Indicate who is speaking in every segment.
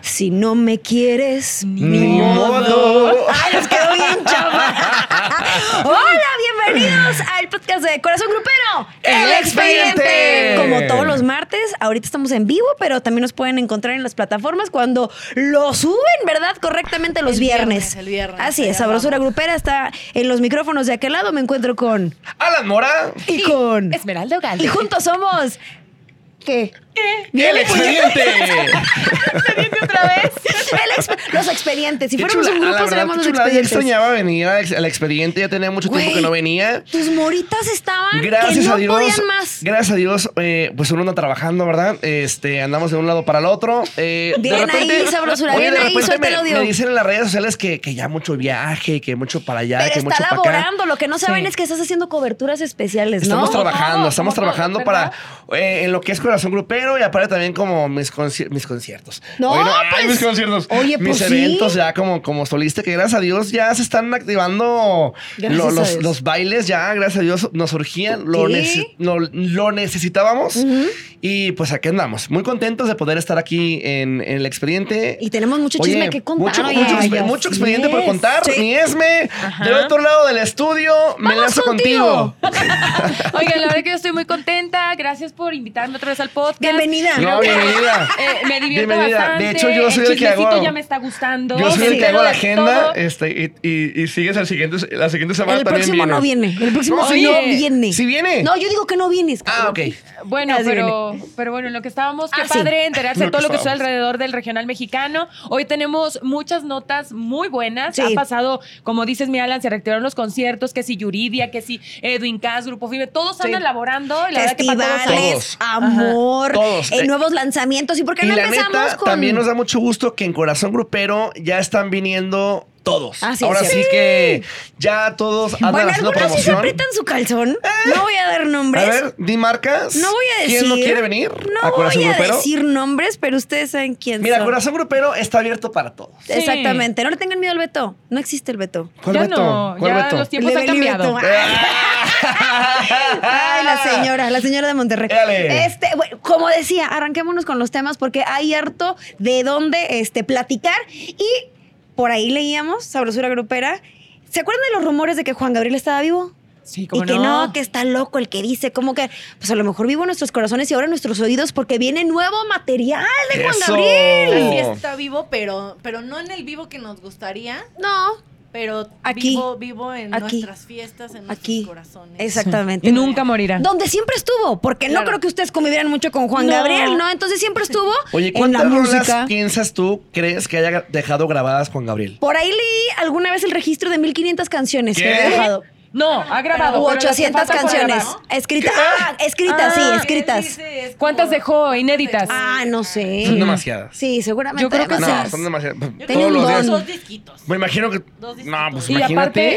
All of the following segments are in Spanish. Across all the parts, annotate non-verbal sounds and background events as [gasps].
Speaker 1: Si no me quieres,
Speaker 2: Ni modo.
Speaker 1: ¡Ay, nos quedó bien, chava! Hola, bienvenidos al podcast de Corazón Grupero.
Speaker 2: El Expediente.
Speaker 1: Como todos los martes, ahorita estamos en vivo, pero también nos pueden encontrar en las plataformas cuando lo suben, ¿verdad? Correctamente los
Speaker 3: El
Speaker 1: viernes.
Speaker 3: viernes, el viernes.
Speaker 1: Así es,
Speaker 3: Allá
Speaker 1: Sabrosura Grupera está en los micrófonos de aquel lado. Me encuentro con...
Speaker 2: Alan Mora.
Speaker 1: Y con...
Speaker 3: Esmeralda Ogalde.
Speaker 1: Y juntos somos... ¿Qué?
Speaker 2: El expediente.
Speaker 3: Expediente otra vez.
Speaker 1: El exp- los expedientes. Si
Speaker 2: Qué
Speaker 1: fuéramos un
Speaker 2: chulada, la
Speaker 1: grupo, seríamos
Speaker 2: verdad, qué
Speaker 1: los
Speaker 2: chulada. Yo
Speaker 1: expedientes.
Speaker 2: extrañaba venir al al expediente. Ya tenía mucho tiempo
Speaker 1: Güey.
Speaker 2: que no venía.
Speaker 1: Tus moritas estaban
Speaker 2: Gracias
Speaker 1: que no
Speaker 2: a Dios.
Speaker 1: podían más.
Speaker 2: Gracias a Dios. eh, pues uno anda trabajando, ¿verdad? Este, andamos de un lado para el otro. Eh,
Speaker 1: Bien
Speaker 2: de repente,
Speaker 1: ahí, sabrosura,
Speaker 2: oye,
Speaker 1: bien
Speaker 2: de
Speaker 1: ahí,
Speaker 2: repente
Speaker 1: suelta el
Speaker 2: me,
Speaker 1: odio.
Speaker 2: me dicen en las redes sociales que, que ya mucho viaje, que mucho para allá,
Speaker 1: Pero
Speaker 2: que mucho
Speaker 1: está
Speaker 2: para acá.
Speaker 1: laborando. Lo que no saben
Speaker 3: Sí.
Speaker 1: es que estás haciendo coberturas especiales, ¿no?
Speaker 2: Estamos trabajando,
Speaker 3: Como
Speaker 2: estamos
Speaker 3: todo,
Speaker 2: trabajando
Speaker 3: ¿verdad?
Speaker 2: para eh, en lo que es corazón grupero y aparte también como mis, conci- mis conciertos.
Speaker 1: No,
Speaker 2: Oye, ay,
Speaker 1: pues,
Speaker 2: mis conciertos.
Speaker 1: oye,
Speaker 2: mis
Speaker 1: pues, sí.
Speaker 2: eventos ya como, como solista, que gracias a Dios ya se están activando
Speaker 1: Gracias
Speaker 2: lo-
Speaker 1: a
Speaker 2: los,
Speaker 1: Dios.
Speaker 2: los bailes, ya gracias a Dios nos surgían, lo,
Speaker 1: Sí.
Speaker 2: nece- no- lo necesitábamos y pues aquí andamos. Muy contentos de poder estar aquí en, en el expediente.
Speaker 1: Y tenemos mucho chisme que contar,
Speaker 2: Mucho,
Speaker 1: oye.
Speaker 2: mucho,
Speaker 1: Ay,
Speaker 2: expe-
Speaker 3: así
Speaker 2: mucho expediente por
Speaker 3: es.
Speaker 2: contar.
Speaker 1: Sí.
Speaker 2: Mi Esme, del otro lado del estudio, me
Speaker 1: Vamos
Speaker 2: lanzo contigo.
Speaker 3: Oigan, la verdad que yo estoy muy contenta. Gracias por invitarme otra vez al podcast.
Speaker 1: Bienvenida.
Speaker 3: Creo
Speaker 2: No,
Speaker 3: que,
Speaker 2: bienvenida.
Speaker 3: eh, me divierto
Speaker 2: Bienvenida.
Speaker 3: bastante.
Speaker 2: De hecho, yo soy el que
Speaker 3: chismecito
Speaker 2: hago-
Speaker 3: ya me está gustando.
Speaker 2: Yo soy el
Speaker 3: Sí.
Speaker 2: que hago la
Speaker 3: De
Speaker 2: agenda
Speaker 3: todo.
Speaker 2: este, y, y- y sigues el siguiente, la siguiente semana
Speaker 1: El
Speaker 2: también
Speaker 1: próximo no viene. El próximo
Speaker 2: No, sí,
Speaker 1: no
Speaker 3: oye,
Speaker 1: viene.
Speaker 2: sí viene.
Speaker 1: No, yo digo que no vienes.
Speaker 2: Ah,
Speaker 1: cabrón.
Speaker 2: ok.
Speaker 3: Bueno,
Speaker 1: Así
Speaker 3: pero, pero bueno, en lo que estábamos, qué
Speaker 1: Ah, sí.
Speaker 3: padre enterarse de
Speaker 2: Lo
Speaker 3: todo
Speaker 2: que
Speaker 3: lo que está
Speaker 2: estábamos.
Speaker 3: alrededor del regional mexicano. Hoy tenemos muchas notas muy buenas.
Speaker 1: Sí.
Speaker 3: Ha pasado, como dices, mi Alan, se reactivaron los conciertos, que si Yuridia, que si Edwin Cass, Grupo FIBE, todos andan laborando. y La verdad que para todos hay-
Speaker 1: Festivales,
Speaker 2: Todos.
Speaker 1: amor,
Speaker 2: Todos.
Speaker 1: eh,
Speaker 2: Eh,
Speaker 1: nuevos lanzamientos. ¿Y por qué
Speaker 2: Y
Speaker 1: no
Speaker 2: la
Speaker 1: empezamos
Speaker 2: neta,
Speaker 1: con...?
Speaker 2: también nos da mucho gusto que en Corazón Grupero ya están viniendo todos.
Speaker 1: Ah, sí,
Speaker 2: Ahora
Speaker 1: es
Speaker 2: sí
Speaker 1: cierto.
Speaker 2: que ya todos andan
Speaker 1: bueno,
Speaker 2: haciendo
Speaker 1: algunos sí se
Speaker 2: promoción. Eh.
Speaker 1: aprietan su calzón. No voy a dar nombres.
Speaker 2: a ver, di marcas.
Speaker 1: no voy a decir.
Speaker 2: ¿Quién no quiere venir
Speaker 1: No
Speaker 2: a Corazón
Speaker 1: voy a
Speaker 2: Grupero?
Speaker 1: decir nombres, pero ustedes saben quién
Speaker 2: Mira,
Speaker 1: son.
Speaker 2: Corazón Grupero está abierto para todos.
Speaker 1: Exactamente. No le tengan miedo al veto. No existe el veto.
Speaker 2: ¿Cuál
Speaker 3: Ya
Speaker 2: veto?
Speaker 3: no,
Speaker 2: ¿Cuál
Speaker 3: ya
Speaker 2: veto?
Speaker 3: los
Speaker 2: [laughs]
Speaker 3: tiempos
Speaker 1: Le
Speaker 3: han
Speaker 1: vale
Speaker 3: cambiado.
Speaker 1: veto.
Speaker 2: Ah.
Speaker 1: Ay, la señora, la señora de Monterrey.
Speaker 2: Dale.
Speaker 1: Este, bueno, como decía, arranquémonos con los temas porque hay harto de dónde este, platicar y por ahí leíamos, Sabrosura Grupera. ¿Se acuerdan de los rumores de que Juan Gabriel estaba vivo?
Speaker 3: Sí,
Speaker 1: Y
Speaker 3: cómo
Speaker 1: que no, que está loco el que dice, como que, pues a lo mejor vivo en nuestros corazones y ahora en nuestros oídos porque viene nuevo material de Juan
Speaker 2: Eso.
Speaker 1: Gabriel.
Speaker 3: Así
Speaker 2: Oh.
Speaker 3: es.
Speaker 4: está vivo, pero, pero no en el vivo que nos gustaría,
Speaker 1: No,
Speaker 4: pero
Speaker 1: Aquí.
Speaker 4: vivo, vivo en
Speaker 1: Aquí.
Speaker 4: nuestras fiestas, en nuestros
Speaker 1: Aquí.
Speaker 4: corazones.
Speaker 1: exactamente.
Speaker 3: Y nunca morirá.
Speaker 1: Donde siempre estuvo, porque no
Speaker 4: Claro.
Speaker 1: creo que ustedes convivieran mucho con Juan
Speaker 3: No.
Speaker 1: Gabriel, ¿no? Entonces siempre estuvo
Speaker 2: Oye,
Speaker 1: en la
Speaker 2: ¿cuántas
Speaker 1: música.
Speaker 2: rolas piensas tú crees que haya dejado grabadas Juan Gabriel?
Speaker 1: Por ahí leí alguna vez el registro de 1500 canciones que
Speaker 2: ¿Qué?
Speaker 1: había dejado.
Speaker 3: No, ha grabado.
Speaker 1: U
Speaker 3: pero las que
Speaker 1: 800
Speaker 3: faltan por
Speaker 1: canciones.
Speaker 3: grabar.
Speaker 1: Escritas. Ah, escritas,
Speaker 3: Ah,
Speaker 1: sí,
Speaker 3: él
Speaker 1: escritas.
Speaker 4: Dice, es como-
Speaker 3: ¿Cuántas dejó inéditas?
Speaker 1: Ah, no sé.
Speaker 2: Son demasiadas.
Speaker 1: Sí, seguramente.
Speaker 3: Yo creo que
Speaker 1: demasiadas.
Speaker 2: No, son demasiadas.
Speaker 4: Yo
Speaker 1: Tenía
Speaker 2: Todos
Speaker 1: un
Speaker 2: los
Speaker 1: don.
Speaker 2: días.
Speaker 4: Dos disquitos.
Speaker 2: Me imagino que.
Speaker 4: Dos
Speaker 2: No, pues
Speaker 4: distintos.
Speaker 3: Y
Speaker 2: imagínate.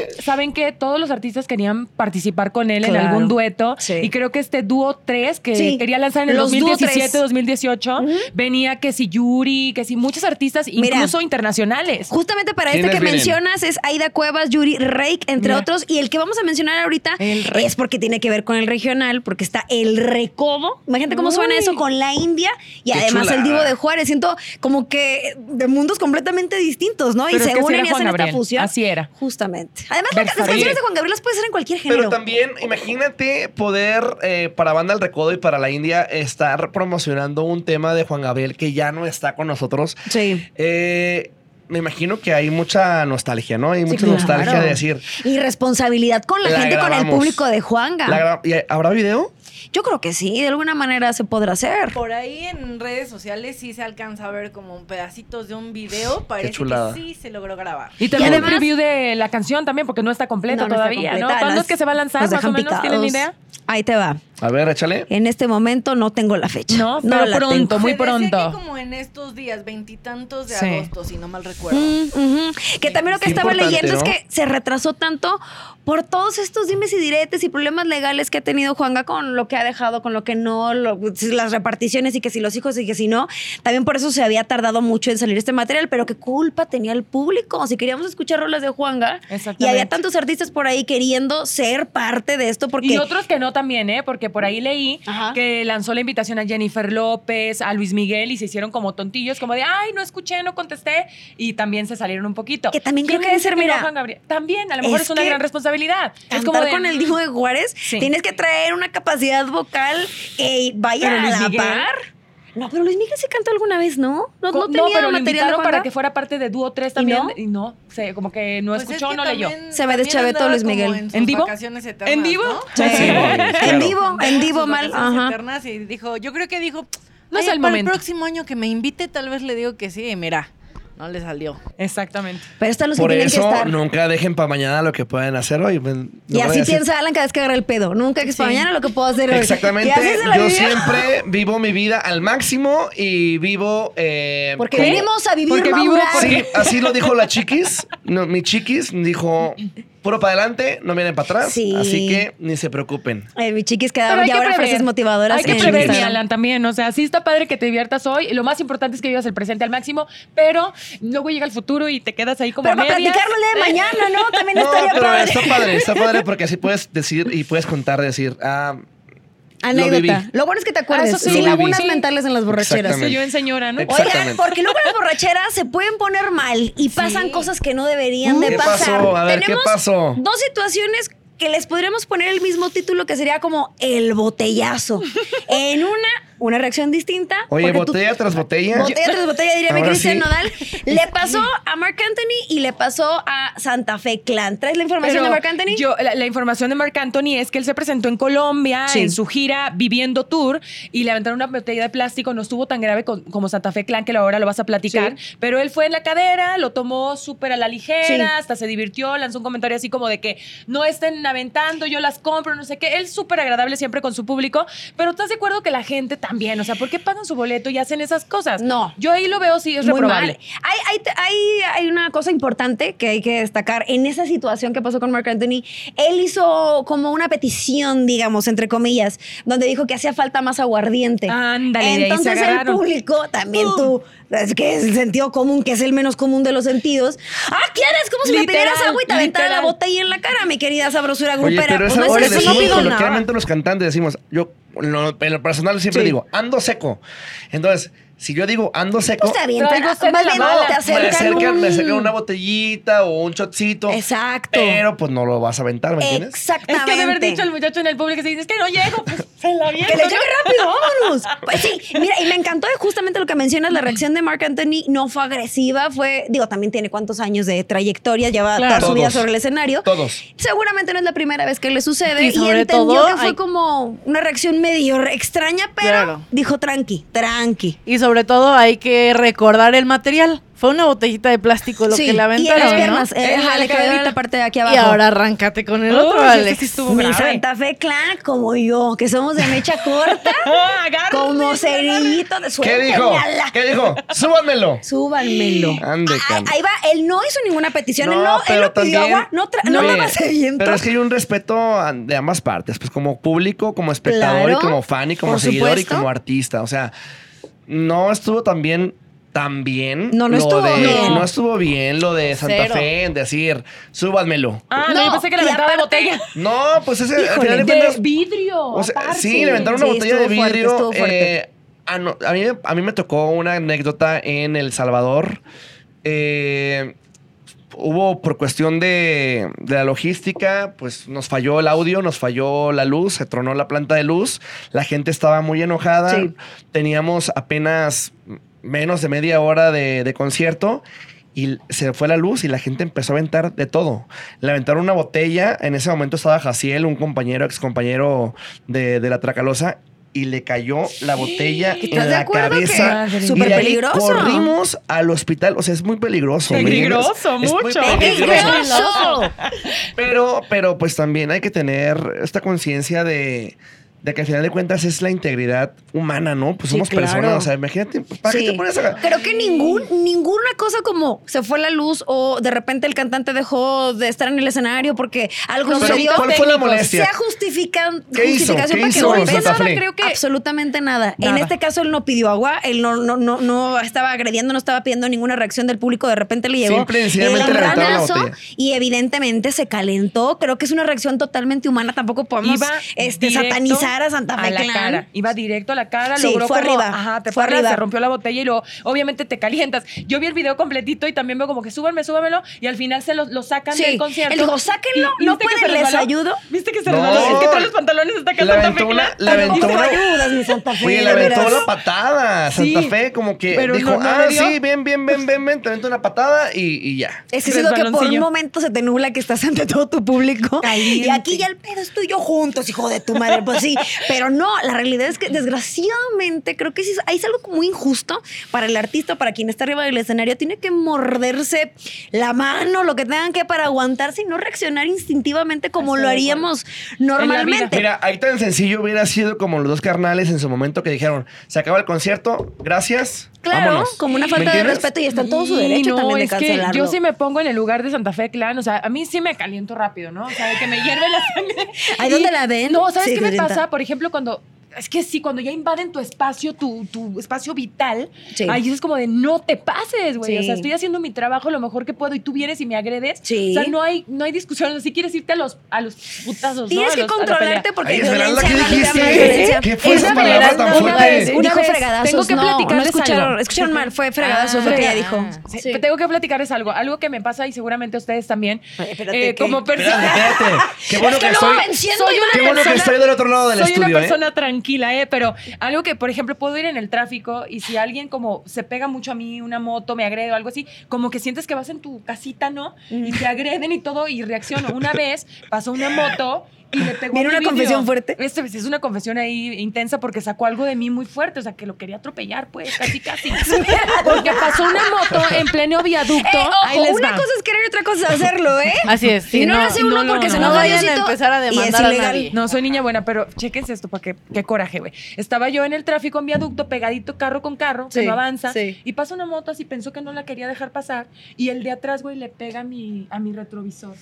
Speaker 3: aparte, saben que todos los artistas querían participar con él en
Speaker 1: Claro.
Speaker 3: algún dueto.
Speaker 1: Sí.
Speaker 3: Y creo que este dúo 3 que
Speaker 1: Sí.
Speaker 3: quería lanzar en el
Speaker 1: Los dúo
Speaker 3: 2017,
Speaker 1: tres.
Speaker 3: 2018, venía que si Yuri, que si muchos artistas,
Speaker 1: Mira.
Speaker 3: incluso internacionales.
Speaker 1: Justamente para este
Speaker 2: ¿Quiénes
Speaker 1: que
Speaker 2: vienen?
Speaker 1: mencionas es Aida Cuevas, Yuri Reik, entre
Speaker 3: Mira.
Speaker 1: otros. Y el que vamos a mencionar ahorita
Speaker 3: El Reik.
Speaker 1: es porque tiene que ver con el regional, porque está el recodo. Imagínate cómo suena
Speaker 3: Uy.
Speaker 1: eso con la India y
Speaker 2: Qué
Speaker 1: además el
Speaker 2: chulada.
Speaker 1: Divo de Juárez. Siento como que de mundos completamente distintos, ¿no? y
Speaker 3: Pero es
Speaker 1: se
Speaker 3: que así
Speaker 1: unen
Speaker 3: era
Speaker 1: y
Speaker 3: Juan
Speaker 1: hacen esta
Speaker 3: Gabriel,
Speaker 1: fusión.
Speaker 3: así era.
Speaker 1: Justamente. Además, la- las
Speaker 3: Versátil.
Speaker 1: canciones de Juan Gabriel las puedes hacer en cualquier género.
Speaker 2: Pero también, imagínate poder eh, para Banda El Recodo y para la India estar promocionando un tema de Juan Gabriel que ya no está con nosotros.
Speaker 1: Sí.
Speaker 2: Eh, me imagino que hay mucha nostalgia, ¿no? Hay mucha
Speaker 1: claro.
Speaker 2: nostalgia de decir.
Speaker 1: Y responsabilidad con la,
Speaker 2: La
Speaker 1: gente, con el
Speaker 2: grabamos.
Speaker 1: público de Juanga.
Speaker 2: la gra- ¿y ¿Habrá video?
Speaker 1: Yo creo que sí, de alguna manera se podrá hacer.
Speaker 4: Por ahí en redes sociales sí se alcanza a ver como pedacitos de un video. Parece
Speaker 2: chulada.
Speaker 4: que sí se logró grabar.
Speaker 3: Y también
Speaker 1: Y
Speaker 3: el
Speaker 1: además-
Speaker 3: preview de la canción también, porque no está completo
Speaker 1: No, no está
Speaker 3: todavía, ¿no?
Speaker 1: completa,
Speaker 3: ¿Cuándo
Speaker 1: las-
Speaker 3: es que se va a lanzar?
Speaker 1: nos
Speaker 3: Más o
Speaker 1: dejan
Speaker 3: menos, ¿tienen
Speaker 1: picados.
Speaker 3: idea?
Speaker 1: Ahí te va.
Speaker 2: A ver, échale.
Speaker 1: En este momento no tengo la fecha.
Speaker 3: No, pero
Speaker 1: la
Speaker 3: pronto,
Speaker 1: tengo.
Speaker 3: Muy
Speaker 4: Se decía
Speaker 3: pronto.
Speaker 4: que como en estos días, veintitantos de
Speaker 3: Sí.
Speaker 4: agosto, si no mal recuerdo.
Speaker 1: Mm, ujú. Que también lo que
Speaker 2: Qué
Speaker 1: estaba
Speaker 2: importante,
Speaker 1: leyendo es
Speaker 2: ¿no?
Speaker 1: que se retrasó tanto por todos estos dimes y diretes y problemas legales que ha tenido Juanga con lo que ha dejado, con lo que no, lo- las reparticiones y que si los hijos y que si no. También por eso se había tardado mucho en salir este material, pero qué culpa tenía el público. Si queríamos escuchar rolas de Juanga y
Speaker 3: Exactamente.
Speaker 1: había tantos artistas por ahí queriendo ser parte de esto porque...
Speaker 3: Y otros que no también, ¿eh? Porque por ahí leí
Speaker 1: Ajá.
Speaker 3: que lanzó la invitación a Jennifer López, a Luis Miguel y se hicieron como tontillos, como de, ay, no escuché, no contesté y también se salieron un poquito.
Speaker 1: Que también creo
Speaker 3: ¿Quién
Speaker 1: que debe
Speaker 3: me dice
Speaker 1: ser,
Speaker 3: no,
Speaker 1: mira,
Speaker 3: Juan Gabriel? También, a lo mejor
Speaker 1: es
Speaker 3: es, una
Speaker 1: que
Speaker 3: gran responsabilidad. Es
Speaker 1: Cantar
Speaker 3: como de,
Speaker 1: con el Divo de Juárez,
Speaker 3: Sí.
Speaker 1: tienes que traer una capacidad vocal que vaya
Speaker 3: Pero
Speaker 1: a
Speaker 3: Luis
Speaker 1: la
Speaker 3: Miguel.
Speaker 1: par. No, pero Luis Miguel sí cantó alguna vez, ¿no? No, no
Speaker 3: co-
Speaker 1: tenía
Speaker 3: pero lo
Speaker 1: material de
Speaker 3: invitaron
Speaker 1: Juanga.
Speaker 3: para que fuera parte de Dúo 3 también.
Speaker 1: no?
Speaker 3: Y no, se- como que no
Speaker 4: Pues es
Speaker 3: escuchó,
Speaker 4: que
Speaker 3: no leyó.
Speaker 4: también-
Speaker 1: Se me
Speaker 4: también
Speaker 1: deschavetó
Speaker 4: andaba
Speaker 1: Luis
Speaker 4: como
Speaker 1: Miguel.
Speaker 4: En, sus
Speaker 3: ¿En vivo?
Speaker 4: vacaciones eternas,
Speaker 3: ¿En vivo?
Speaker 4: ¿no?
Speaker 1: Sí.
Speaker 2: Sí, claro.
Speaker 1: En vivo, en vivo
Speaker 4: Sus
Speaker 1: mal.
Speaker 4: vacaciones
Speaker 1: Ajá.
Speaker 4: eternas y dijo, yo creo que dijo,
Speaker 3: No es
Speaker 4: "Ay,
Speaker 3: el
Speaker 4: para
Speaker 3: momento".
Speaker 4: el próximo año que me invite tal vez le digo que sí y mira, no le salió.
Speaker 3: Exactamente.
Speaker 1: Pero esta luz
Speaker 2: Por
Speaker 1: tiene que
Speaker 2: eso
Speaker 1: estar.
Speaker 2: nunca dejen para mañana lo que pueden hacer hoy. pues, no
Speaker 1: y
Speaker 2: voy a
Speaker 1: así
Speaker 2: decir-
Speaker 1: piensa Alan cada vez que agarra el pedo. Nunca que es para
Speaker 3: Sí.
Speaker 1: mañana lo que puedo hacer hoy.
Speaker 2: Exactamente.
Speaker 1: Y así se la
Speaker 2: Yo
Speaker 1: vivió.
Speaker 2: siempre vivo mi vida al máximo y vivo. eh,
Speaker 1: Porque
Speaker 2: como-
Speaker 1: venimos a vivir,
Speaker 3: Porque vivo,
Speaker 1: madurar.
Speaker 2: Sí, así lo
Speaker 1: [laughs]
Speaker 2: dijo la chiquis. No, mi chiquis dijo: puro para adelante, no vienen para atrás.
Speaker 1: Sí.
Speaker 2: Así que ni se preocupen.
Speaker 1: Ay, mi chiquis
Speaker 3: Pero
Speaker 1: quedaron
Speaker 3: hay
Speaker 1: ya
Speaker 3: que
Speaker 1: ahora
Speaker 3: prever.
Speaker 1: frases motivadoras.
Speaker 3: Hay que
Speaker 1: en
Speaker 3: prever, mi
Speaker 1: Instagram.
Speaker 3: Alan, también. O sea, sí está padre que te diviertas hoy. Lo más importante es que vivas el presente al máximo, pero luego llega el futuro y te quedas ahí como
Speaker 1: Pero
Speaker 3: a
Speaker 1: para
Speaker 3: medias.
Speaker 1: platicarlo el día de mañana, ¿no? También
Speaker 2: No,
Speaker 1: estaría
Speaker 2: pero
Speaker 1: padre.
Speaker 2: está
Speaker 1: [laughs]
Speaker 2: padre, está padre porque así puedes decir y puedes contar, decir, ah, Lo
Speaker 1: Anécdota.
Speaker 2: viví.
Speaker 1: Lo, bueno es que te acuerdes.
Speaker 3: Ah, eso
Speaker 1: Sí,
Speaker 3: sí.
Speaker 1: Sin
Speaker 2: Lo viví.
Speaker 1: lagunas
Speaker 3: Sí.
Speaker 1: mentales en las borracheras.
Speaker 2: Exactamente.
Speaker 3: Soy yo en señora, ¿no?
Speaker 2: Ex-
Speaker 1: Oigan,
Speaker 2: Exactamente.
Speaker 1: porque luego las borracheras se pueden poner mal y pasan cosas que no deberían de
Speaker 2: ¿Qué
Speaker 1: pasar.
Speaker 2: pasó? A ver, ¿qué
Speaker 1: Tenemos
Speaker 2: pasó?
Speaker 1: dos situaciones que les podríamos poner el mismo título que sería como el
Speaker 3: [laughs]
Speaker 1: botellazo. en una, una reacción distinta.
Speaker 2: oye,
Speaker 1: porque tú-
Speaker 2: botella tras botella.
Speaker 1: Botella tras botella, diría mi
Speaker 2: Ahora
Speaker 1: Cristian
Speaker 2: sí.
Speaker 1: Nodal.
Speaker 3: [laughs]
Speaker 1: Le pasó a Mark Anthony y le pasó a Santa Fe Clan. ¿Traes la información
Speaker 3: Pero
Speaker 1: de Mark Anthony?
Speaker 3: Yo, la, la información de Marc Anthony es que él se presentó en Colombia
Speaker 1: Sí.
Speaker 3: en su gira Viviendo Tour y le aventaron una botella de plástico. No estuvo tan grave con- como Santa Fe Clan, que ahora lo vas a platicar. Pero él fue en la cadera, lo tomó súper a la ligera,
Speaker 1: Sí.
Speaker 3: hasta se divirtió, lanzó un comentario así como de que no estén aventando, yo las compro, no sé qué. Él súper agradable siempre con su público. Pero ¿estás de acuerdo que la gente también? O sea, ¿por qué pagan su boleto y hacen esas cosas?
Speaker 1: No.
Speaker 3: Yo ahí lo veo, sí, es
Speaker 1: Muy
Speaker 3: reprobable.
Speaker 1: mal. Hay, hay, hay- hay una cosa importante que hay que destacar. En esa situación que pasó con Mark Anthony, él hizo como una petición, digamos, entre comillas, donde dijo que hacía falta más aguardiente.
Speaker 3: Ándale, de ahí se
Speaker 1: Entonces el
Speaker 3: agarraron. Uh.
Speaker 1: público, también tú, es que es el sentido común, que es el menos común de los sentidos. Ah, ¿quieres? Como si
Speaker 3: Literal,
Speaker 1: me pidieras agua y te aventara la
Speaker 3: literal.
Speaker 1: botella en la cara, mi querida sabrosura
Speaker 2: Oye,
Speaker 1: grupera.
Speaker 2: pero es
Speaker 1: Pues
Speaker 2: algo
Speaker 1: no,
Speaker 2: que
Speaker 1: es- eso no
Speaker 2: decimos
Speaker 1: pido nada.
Speaker 2: coloquialmente los cantantes, decimos, yo lo- en lo personal siempre
Speaker 3: Sí.
Speaker 2: digo, ando seco. Entonces, si yo digo ando seco,
Speaker 1: Pues te avientan,
Speaker 3: Traigo
Speaker 1: más
Speaker 3: sed de la
Speaker 1: bien te
Speaker 3: mala. Me
Speaker 1: acercan,
Speaker 2: me, acercan,
Speaker 1: un-
Speaker 2: me acercan una botellita o un shotcito.
Speaker 1: Exacto.
Speaker 2: Pero pues no lo vas a aventar, ¿me entiendes?
Speaker 3: Es
Speaker 1: Exactamente.
Speaker 3: que de haber dicho el muchacho en el público, se dice, es que no llego, pues se la
Speaker 1: Que le
Speaker 3: aviento, ¿no?
Speaker 1: llegue rápido, vámonos. Pues sí, mira, y me encantó justamente lo que mencionas, la reacción de Mark Anthony no fue agresiva, fue, digo, también tiene cuántos años de trayectoria, lleva
Speaker 3: Claro.
Speaker 1: toda su vida
Speaker 2: Todos.
Speaker 1: sobre el escenario.
Speaker 2: Todos.
Speaker 1: Seguramente no es la primera vez que le sucede
Speaker 4: Y
Speaker 1: y,
Speaker 4: sobre
Speaker 1: entendió
Speaker 4: todo,
Speaker 1: que fue
Speaker 4: hay-
Speaker 1: como una reacción medio re- extraña, pero
Speaker 4: Claro.
Speaker 1: dijo tranqui, tranqui.
Speaker 4: Y sobre todo hay que recordar el material. Fue una botellita de plástico lo
Speaker 1: Sí,
Speaker 4: que la
Speaker 1: y en las
Speaker 4: aventaron, ¿no?
Speaker 1: piernas, eh,
Speaker 3: En
Speaker 1: ajá,
Speaker 3: la
Speaker 1: le quedó
Speaker 3: cadera.
Speaker 1: en la parte de aquí abajo.
Speaker 4: Y ahora arráncate con el otro,
Speaker 3: Uy, ese
Speaker 4: Alex.
Speaker 3: sí estuvo
Speaker 1: mi
Speaker 3: grave.
Speaker 1: Santa Fe clan como yo, que somos de mecha
Speaker 4: [laughs]
Speaker 1: corta,
Speaker 3: Ah, agárrate,
Speaker 1: como
Speaker 3: agárrate.
Speaker 1: cerillito de
Speaker 2: ¿Qué
Speaker 1: suerte.
Speaker 2: dijo? ¿Qué
Speaker 1: [laughs]
Speaker 2: dijo? Súbanmelo.
Speaker 1: Súbanmelo.
Speaker 2: [gasps] Ande,
Speaker 1: Ah,
Speaker 2: can.
Speaker 1: ahí va, él no hizo ninguna petición, él no, él no pidió agua, no, tra- no
Speaker 2: Oye,
Speaker 1: nada más se viento.
Speaker 2: Pero es que hay un respeto a- de ambas partes, pues como público, como espectador
Speaker 1: Claro,
Speaker 2: y como fan y como
Speaker 1: por
Speaker 2: seguidor
Speaker 1: supuesto.
Speaker 2: y como artista. O sea, no estuvo tan bien. Tan bien.
Speaker 1: No, no
Speaker 2: lo
Speaker 1: estuvo
Speaker 2: de-
Speaker 1: bien.
Speaker 2: No estuvo bien lo de Santa
Speaker 4: Cero.
Speaker 2: Fe, en decir, súbanmelo.
Speaker 3: Ah, no,
Speaker 1: No,
Speaker 3: yo pensé que la
Speaker 1: y
Speaker 3: aventaba de
Speaker 1: aparte- eh,
Speaker 3: botella.
Speaker 2: No, pues ese. al
Speaker 1: Híjole,
Speaker 2: final de
Speaker 3: De
Speaker 2: cuentas,
Speaker 3: vidrio.
Speaker 2: o sea,
Speaker 3: aparte.
Speaker 2: sí, le aventaron una
Speaker 1: Sí,
Speaker 2: botella de
Speaker 1: estuvo fuerte,
Speaker 2: vidrio.
Speaker 1: estuvo fuerte.
Speaker 2: eh, a, no- a mí, a mí me tocó una anécdota en El Salvador. Eh, hubo, por cuestión de, de la logística, pues nos falló el audio, nos falló la luz, se tronó la planta de luz. La gente estaba muy enojada.
Speaker 1: Sí.
Speaker 2: Teníamos apenas menos de media hora de, de concierto. Y se fue la luz y la gente empezó a aventar de todo. Le aventaron una botella. En ese momento estaba Jaciel, un compañero, ex compañero de, de la Tracalosa, y le cayó la botella
Speaker 1: ¿Estás
Speaker 2: en
Speaker 1: de
Speaker 2: la
Speaker 1: acuerdo que
Speaker 2: cabeza.
Speaker 3: Madre.
Speaker 2: Y
Speaker 1: súper
Speaker 2: de ahí
Speaker 1: peligroso?
Speaker 2: Corrimos al hospital. O sea, es muy peligroso. ¿me entiendes?
Speaker 3: Peligroso,
Speaker 2: Es muy
Speaker 3: mucho.
Speaker 2: peligroso.
Speaker 1: ¡Peligroso!
Speaker 2: Pero, pero pues también hay que tener esta conciencia de, de que al final de cuentas es la integridad humana, ¿no? Pues
Speaker 1: Sí,
Speaker 2: somos
Speaker 1: claro.
Speaker 2: personas, o sea, imagínate, ¿para
Speaker 1: Sí.
Speaker 2: qué te pones a... Mm.
Speaker 1: Creo que ningún, ninguna cosa como se fue la luz o de repente el cantante dejó de estar en el escenario porque algo
Speaker 3: Pero,
Speaker 1: sucedió.
Speaker 2: ¿cuál fue la molestia?
Speaker 1: Sea justifican-
Speaker 2: ¿Qué hizo?
Speaker 1: justificación
Speaker 2: ¿Qué
Speaker 1: para que
Speaker 2: hizo
Speaker 1: vuelva.
Speaker 2: Santa Fe?
Speaker 3: creo que-
Speaker 1: Absolutamente nada.
Speaker 3: Nada.
Speaker 1: En este caso, él no pidió agua, él no, no, no, no estaba agrediendo, no estaba pidiendo ninguna reacción del público. De repente le llegó
Speaker 2: Simple y sencillamente
Speaker 1: el
Speaker 2: le aventaron la
Speaker 1: ranazo
Speaker 2: botella.
Speaker 1: y evidentemente se calentó. Creo que es una reacción totalmente humana. Tampoco podemos
Speaker 3: iba
Speaker 1: este,
Speaker 3: directo
Speaker 1: satanizar a Santa Fe
Speaker 3: a la
Speaker 1: Clan.
Speaker 3: cara. Iba directo a la cara,
Speaker 1: Sí,
Speaker 3: logró
Speaker 1: fue
Speaker 3: como-
Speaker 1: arriba,
Speaker 3: Ajá, te
Speaker 1: fue
Speaker 3: fue arriba,
Speaker 1: arriba.
Speaker 3: se rompió la botella y luego, obviamente, te calientas. Yo vi el video completito y también veo como que súbanme, súbamelo y al final se lo, lo sacan
Speaker 1: Sí,
Speaker 3: del concierto.
Speaker 1: él dijo, "Sáquenlo,
Speaker 3: ¿Y-
Speaker 1: no
Speaker 3: viste
Speaker 1: pueden,
Speaker 3: que se resbaló?
Speaker 1: les ayudo".
Speaker 3: ¿Viste que se
Speaker 2: No.
Speaker 3: resbaló? Es que todos los pantalones hasta acá
Speaker 2: Le
Speaker 3: Santa
Speaker 2: aventó
Speaker 3: Fe
Speaker 2: una-
Speaker 3: Clan.
Speaker 2: le aventó
Speaker 1: ¿Cómo
Speaker 2: una-
Speaker 1: ayudas, mi Santa Fe?
Speaker 2: Oye, le
Speaker 1: de
Speaker 2: aventó
Speaker 1: veras?
Speaker 2: la patada.
Speaker 3: Sí,
Speaker 2: Santa Fe como que
Speaker 3: pero
Speaker 2: dijo,
Speaker 3: no- no
Speaker 2: ah,
Speaker 3: le dio".
Speaker 2: sí, bien, bien, bien, bien, bien, te aventó una patada y, y ya.
Speaker 1: Es que siento que por un
Speaker 3: Resbaloncillo.
Speaker 1: momento se te nubla que estás ante todo tu público.
Speaker 3: Caliente.
Speaker 1: Y aquí ya el pedo es tú y yo juntos, hijo de tu madre. Pues sí. Pero no, la realidad es que desgraciadamente creo que sí, ahí es algo muy injusto para el artista, para quien está arriba del escenario. Tiene que morderse la mano, lo que tengan que para aguantarse y no reaccionar instintivamente como
Speaker 3: Estoy
Speaker 1: lo
Speaker 3: de acuerdo.
Speaker 1: haríamos normalmente.
Speaker 2: Mira, ahí tan sencillo hubiera sido como los dos carnales en su momento que dijeron, se acaba el concierto, gracias,
Speaker 1: Claro,
Speaker 2: vámonos".
Speaker 1: como una
Speaker 2: ¿Me
Speaker 1: falta de
Speaker 2: entiendes?
Speaker 1: respeto y está en todo su
Speaker 3: Sí,
Speaker 1: derecho también de
Speaker 3: es que
Speaker 1: cancelarlo.
Speaker 3: yo sí me pongo en el lugar de Santa Fe Clan, o sea, a mí sí me caliento rápido, ¿no? O sea, de que me hierve la sangre.
Speaker 1: Ahí
Speaker 3: Y-
Speaker 1: donde la ven,
Speaker 3: No, ¿sabes
Speaker 1: sí,
Speaker 3: qué me
Speaker 1: violenta.
Speaker 3: pasa? Por ejemplo, cuando es que sí, cuando ya invaden tu espacio, tu, tu espacio vital,
Speaker 1: Sí.
Speaker 3: ahí es como de no te pases, güey.
Speaker 1: Sí.
Speaker 3: O sea, estoy haciendo mi trabajo lo mejor que puedo y tú vienes y me agredes.
Speaker 1: Sí.
Speaker 3: O sea, no hay, no hay discusión. Si quieres irte a los, a los putazos.
Speaker 1: Tienes
Speaker 3: Pues
Speaker 1: que
Speaker 3: ¿no? A los- a la
Speaker 1: controlarte
Speaker 3: pelea.
Speaker 1: porque
Speaker 2: Ay,
Speaker 1: violencia
Speaker 2: Esmeralda, ¿qué
Speaker 1: no le llaman
Speaker 2: dijiste?
Speaker 1: violencia.
Speaker 2: ¿Qué fue
Speaker 1: Es
Speaker 2: esa
Speaker 1: la
Speaker 2: palabra
Speaker 1: verdad,
Speaker 2: tan
Speaker 1: no,
Speaker 2: fuerte?
Speaker 1: una vez, Una
Speaker 3: Dijo
Speaker 1: vez,
Speaker 3: fregadazos,
Speaker 1: tengo que este
Speaker 3: no,
Speaker 1: platicarles
Speaker 3: no escucharon-
Speaker 1: algo. Escucharon mal, fue fregadazos lo que
Speaker 5: Ah.
Speaker 1: ella dijo.
Speaker 4: Ah,
Speaker 3: Sí, Tengo que platicarles algo, algo que me pasa y seguramente a ustedes también. eh,
Speaker 1: espérate, ¿qué?
Speaker 3: como
Speaker 2: [laughs] Espérate,
Speaker 3: persona.
Speaker 2: espérate. Qué bueno
Speaker 1: Es que
Speaker 2: que
Speaker 1: luego
Speaker 2: soy...
Speaker 1: venciendo
Speaker 3: soy
Speaker 1: y
Speaker 3: una
Speaker 2: Qué bueno que
Speaker 3: persona-
Speaker 2: estoy del otro lado del
Speaker 3: soy
Speaker 2: estudio,
Speaker 3: una
Speaker 2: ¿eh?
Speaker 3: persona tranquila, ¿eh? Pero algo que, por ejemplo, puedo ir en el tráfico y si alguien como se pega mucho a mí, una moto, me agrede o algo así, como que sientes que vas en tu casita, ¿no? Y te agreden y todo y reacciono.
Speaker 1: [laughs]
Speaker 3: Una vez pasó una moto y le
Speaker 1: Viene
Speaker 3: pegó a mi
Speaker 1: una
Speaker 3: vidrio.
Speaker 1: confesión fuerte.
Speaker 3: Este, es una confesión ahí intensa porque sacó algo de mí muy fuerte, o sea, que lo quería atropellar, pues, casi,
Speaker 1: [laughs]
Speaker 3: casi. porque pasó una moto en pleno viaducto.
Speaker 1: Eh,
Speaker 3: ahí
Speaker 1: ojo,
Speaker 3: les
Speaker 1: una
Speaker 3: va.
Speaker 1: cosa es querer y otra cosa es hacerlo, ¿eh?
Speaker 5: Así es.
Speaker 1: y
Speaker 5: sí,
Speaker 1: no, lo hace
Speaker 5: no,
Speaker 1: uno
Speaker 5: no,
Speaker 1: porque
Speaker 5: no,
Speaker 1: se
Speaker 5: no.
Speaker 1: nos
Speaker 5: No
Speaker 1: va
Speaker 5: vayan a
Speaker 1: Diosito,
Speaker 5: empezar a
Speaker 1: y es
Speaker 5: demandar a
Speaker 1: ilegal.
Speaker 5: nadie.
Speaker 3: No, soy niña buena, pero chéquense esto, para que, qué coraje, güey. Estaba yo en el tráfico en viaducto, pegadito carro con carro, que
Speaker 5: Sí,
Speaker 3: no avanza,
Speaker 5: sí.
Speaker 3: y pasa una moto así, pensó que no la quería dejar pasar, y el de atrás, güey, le pega a mi, a mi retrovisor.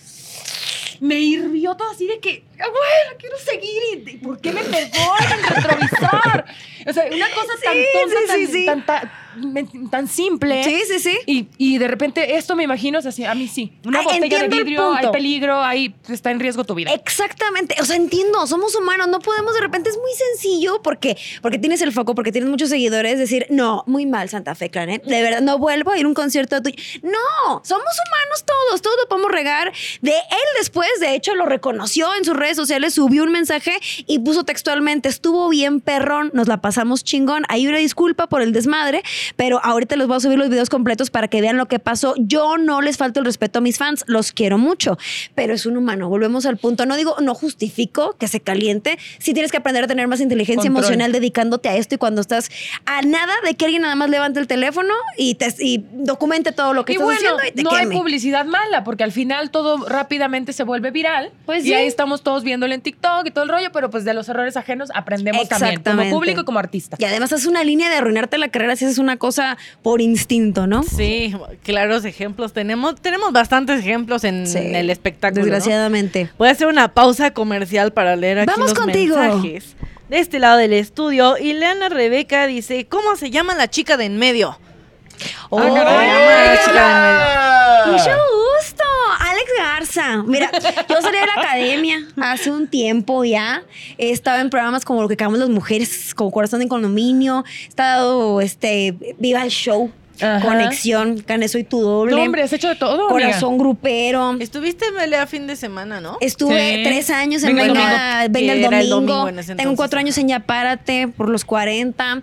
Speaker 3: Me hirvió todo así de que, "Ah, güey, la quiero seguir, y, y ¿por qué me pegó en el retrovisor? O sea, una cosa tan
Speaker 1: Sí,
Speaker 3: tonta,
Speaker 1: sí,
Speaker 3: tan,
Speaker 1: sí, sí.
Speaker 3: tan- tan- men- tan simple.
Speaker 1: Sí, sí, sí.
Speaker 3: Y, y de repente esto me imagino, o sea, sí, a mí sí. Una
Speaker 1: Ah,
Speaker 3: botella de
Speaker 1: entiendo el
Speaker 3: vidrio, hay
Speaker 1: punto.
Speaker 3: peligro, ahí está en riesgo tu vida.
Speaker 1: Exactamente, o sea, entiendo, somos humanos, no podemos de repente, es muy sencillo porque, porque tienes el foco, porque tienes muchos seguidores, decir, no, muy mal Santa Fe Clan, ¿eh? de verdad, no vuelvo a ir a un concierto tuyo. No, somos humanos todos, todos lo podemos regar. De él después, de hecho, lo reconoció en sus redes sociales, subió un mensaje y puso textualmente, estuvo bien perrón, nos la pasamos chingón, hay una disculpa por el desmadre, pero ahorita les voy a subir los videos completos para que vean lo que pasó. Yo no les falto el respeto a mis fans, los quiero mucho, pero es un humano. Volvemos al punto. No digo, no justifico que se caliente. Sí tienes que aprender a tener más inteligencia
Speaker 3: Control.
Speaker 1: emocional dedicándote a esto y cuando estás a nada de que alguien nada más levante el teléfono y, te, y documente todo lo que
Speaker 3: y
Speaker 1: estás
Speaker 3: bueno,
Speaker 1: haciendo y te
Speaker 3: no
Speaker 1: queme.
Speaker 3: hay publicidad mala, porque al final todo rápidamente se vuelve viral.
Speaker 1: Pues
Speaker 3: y
Speaker 1: sí.
Speaker 3: ahí estamos todos viéndolo en TikTok y todo el rollo, pero pues de los errores ajenos aprendemos también, como
Speaker 1: Exactamente.
Speaker 3: público y como artista.
Speaker 1: Y además es una línea de arruinarte la carrera si haces una cosa por instinto, ¿no?
Speaker 5: Sí, claros ejemplos. Tenemos, tenemos bastantes ejemplos
Speaker 3: Mm,
Speaker 5: en
Speaker 1: Sí.
Speaker 5: el espectáculo. ¿no?
Speaker 1: Desgraciadamente.
Speaker 5: Voy a hacer una pausa comercial para leer aquí
Speaker 1: Vamos
Speaker 5: los
Speaker 1: contigo.
Speaker 5: mensajes de este lado del estudio. Y Leana Rebeca dice, ¿cómo se llama la chica de en medio?
Speaker 1: Oh,
Speaker 5: caray.
Speaker 1: hola.
Speaker 5: Ay, chica.
Speaker 2: eh.
Speaker 3: Ah.
Speaker 1: Mucho gusto, Alex Garza. Mira, yo salí de la academia hace un tiempo ya. He estado en programas como lo que llamamos las mujeres, como Corazón en Condominio. He estado, este, Viva el Show,
Speaker 3: Ajá.
Speaker 1: Conexión, Caneso y Tu Doble.
Speaker 3: No, hombre, has hecho de todo, amiga.
Speaker 1: Corazón Grupero.
Speaker 5: Estuviste en Melea fin de semana, ¿no?
Speaker 1: Estuve
Speaker 3: Sí.
Speaker 1: tres años en
Speaker 3: Venga el
Speaker 1: Venga, Venga el
Speaker 5: Que era el
Speaker 1: Domingo.
Speaker 5: domingo en ese
Speaker 1: Tengo
Speaker 5: entonces,
Speaker 1: cuatro años en Ya Párate por los 40.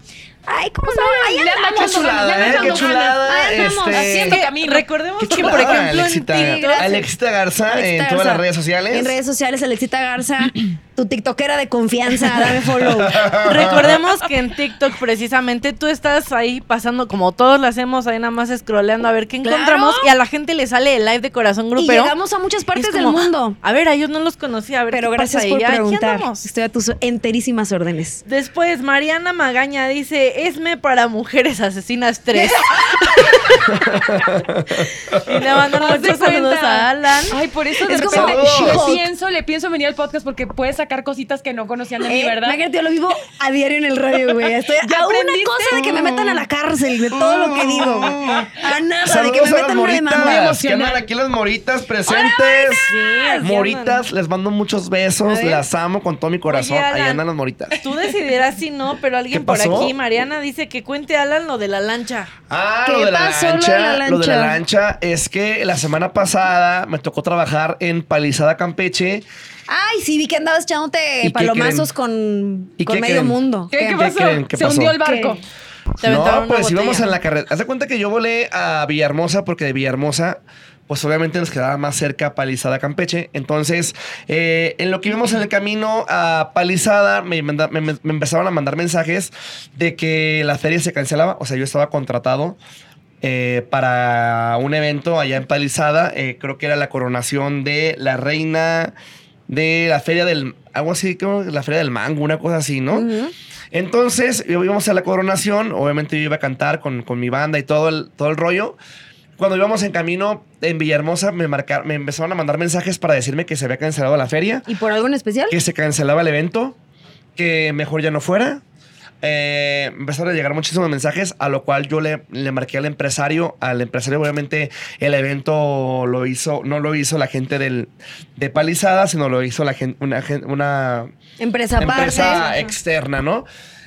Speaker 1: Ay, ¿cómo
Speaker 5: Pues
Speaker 1: no? Ahí
Speaker 3: le anda
Speaker 1: andamos.
Speaker 2: Qué chulada, ¿eh? Qué
Speaker 1: Ah,
Speaker 2: chulada.
Speaker 3: Ahí andamos,
Speaker 2: Este,
Speaker 3: haciendo camino.
Speaker 5: Recordemos
Speaker 2: qué
Speaker 5: que,
Speaker 2: chulada,
Speaker 5: por ejemplo, en
Speaker 1: eh.
Speaker 2: Alexita,
Speaker 5: TikTok...
Speaker 2: Alexita Garza en
Speaker 1: Alexita
Speaker 2: todas
Speaker 1: Garza.
Speaker 2: las redes sociales.
Speaker 1: En redes sociales, Alexita Garza, [clears throat] tu tiktokera de confianza, dame
Speaker 5: [laughs]
Speaker 1: follow.
Speaker 5: Recordemos que en TikTok precisamente tú estás ahí pasando como todos lo hacemos, ahí nada más scrolleando a ver qué
Speaker 1: Claro.
Speaker 5: encontramos y a la gente le sale el live de corazón
Speaker 1: Y
Speaker 5: grupero.
Speaker 1: llegamos a muchas
Speaker 5: Y es
Speaker 1: partes del
Speaker 5: como,
Speaker 1: mundo.
Speaker 5: "Ah, A ver, a ellos no los conocía, a ver
Speaker 1: Pero
Speaker 5: qué
Speaker 1: gracias
Speaker 5: pasa". Y
Speaker 1: por
Speaker 5: ya, aquí
Speaker 1: preguntar.
Speaker 5: andamos.
Speaker 1: Estoy a tus enterísimas órdenes.
Speaker 5: Después, Mariana Magaña dice, Esme para mujeres asesinas
Speaker 2: [laughs]
Speaker 5: 3. y le mandan
Speaker 3: Haz de
Speaker 5: muchos saludos
Speaker 3: cuenta.
Speaker 5: a Alan.
Speaker 3: Ay, por eso de
Speaker 1: Es
Speaker 3: repente
Speaker 2: como-
Speaker 3: le pienso, le pienso venir al podcast porque puede sacar cositas que no conocían de mí,
Speaker 1: Eh,
Speaker 3: ¿verdad?
Speaker 1: Imagínate, yo lo vivo a diario en el radio, güey.
Speaker 5: [laughs]
Speaker 1: Estoy
Speaker 3: ¿Ya
Speaker 1: a una
Speaker 3: aprendiste?
Speaker 1: cosa de que me metan a la cárcel, de todo lo que digo.
Speaker 5: Mm.
Speaker 1: A nada, de que me
Speaker 2: Saludos a las
Speaker 1: metan una demanda.
Speaker 2: moritas, que andan aquí las moritas presentes. Moritas, les mando muchos besos, las amo con todo mi corazón.
Speaker 5: Oye, Alan.
Speaker 2: Ahí andan las moritas.
Speaker 5: Tú decidirás si no, pero alguien
Speaker 2: ¿Qué
Speaker 5: por
Speaker 2: pasó?
Speaker 5: aquí, Mariana, dice que cuente Alan lo de la lancha.
Speaker 2: Ah,
Speaker 1: ¿Qué
Speaker 2: lo de,
Speaker 1: pasó
Speaker 2: la
Speaker 1: lo de
Speaker 2: lancha,
Speaker 1: la
Speaker 2: lo de la lancha.
Speaker 1: lancha?
Speaker 2: es que la semana pasada me tocó trabajar en Palizada Campeche.
Speaker 1: Ay, sí, vi que andabas
Speaker 2: ¿Y
Speaker 1: echándote
Speaker 2: qué
Speaker 1: palomazos
Speaker 2: creen?
Speaker 1: con,
Speaker 2: ¿Y
Speaker 1: con
Speaker 2: qué
Speaker 1: medio
Speaker 2: creen?
Speaker 1: mundo.
Speaker 3: ¿Qué,
Speaker 1: ¿Qué?
Speaker 3: qué
Speaker 2: ¿Qué
Speaker 3: pasó?
Speaker 2: creen? ¿Qué
Speaker 3: Se
Speaker 2: pasó?
Speaker 3: hundió el barco.
Speaker 1: ¿Qué?
Speaker 5: Te aventaron
Speaker 2: no,
Speaker 5: una
Speaker 2: pues
Speaker 5: botella.
Speaker 2: íbamos en la carretera. Haz de cuenta que yo volé a Villahermosa porque de Villahermosa, pues obviamente nos quedaba más cerca Palizada Campeche. Entonces, eh, en lo que íbamos en el camino a Palizada, me, manda- me- me- me empezaron a mandar mensajes de que la feria se cancelaba. O sea, yo estaba contratado. eh, para un evento allá en Palizada, eh, creo que era la coronación de la reina de la feria del, algo así, como la feria del mango, una cosa así, ¿no?
Speaker 1: Ujú.
Speaker 2: Entonces, yo- íbamos a la coronación. Obviamente, yo iba a cantar con, con mi banda y todo el, todo el rollo. Cuando íbamos en camino en Villahermosa, me, marcar, me empezaron a mandar mensajes para decirme que se había cancelado la feria,
Speaker 1: ¿Y por algo en especial?
Speaker 2: que se cancelaba el evento, que mejor ya no fuera. Eh, empezaron a llegar muchísimos mensajes, a lo cual yo le, le marqué al empresario. Al empresario, obviamente, el evento lo hizo, no lo hizo la gente del, de Palizada, sino lo hizo la gente, una, gen- una
Speaker 1: Empresa aparte.
Speaker 2: empresa externa, ¿no?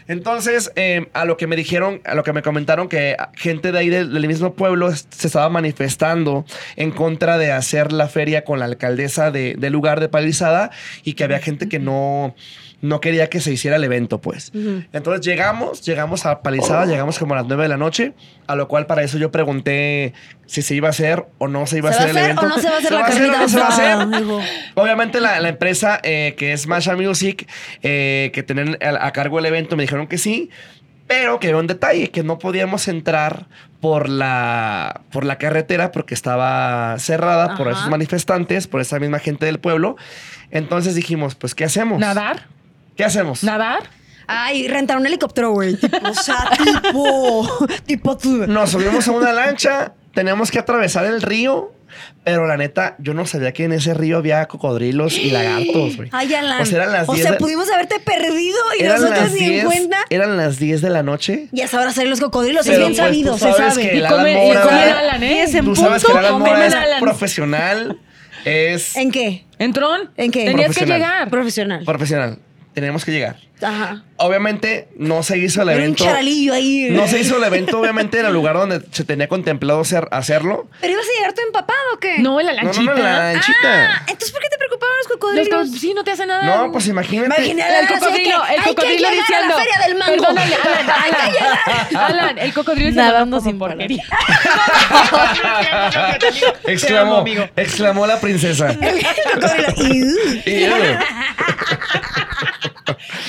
Speaker 2: Entonces, eh, a lo que me dijeron, a lo que me comentaron que gente de ahí del, del mismo pueblo es- se estaba manifestando en contra de hacer la feria con la alcaldesa de- del lugar de Palizada y que había gente que no, no quería que se hiciera el evento, pues.
Speaker 1: Ujú.
Speaker 2: Entonces llegamos, llegamos a Palizada, llegamos como a las 9 de la noche, a lo cual para eso yo pregunté si se iba a hacer o no se iba
Speaker 1: ¿Se
Speaker 2: a
Speaker 1: va a
Speaker 2: hacer el
Speaker 1: hacer
Speaker 2: evento.
Speaker 1: o no se va a hacer la
Speaker 2: o
Speaker 1: carnita
Speaker 2: no se va a hacer?
Speaker 1: asada? Digo,
Speaker 2: Obviamente la, la empresa eh, que es Masha Music, eh, que tienen a, a cargo el evento, me dijeron que sí, pero que había un detalle, que no podíamos entrar por la, por la carretera porque estaba cerrada por
Speaker 1: Ajá.
Speaker 2: esos manifestantes, por esa misma gente del pueblo. Entonces dijimos, pues, ¿qué hacemos?
Speaker 3: ¿Nadar?
Speaker 2: ¿Qué hacemos?
Speaker 3: ¿Nadar?
Speaker 1: Ay, rentar un helicóptero, güey. Tipo, o sea, tipo. [laughs] Tipo tú.
Speaker 2: Nos subimos a una lancha, teníamos que atravesar el río, pero la neta, yo no sabía que en ese río había cocodrilos y lagartos, güey.
Speaker 1: Ay, Alan.
Speaker 2: O sea, eran las
Speaker 1: O
Speaker 2: 10
Speaker 1: sea,
Speaker 2: de-
Speaker 1: pudimos haberte perdido y
Speaker 2: Eran
Speaker 1: nosotros
Speaker 2: las
Speaker 1: ni en
Speaker 2: 10,
Speaker 1: cuenta.
Speaker 2: Eran las 10 de la noche.
Speaker 1: Ya sabrás hacer los cocodrilos, es
Speaker 2: Pero,
Speaker 1: bien
Speaker 2: pues,
Speaker 1: sabido,
Speaker 2: tú
Speaker 1: se
Speaker 2: sabes
Speaker 1: sabe.
Speaker 2: que El
Speaker 3: Y
Speaker 2: Alan
Speaker 3: comen y
Speaker 2: Mora-
Speaker 3: comen Alan, ¿eh?
Speaker 5: Diez en
Speaker 2: Tú sabes que
Speaker 5: punto,
Speaker 2: Alan
Speaker 3: comen
Speaker 2: Mora es
Speaker 3: Alan.
Speaker 2: profesional. Es
Speaker 1: ¿En qué?
Speaker 3: ¿Entrón?
Speaker 1: ¿En qué?
Speaker 3: Tenías que
Speaker 2: Profesional.
Speaker 3: llegar.
Speaker 1: Profesional.
Speaker 2: profesional. Tenemos que llegar.
Speaker 1: Ajá.
Speaker 2: Obviamente, no se hizo el
Speaker 1: Era un
Speaker 2: evento.
Speaker 1: charalillo ahí.
Speaker 2: No se hizo el evento, obviamente, en el lugar donde se tenía contemplado ser- hacerlo.
Speaker 1: ¿Pero ibas a llegar tú empapado o qué?
Speaker 3: No, en la
Speaker 2: No, no,
Speaker 3: lanchita.
Speaker 2: no, la
Speaker 1: Ah,
Speaker 2: lanchita.
Speaker 1: entonces, ¿por qué te preocupaban los
Speaker 3: Los
Speaker 1: cocodrilos?
Speaker 3: co- sí, no te hace
Speaker 1: Ah.
Speaker 3: nada.
Speaker 2: No, pues imagínate.
Speaker 1: Imaginé al
Speaker 3: El
Speaker 1: Alan así de
Speaker 3: cocodrilo,
Speaker 1: que,
Speaker 3: el
Speaker 1: "Hay que
Speaker 3: cocodrilo
Speaker 1: llegar a la
Speaker 3: diciendo.
Speaker 1: feria del mango.
Speaker 3: Perdónale, Alan,
Speaker 1: Hay que
Speaker 3: Alan, Alan, el cocodrilo diciendo,
Speaker 5: Nadando
Speaker 3: como
Speaker 5: sin
Speaker 1: [laughs]
Speaker 5: parar.
Speaker 3: porquería. Te amo,
Speaker 2: [laughs] exclamó,
Speaker 3: amigo.
Speaker 2: exclamó la
Speaker 1: [laughs]
Speaker 2: princesa.
Speaker 1: cocodrilo.
Speaker 2: [laughs]
Speaker 1: Y, uh,
Speaker 2: Y, eh,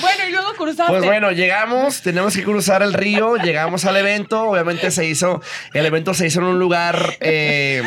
Speaker 3: Bueno, y luego cruzaste.
Speaker 2: Pues bueno, llegamos, tenemos que cruzar el río, llegamos al evento, obviamente se hizo, el evento se hizo en un lugar... eh,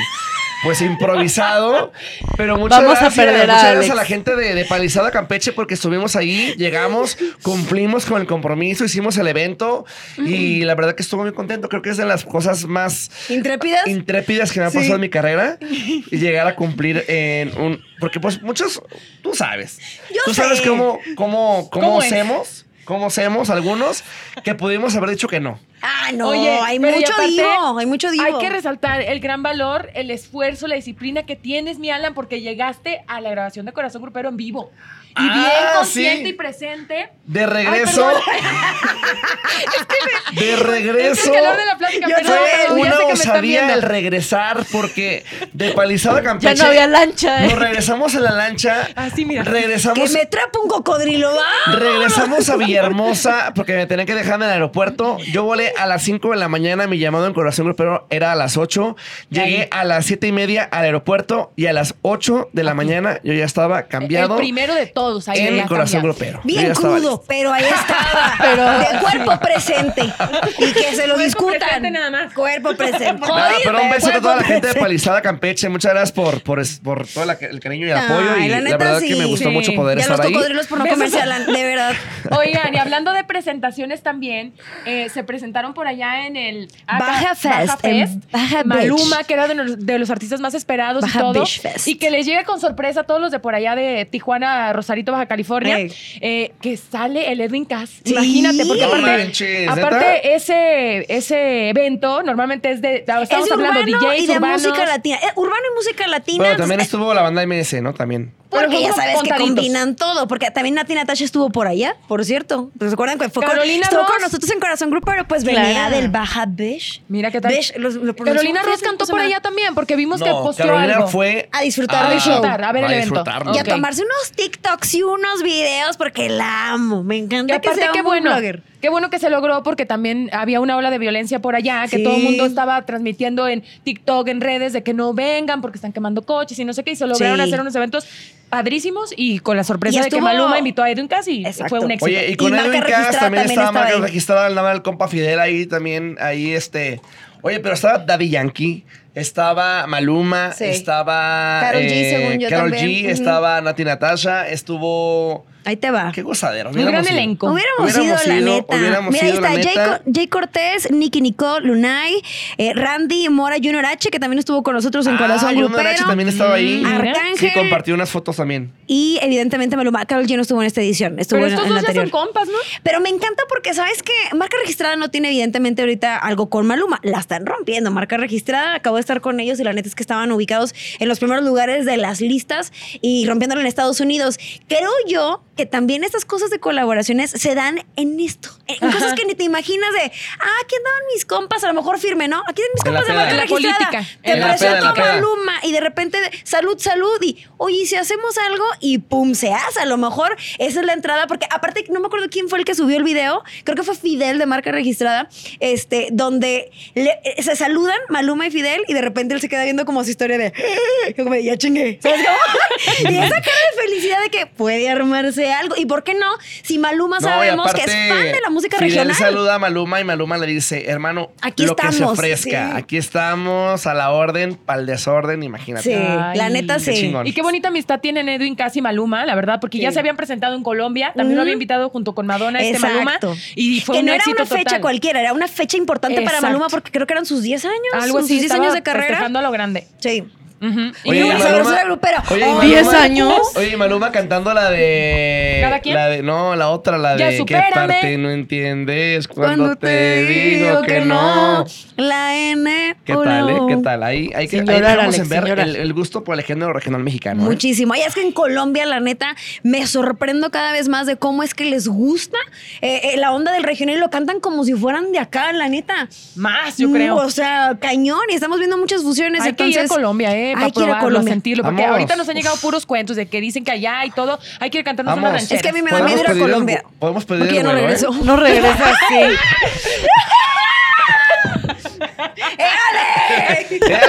Speaker 2: pues improvisado, pero muchas
Speaker 5: Vamos a
Speaker 2: gracias,
Speaker 5: perder a
Speaker 2: muchas
Speaker 5: Alex.
Speaker 2: gracias a la gente de, de Palizada Campeche porque estuvimos ahí, llegamos, cumplimos con el compromiso, hicimos el evento y la verdad que estuve muy contento. Creo que es de las cosas más
Speaker 1: ¿Intrépidas?
Speaker 2: intrépidas que me ha pasado
Speaker 1: Sí.
Speaker 2: en mi carrera
Speaker 3: [laughs]
Speaker 2: y llegar a cumplir en un. Porque, pues, muchos. Tú sabes.
Speaker 1: Yo
Speaker 2: tú
Speaker 1: sé.
Speaker 2: sabes cómo, cómo, cómo,
Speaker 3: ¿Cómo es?
Speaker 2: hacemos. Cómo hacemos algunos que pudimos haber dicho que no.
Speaker 1: Ah, no,
Speaker 3: Oye,
Speaker 1: hay
Speaker 3: pero y
Speaker 1: mucho
Speaker 3: aparte,
Speaker 1: divo, hay mucho divo.
Speaker 3: Hay que resaltar el gran valor, el esfuerzo, la disciplina que tienes, mi Alan, porque llegaste a la grabación de Corazón Grupero en vivo. Y
Speaker 2: Ah,
Speaker 3: bien consciente
Speaker 2: sí. [laughs]
Speaker 3: y presente.
Speaker 2: De regreso.
Speaker 3: perdón.
Speaker 2: De regreso.
Speaker 3: el calor de la plática,
Speaker 1: Yo
Speaker 3: perdón,
Speaker 1: sé,
Speaker 2: Fue
Speaker 3: perdón, ya
Speaker 2: una
Speaker 3: sé que me están
Speaker 2: osadía
Speaker 3: viendo.
Speaker 2: el regresar porque de Palizada a
Speaker 5: Ya
Speaker 2: Campeche.
Speaker 5: no había lancha.
Speaker 2: Nos
Speaker 5: ¿eh?
Speaker 2: regresamos a la lancha.
Speaker 3: Así, Ah, mira.
Speaker 1: Que
Speaker 2: Regresamos.
Speaker 1: me trapa un cocodrilo, ah, va.
Speaker 2: Regresamos a Villahermosa porque me tenían que dejar en el aeropuerto. Yo volé a las 5 de la mañana, mi llamado en Corazón Grupero era a las 8. Llegué a las 7 y media al aeropuerto y a las 8 de la mañana yo ya estaba cambiado
Speaker 3: El primero de todos. Ahí
Speaker 2: en
Speaker 3: ya
Speaker 2: Corazón
Speaker 3: cambiado.
Speaker 2: Grupero. Yo ya
Speaker 1: Bien
Speaker 2: estaba
Speaker 1: crudo,
Speaker 2: listo.
Speaker 1: pero ahí estaba. de cuerpo presente. Y que se lo
Speaker 3: Cuerpo
Speaker 1: discutan.
Speaker 3: presente nada más.
Speaker 1: Cuerpo presente.
Speaker 2: Nada,
Speaker 1: Jodido,
Speaker 2: pero un beso a
Speaker 1: cuerpo
Speaker 2: toda la gente de
Speaker 1: presente.
Speaker 2: Palizada Campeche. Muchas gracias por, por, es- por todo la- el cariño y el
Speaker 1: Ay,
Speaker 2: apoyo. Y
Speaker 1: la
Speaker 2: la,
Speaker 1: neta,
Speaker 2: verdad
Speaker 1: sí.
Speaker 2: que me gustó
Speaker 1: Sí.
Speaker 2: mucho poder
Speaker 1: Ya los
Speaker 2: estar ahí.
Speaker 1: cocodrilos por no
Speaker 3: Besos.
Speaker 1: comerse, Alan, de verdad.
Speaker 3: Oigan, y hablando de presentaciones también, eh, se presentaron por allá en el
Speaker 1: Baja Fest, en Baja Beach.
Speaker 3: Maluma, que era de los, de los artistas más esperados
Speaker 1: Baja
Speaker 3: y todo.
Speaker 1: Beach Fest.
Speaker 3: Y que les llega con sorpresa a todos los de por allá de Tijuana, Rosarito, Baja California,
Speaker 1: Ey.
Speaker 3: eh, que sale el Edwin Cass.
Speaker 1: Sí.
Speaker 3: Imagínate, porque
Speaker 1: No
Speaker 3: aparte,
Speaker 2: manches, ¿neta?
Speaker 3: aparte ese, ese evento normalmente es de. Estamos
Speaker 1: es de
Speaker 3: hablando
Speaker 1: urbano
Speaker 3: DJs
Speaker 1: y de
Speaker 3: urbanos.
Speaker 1: música latina. Eh, urbano y música latina.
Speaker 2: Pero también
Speaker 1: pues,
Speaker 2: estuvo la banda MS, ¿no? También.
Speaker 3: Pero
Speaker 1: Porque ya
Speaker 3: como
Speaker 1: sabes que
Speaker 3: contaditos.
Speaker 1: combinan todo, porque también Nati Natasha estuvo por allá, por cierto. ¿Se acuerdan que fue con,
Speaker 3: Carolina
Speaker 1: estuvo
Speaker 3: Ross.
Speaker 1: con nosotros en Corazón Grupo, pero pues venía
Speaker 5: Claro.
Speaker 1: del Baja Besh?
Speaker 3: Mira qué tal.
Speaker 1: Besh, los- lo pronunciamos
Speaker 3: Carolina Ross
Speaker 1: bien,
Speaker 3: cantó
Speaker 1: se
Speaker 3: por
Speaker 1: llama.
Speaker 3: allá también, porque vimos que
Speaker 2: No,
Speaker 3: posteó
Speaker 2: Carolina
Speaker 3: algo.
Speaker 2: fue
Speaker 1: A disfrutar
Speaker 3: A
Speaker 1: del show.
Speaker 3: disfrutar, a ver el
Speaker 2: a
Speaker 3: evento.
Speaker 2: disfrutarlo.
Speaker 1: Y
Speaker 3: Ok.
Speaker 1: a tomarse unos TikToks y unos videos porque la amo. Me
Speaker 3: Y
Speaker 1: encanta que
Speaker 3: aparte,
Speaker 1: sea
Speaker 3: qué
Speaker 1: un
Speaker 3: bueno,
Speaker 1: blogger.
Speaker 3: qué bueno que se logró porque también había una ola de violencia por allá, que
Speaker 1: Sí.
Speaker 3: todo el mundo estaba transmitiendo en TikTok, en redes, de que no vengan porque están quemando coches y no sé qué, y se lograron
Speaker 1: Sí.
Speaker 3: hacer unos eventos padrísimos y con la sorpresa
Speaker 1: Y
Speaker 3: de que
Speaker 1: estuvo-
Speaker 3: Maluma invitó a Edwin Cass y
Speaker 1: Exacto.
Speaker 3: fue un éxito.
Speaker 2: Oye, y con
Speaker 1: Y marca
Speaker 2: Edwin Cass
Speaker 1: registrada
Speaker 2: también
Speaker 1: también
Speaker 2: estaba
Speaker 1: estaba
Speaker 2: marca
Speaker 1: ahí.
Speaker 2: registrada, el nombre del compa Fidel ahí también, ahí este. Oye, pero estaba Daddy Yankee, estaba Maluma,
Speaker 1: Sí.
Speaker 2: estaba. eh,
Speaker 1: Karol G, según yo
Speaker 2: Karol
Speaker 1: también.
Speaker 2: G,
Speaker 1: Ujú. Ah,
Speaker 2: estaba Nati Natasha, estuvo.
Speaker 1: Ahí te va.
Speaker 2: Qué gozadera.
Speaker 3: Un gran elenco.
Speaker 1: Hubiéramos,
Speaker 2: Hubiéramos
Speaker 1: ido,
Speaker 2: ido,
Speaker 1: la neta.
Speaker 2: hubiéramos
Speaker 1: Mira,
Speaker 2: ido, la
Speaker 1: ahí está
Speaker 2: neta.
Speaker 1: Jay, Cor- Jay Cortés, Nicky Nicole, Lunay, eh, Randy Mora Junior H, que también estuvo con nosotros en
Speaker 2: Ah,
Speaker 1: Corazón
Speaker 2: Bruno
Speaker 1: Grupero.
Speaker 2: Narachi también estaba ahí.
Speaker 1: Mm,
Speaker 2: Sí,
Speaker 1: Arcángel.
Speaker 2: compartió unas fotos también.
Speaker 1: Y evidentemente Maluma. Carol G no estuvo en esta edición, estuvo
Speaker 3: Pero
Speaker 1: en,
Speaker 3: estos
Speaker 1: en la
Speaker 3: dos ya
Speaker 1: anterior.
Speaker 3: son compas, ¿no?
Speaker 1: Pero me encanta porque sabes que Marca Registrada no tiene evidentemente ahorita algo con Maluma. La están rompiendo. Marca Registrada acabo de estar con ellos y la neta es que estaban ubicados en los primeros lugares de las listas y rompiéndolo en Estados Unidos. Creo yo que también estas cosas de colaboraciones se dan en esto, en cosas que ni te imaginas de, ah, aquí andaban mis compas, a lo mejor firme, ¿no? Aquí andaban mis
Speaker 2: En la
Speaker 1: compas de
Speaker 2: peda.
Speaker 1: Marca
Speaker 3: En la
Speaker 1: Registrada.
Speaker 3: política.
Speaker 1: Te
Speaker 2: En la
Speaker 1: presento
Speaker 2: peda, en la
Speaker 1: a
Speaker 2: peda.
Speaker 1: Maluma y de repente, salud, salud, y oye, ¿y si hacemos algo y pum, se hace. A lo mejor esa es la entrada, porque aparte, no me acuerdo quién fue el que subió el video, creo que fue Fidel de marca registrada, este, donde le- eh, se saludan Maluma y Fidel y de repente él se queda viendo como su historia de, [laughs] como de, ya chingué. ¿Sabes
Speaker 2: [laughs]
Speaker 1: cómo? y esa cara de felicidad de que puede armarse algo. ¿Y por qué no? Si Maluma
Speaker 2: No, y
Speaker 1: sabemos que
Speaker 2: aparte,
Speaker 1: es fan de la música
Speaker 2: Fidel
Speaker 1: regional.
Speaker 2: saluda a Maluma y Maluma le dice, hermano,
Speaker 1: Aquí
Speaker 2: lo que se
Speaker 1: estamos,
Speaker 2: ofrezca.
Speaker 1: sí.
Speaker 2: Aquí estamos a la orden, pa'l desorden, imagínate.
Speaker 1: Sí,
Speaker 3: Ay,
Speaker 1: la neta
Speaker 3: qué
Speaker 1: sí.
Speaker 2: chingón.
Speaker 3: Y qué bonita amistad tienen Edwin Cass y Maluma, la verdad, porque ya se habían presentado en Colombia, también lo había invitado junto con Madonna este Maluma
Speaker 1: Exacto.
Speaker 3: y fue
Speaker 1: que
Speaker 3: un
Speaker 1: no era
Speaker 3: éxito
Speaker 1: una fecha
Speaker 3: total.
Speaker 1: cualquiera, era una fecha importante para
Speaker 3: Exacto.
Speaker 1: Maluma porque creo que eran sus 10 años.
Speaker 3: Algo
Speaker 1: sus
Speaker 3: así,
Speaker 1: 10 años
Speaker 3: estaba
Speaker 1: de carrera.
Speaker 3: festejando a lo grande.
Speaker 1: Sí.
Speaker 3: Ujú. Y
Speaker 1: Oye,
Speaker 3: luego
Speaker 1: una
Speaker 2: y
Speaker 1: Maluma- sabrosura grupera.
Speaker 2: y
Speaker 1: Oh,
Speaker 2: Maluma-
Speaker 5: 10 años.
Speaker 2: Oye, y Maluma cantando la de.
Speaker 3: ¿Cada quien?
Speaker 2: La de, no, la otra, la
Speaker 3: Ya,
Speaker 2: de. ¿Qué
Speaker 3: supérame.
Speaker 2: parte no entiendes cuando, te digo que no?
Speaker 1: La N.
Speaker 2: ¿Qué tal, eh? ¿Qué tal? Ahí, ahí, que- ahí
Speaker 5: Señora
Speaker 2: dejamos
Speaker 5: Alex,
Speaker 2: en ver
Speaker 5: señora.
Speaker 2: el, el gusto por el género regional mexicano. ¿eh?
Speaker 1: Muchísimo. Y es que en Colombia, la neta, me sorprendo cada vez más de cómo es que les gusta eh, eh, la onda del regional y lo cantan como si fueran de acá, la neta.
Speaker 3: Más, yo creo.
Speaker 1: O sea, cañón. Y estamos viendo muchas fusiones.
Speaker 3: Hay que ir a
Speaker 1: entonces-
Speaker 3: Colombia, ¿eh? Para
Speaker 1: Hay que ir a
Speaker 3: probarlo,
Speaker 1: Colombia.
Speaker 3: sentirlo. Porque
Speaker 2: Vamos.
Speaker 3: ahorita nos han llegado puros cuentos de que dicen que allá y todo. Hay que ir cantando una
Speaker 2: Vamos.
Speaker 3: ranchera.
Speaker 1: Es que a mí me da
Speaker 2: Podemos
Speaker 1: miedo ir a
Speaker 2: pedir el-
Speaker 1: Colombia.
Speaker 2: podemos pedir
Speaker 1: Porque
Speaker 2: el
Speaker 1: ya no
Speaker 2: vuelo, ¿eh?
Speaker 1: regreso.
Speaker 5: No regresa así.
Speaker 2: ¿eh?
Speaker 1: [laughs]
Speaker 2: ¡Éale!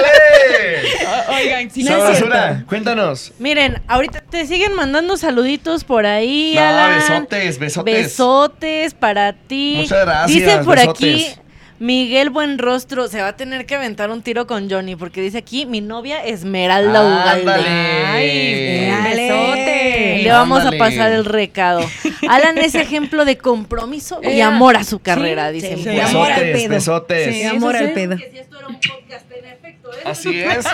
Speaker 3: Oigan, si
Speaker 1: No
Speaker 3: no,
Speaker 1: es cierto.
Speaker 2: Sabrosura, cuéntanos.
Speaker 5: Miren, ahorita te siguen mandando saluditos por ahí.
Speaker 2: No,
Speaker 5: Alan.
Speaker 2: besotes, besotes.
Speaker 5: Besotes para ti.
Speaker 2: Muchas gracias,
Speaker 5: Dice por aquí
Speaker 2: besotes.
Speaker 5: Miguel Buenrostro se va a tener que aventar un tiro con Johnny porque dice aquí mi novia Esmeralda Ugalde.
Speaker 2: Ándale.
Speaker 1: Ay,
Speaker 3: besote.
Speaker 5: Le vamos
Speaker 2: Ándale.
Speaker 5: a pasar el recado. Alan es ejemplo de compromiso y
Speaker 3: Eh,
Speaker 5: amor a su
Speaker 3: sí,
Speaker 5: carrera,
Speaker 3: sí,
Speaker 5: dice.
Speaker 1: sí.
Speaker 5: por ahí.
Speaker 1: Amor al
Speaker 2: Besotes,
Speaker 1: pedo.
Speaker 2: besotes.
Speaker 1: Sí, amor
Speaker 3: eso
Speaker 1: al
Speaker 3: sí.
Speaker 1: pedo.
Speaker 6: que si esto era un podcast en efecto, ¿eh?
Speaker 2: Así es.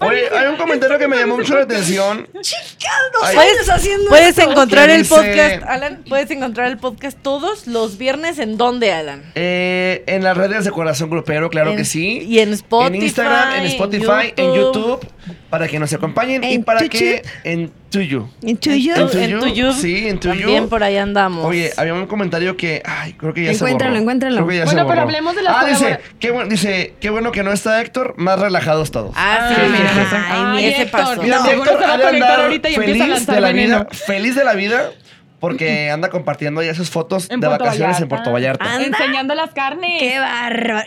Speaker 2: Oye, hay un comentario que me llamó mucho la atención.
Speaker 1: Chicas, no
Speaker 2: Ay.
Speaker 1: sabes haciendo
Speaker 5: Puedes
Speaker 1: esto.
Speaker 5: encontrar
Speaker 2: ¿Qué
Speaker 5: el
Speaker 2: dice?
Speaker 5: podcast, Alan, puedes encontrar el podcast todos los viernes en dónde, Alan?
Speaker 2: Eh, en las redes de Corazón Grupero, claro
Speaker 5: En-
Speaker 2: que sí.
Speaker 5: y en Spotify,
Speaker 2: En Instagram, en
Speaker 5: en
Speaker 2: Spotify, en YouTube,
Speaker 5: YouTube.
Speaker 2: para que nos acompañen y
Speaker 1: En
Speaker 2: para
Speaker 1: YouTube.
Speaker 2: que en Tuyo.
Speaker 1: ¿En tuyo?
Speaker 2: ¿En tuyo?
Speaker 5: En tu YouTube.
Speaker 2: Sí, en tu
Speaker 5: También
Speaker 2: YouTube.
Speaker 5: por ahí andamos.
Speaker 2: Oye, había un comentario que. Ay, creo que ya
Speaker 1: Encuéntralo,
Speaker 2: se borró.
Speaker 1: encuéntralo.
Speaker 2: Creo que ya se
Speaker 3: Bueno, pero
Speaker 2: borró.
Speaker 3: hablemos de las
Speaker 2: Ah, dice
Speaker 3: colabora-
Speaker 2: qué, bueno, dice, qué bueno que no está Héctor, más relajados todos.
Speaker 5: Ah, sí,
Speaker 3: Ay,
Speaker 5: mira.
Speaker 2: sí, sí.
Speaker 5: Ay, mi
Speaker 3: Ay,
Speaker 5: ese
Speaker 3: Héctor,
Speaker 5: paso.
Speaker 2: Mira,
Speaker 3: No,
Speaker 2: mi
Speaker 3: seguro
Speaker 2: Héctor
Speaker 3: se va a
Speaker 2: ha de
Speaker 3: conectar
Speaker 2: andar
Speaker 3: ahorita y empieza a
Speaker 2: feliz
Speaker 3: lanzar
Speaker 2: de la
Speaker 3: veneno.
Speaker 2: vida, feliz de la vida,
Speaker 3: [laughs]
Speaker 2: porque anda compartiendo ya sus fotos
Speaker 3: En
Speaker 2: de
Speaker 3: Puerto
Speaker 2: vacaciones en
Speaker 3: Vallarta.
Speaker 2: Puerto Vallarta.
Speaker 1: Ah, ¿Anda?
Speaker 3: Enseñando las carnes.
Speaker 1: ¡Qué bárbaro!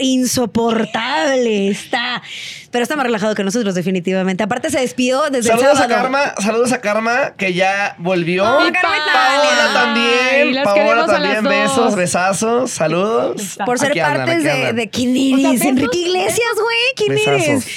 Speaker 1: Insoportable está. Pero está más relajado que nosotros, definitivamente. Aparte, se despidió desde el
Speaker 2: Saludos a
Speaker 1: sábado.
Speaker 2: Karma, saludos a Karma, que ya volvió.
Speaker 1: Oh,
Speaker 2: Paola
Speaker 1: Karma y Talia.
Speaker 2: también,
Speaker 3: las
Speaker 2: Paola
Speaker 3: queremos a las
Speaker 2: también,
Speaker 3: dos.
Speaker 2: besos, besazos, saludos.
Speaker 3: Exacto.
Speaker 1: Por ser
Speaker 2: Aquí andan,
Speaker 1: partes
Speaker 2: aquí
Speaker 1: de,
Speaker 2: andan.
Speaker 1: de quién eres.
Speaker 3: O sea, besos,
Speaker 1: Enrique Iglesias, güey. ¿Quién
Speaker 2: Besazos.
Speaker 1: eres?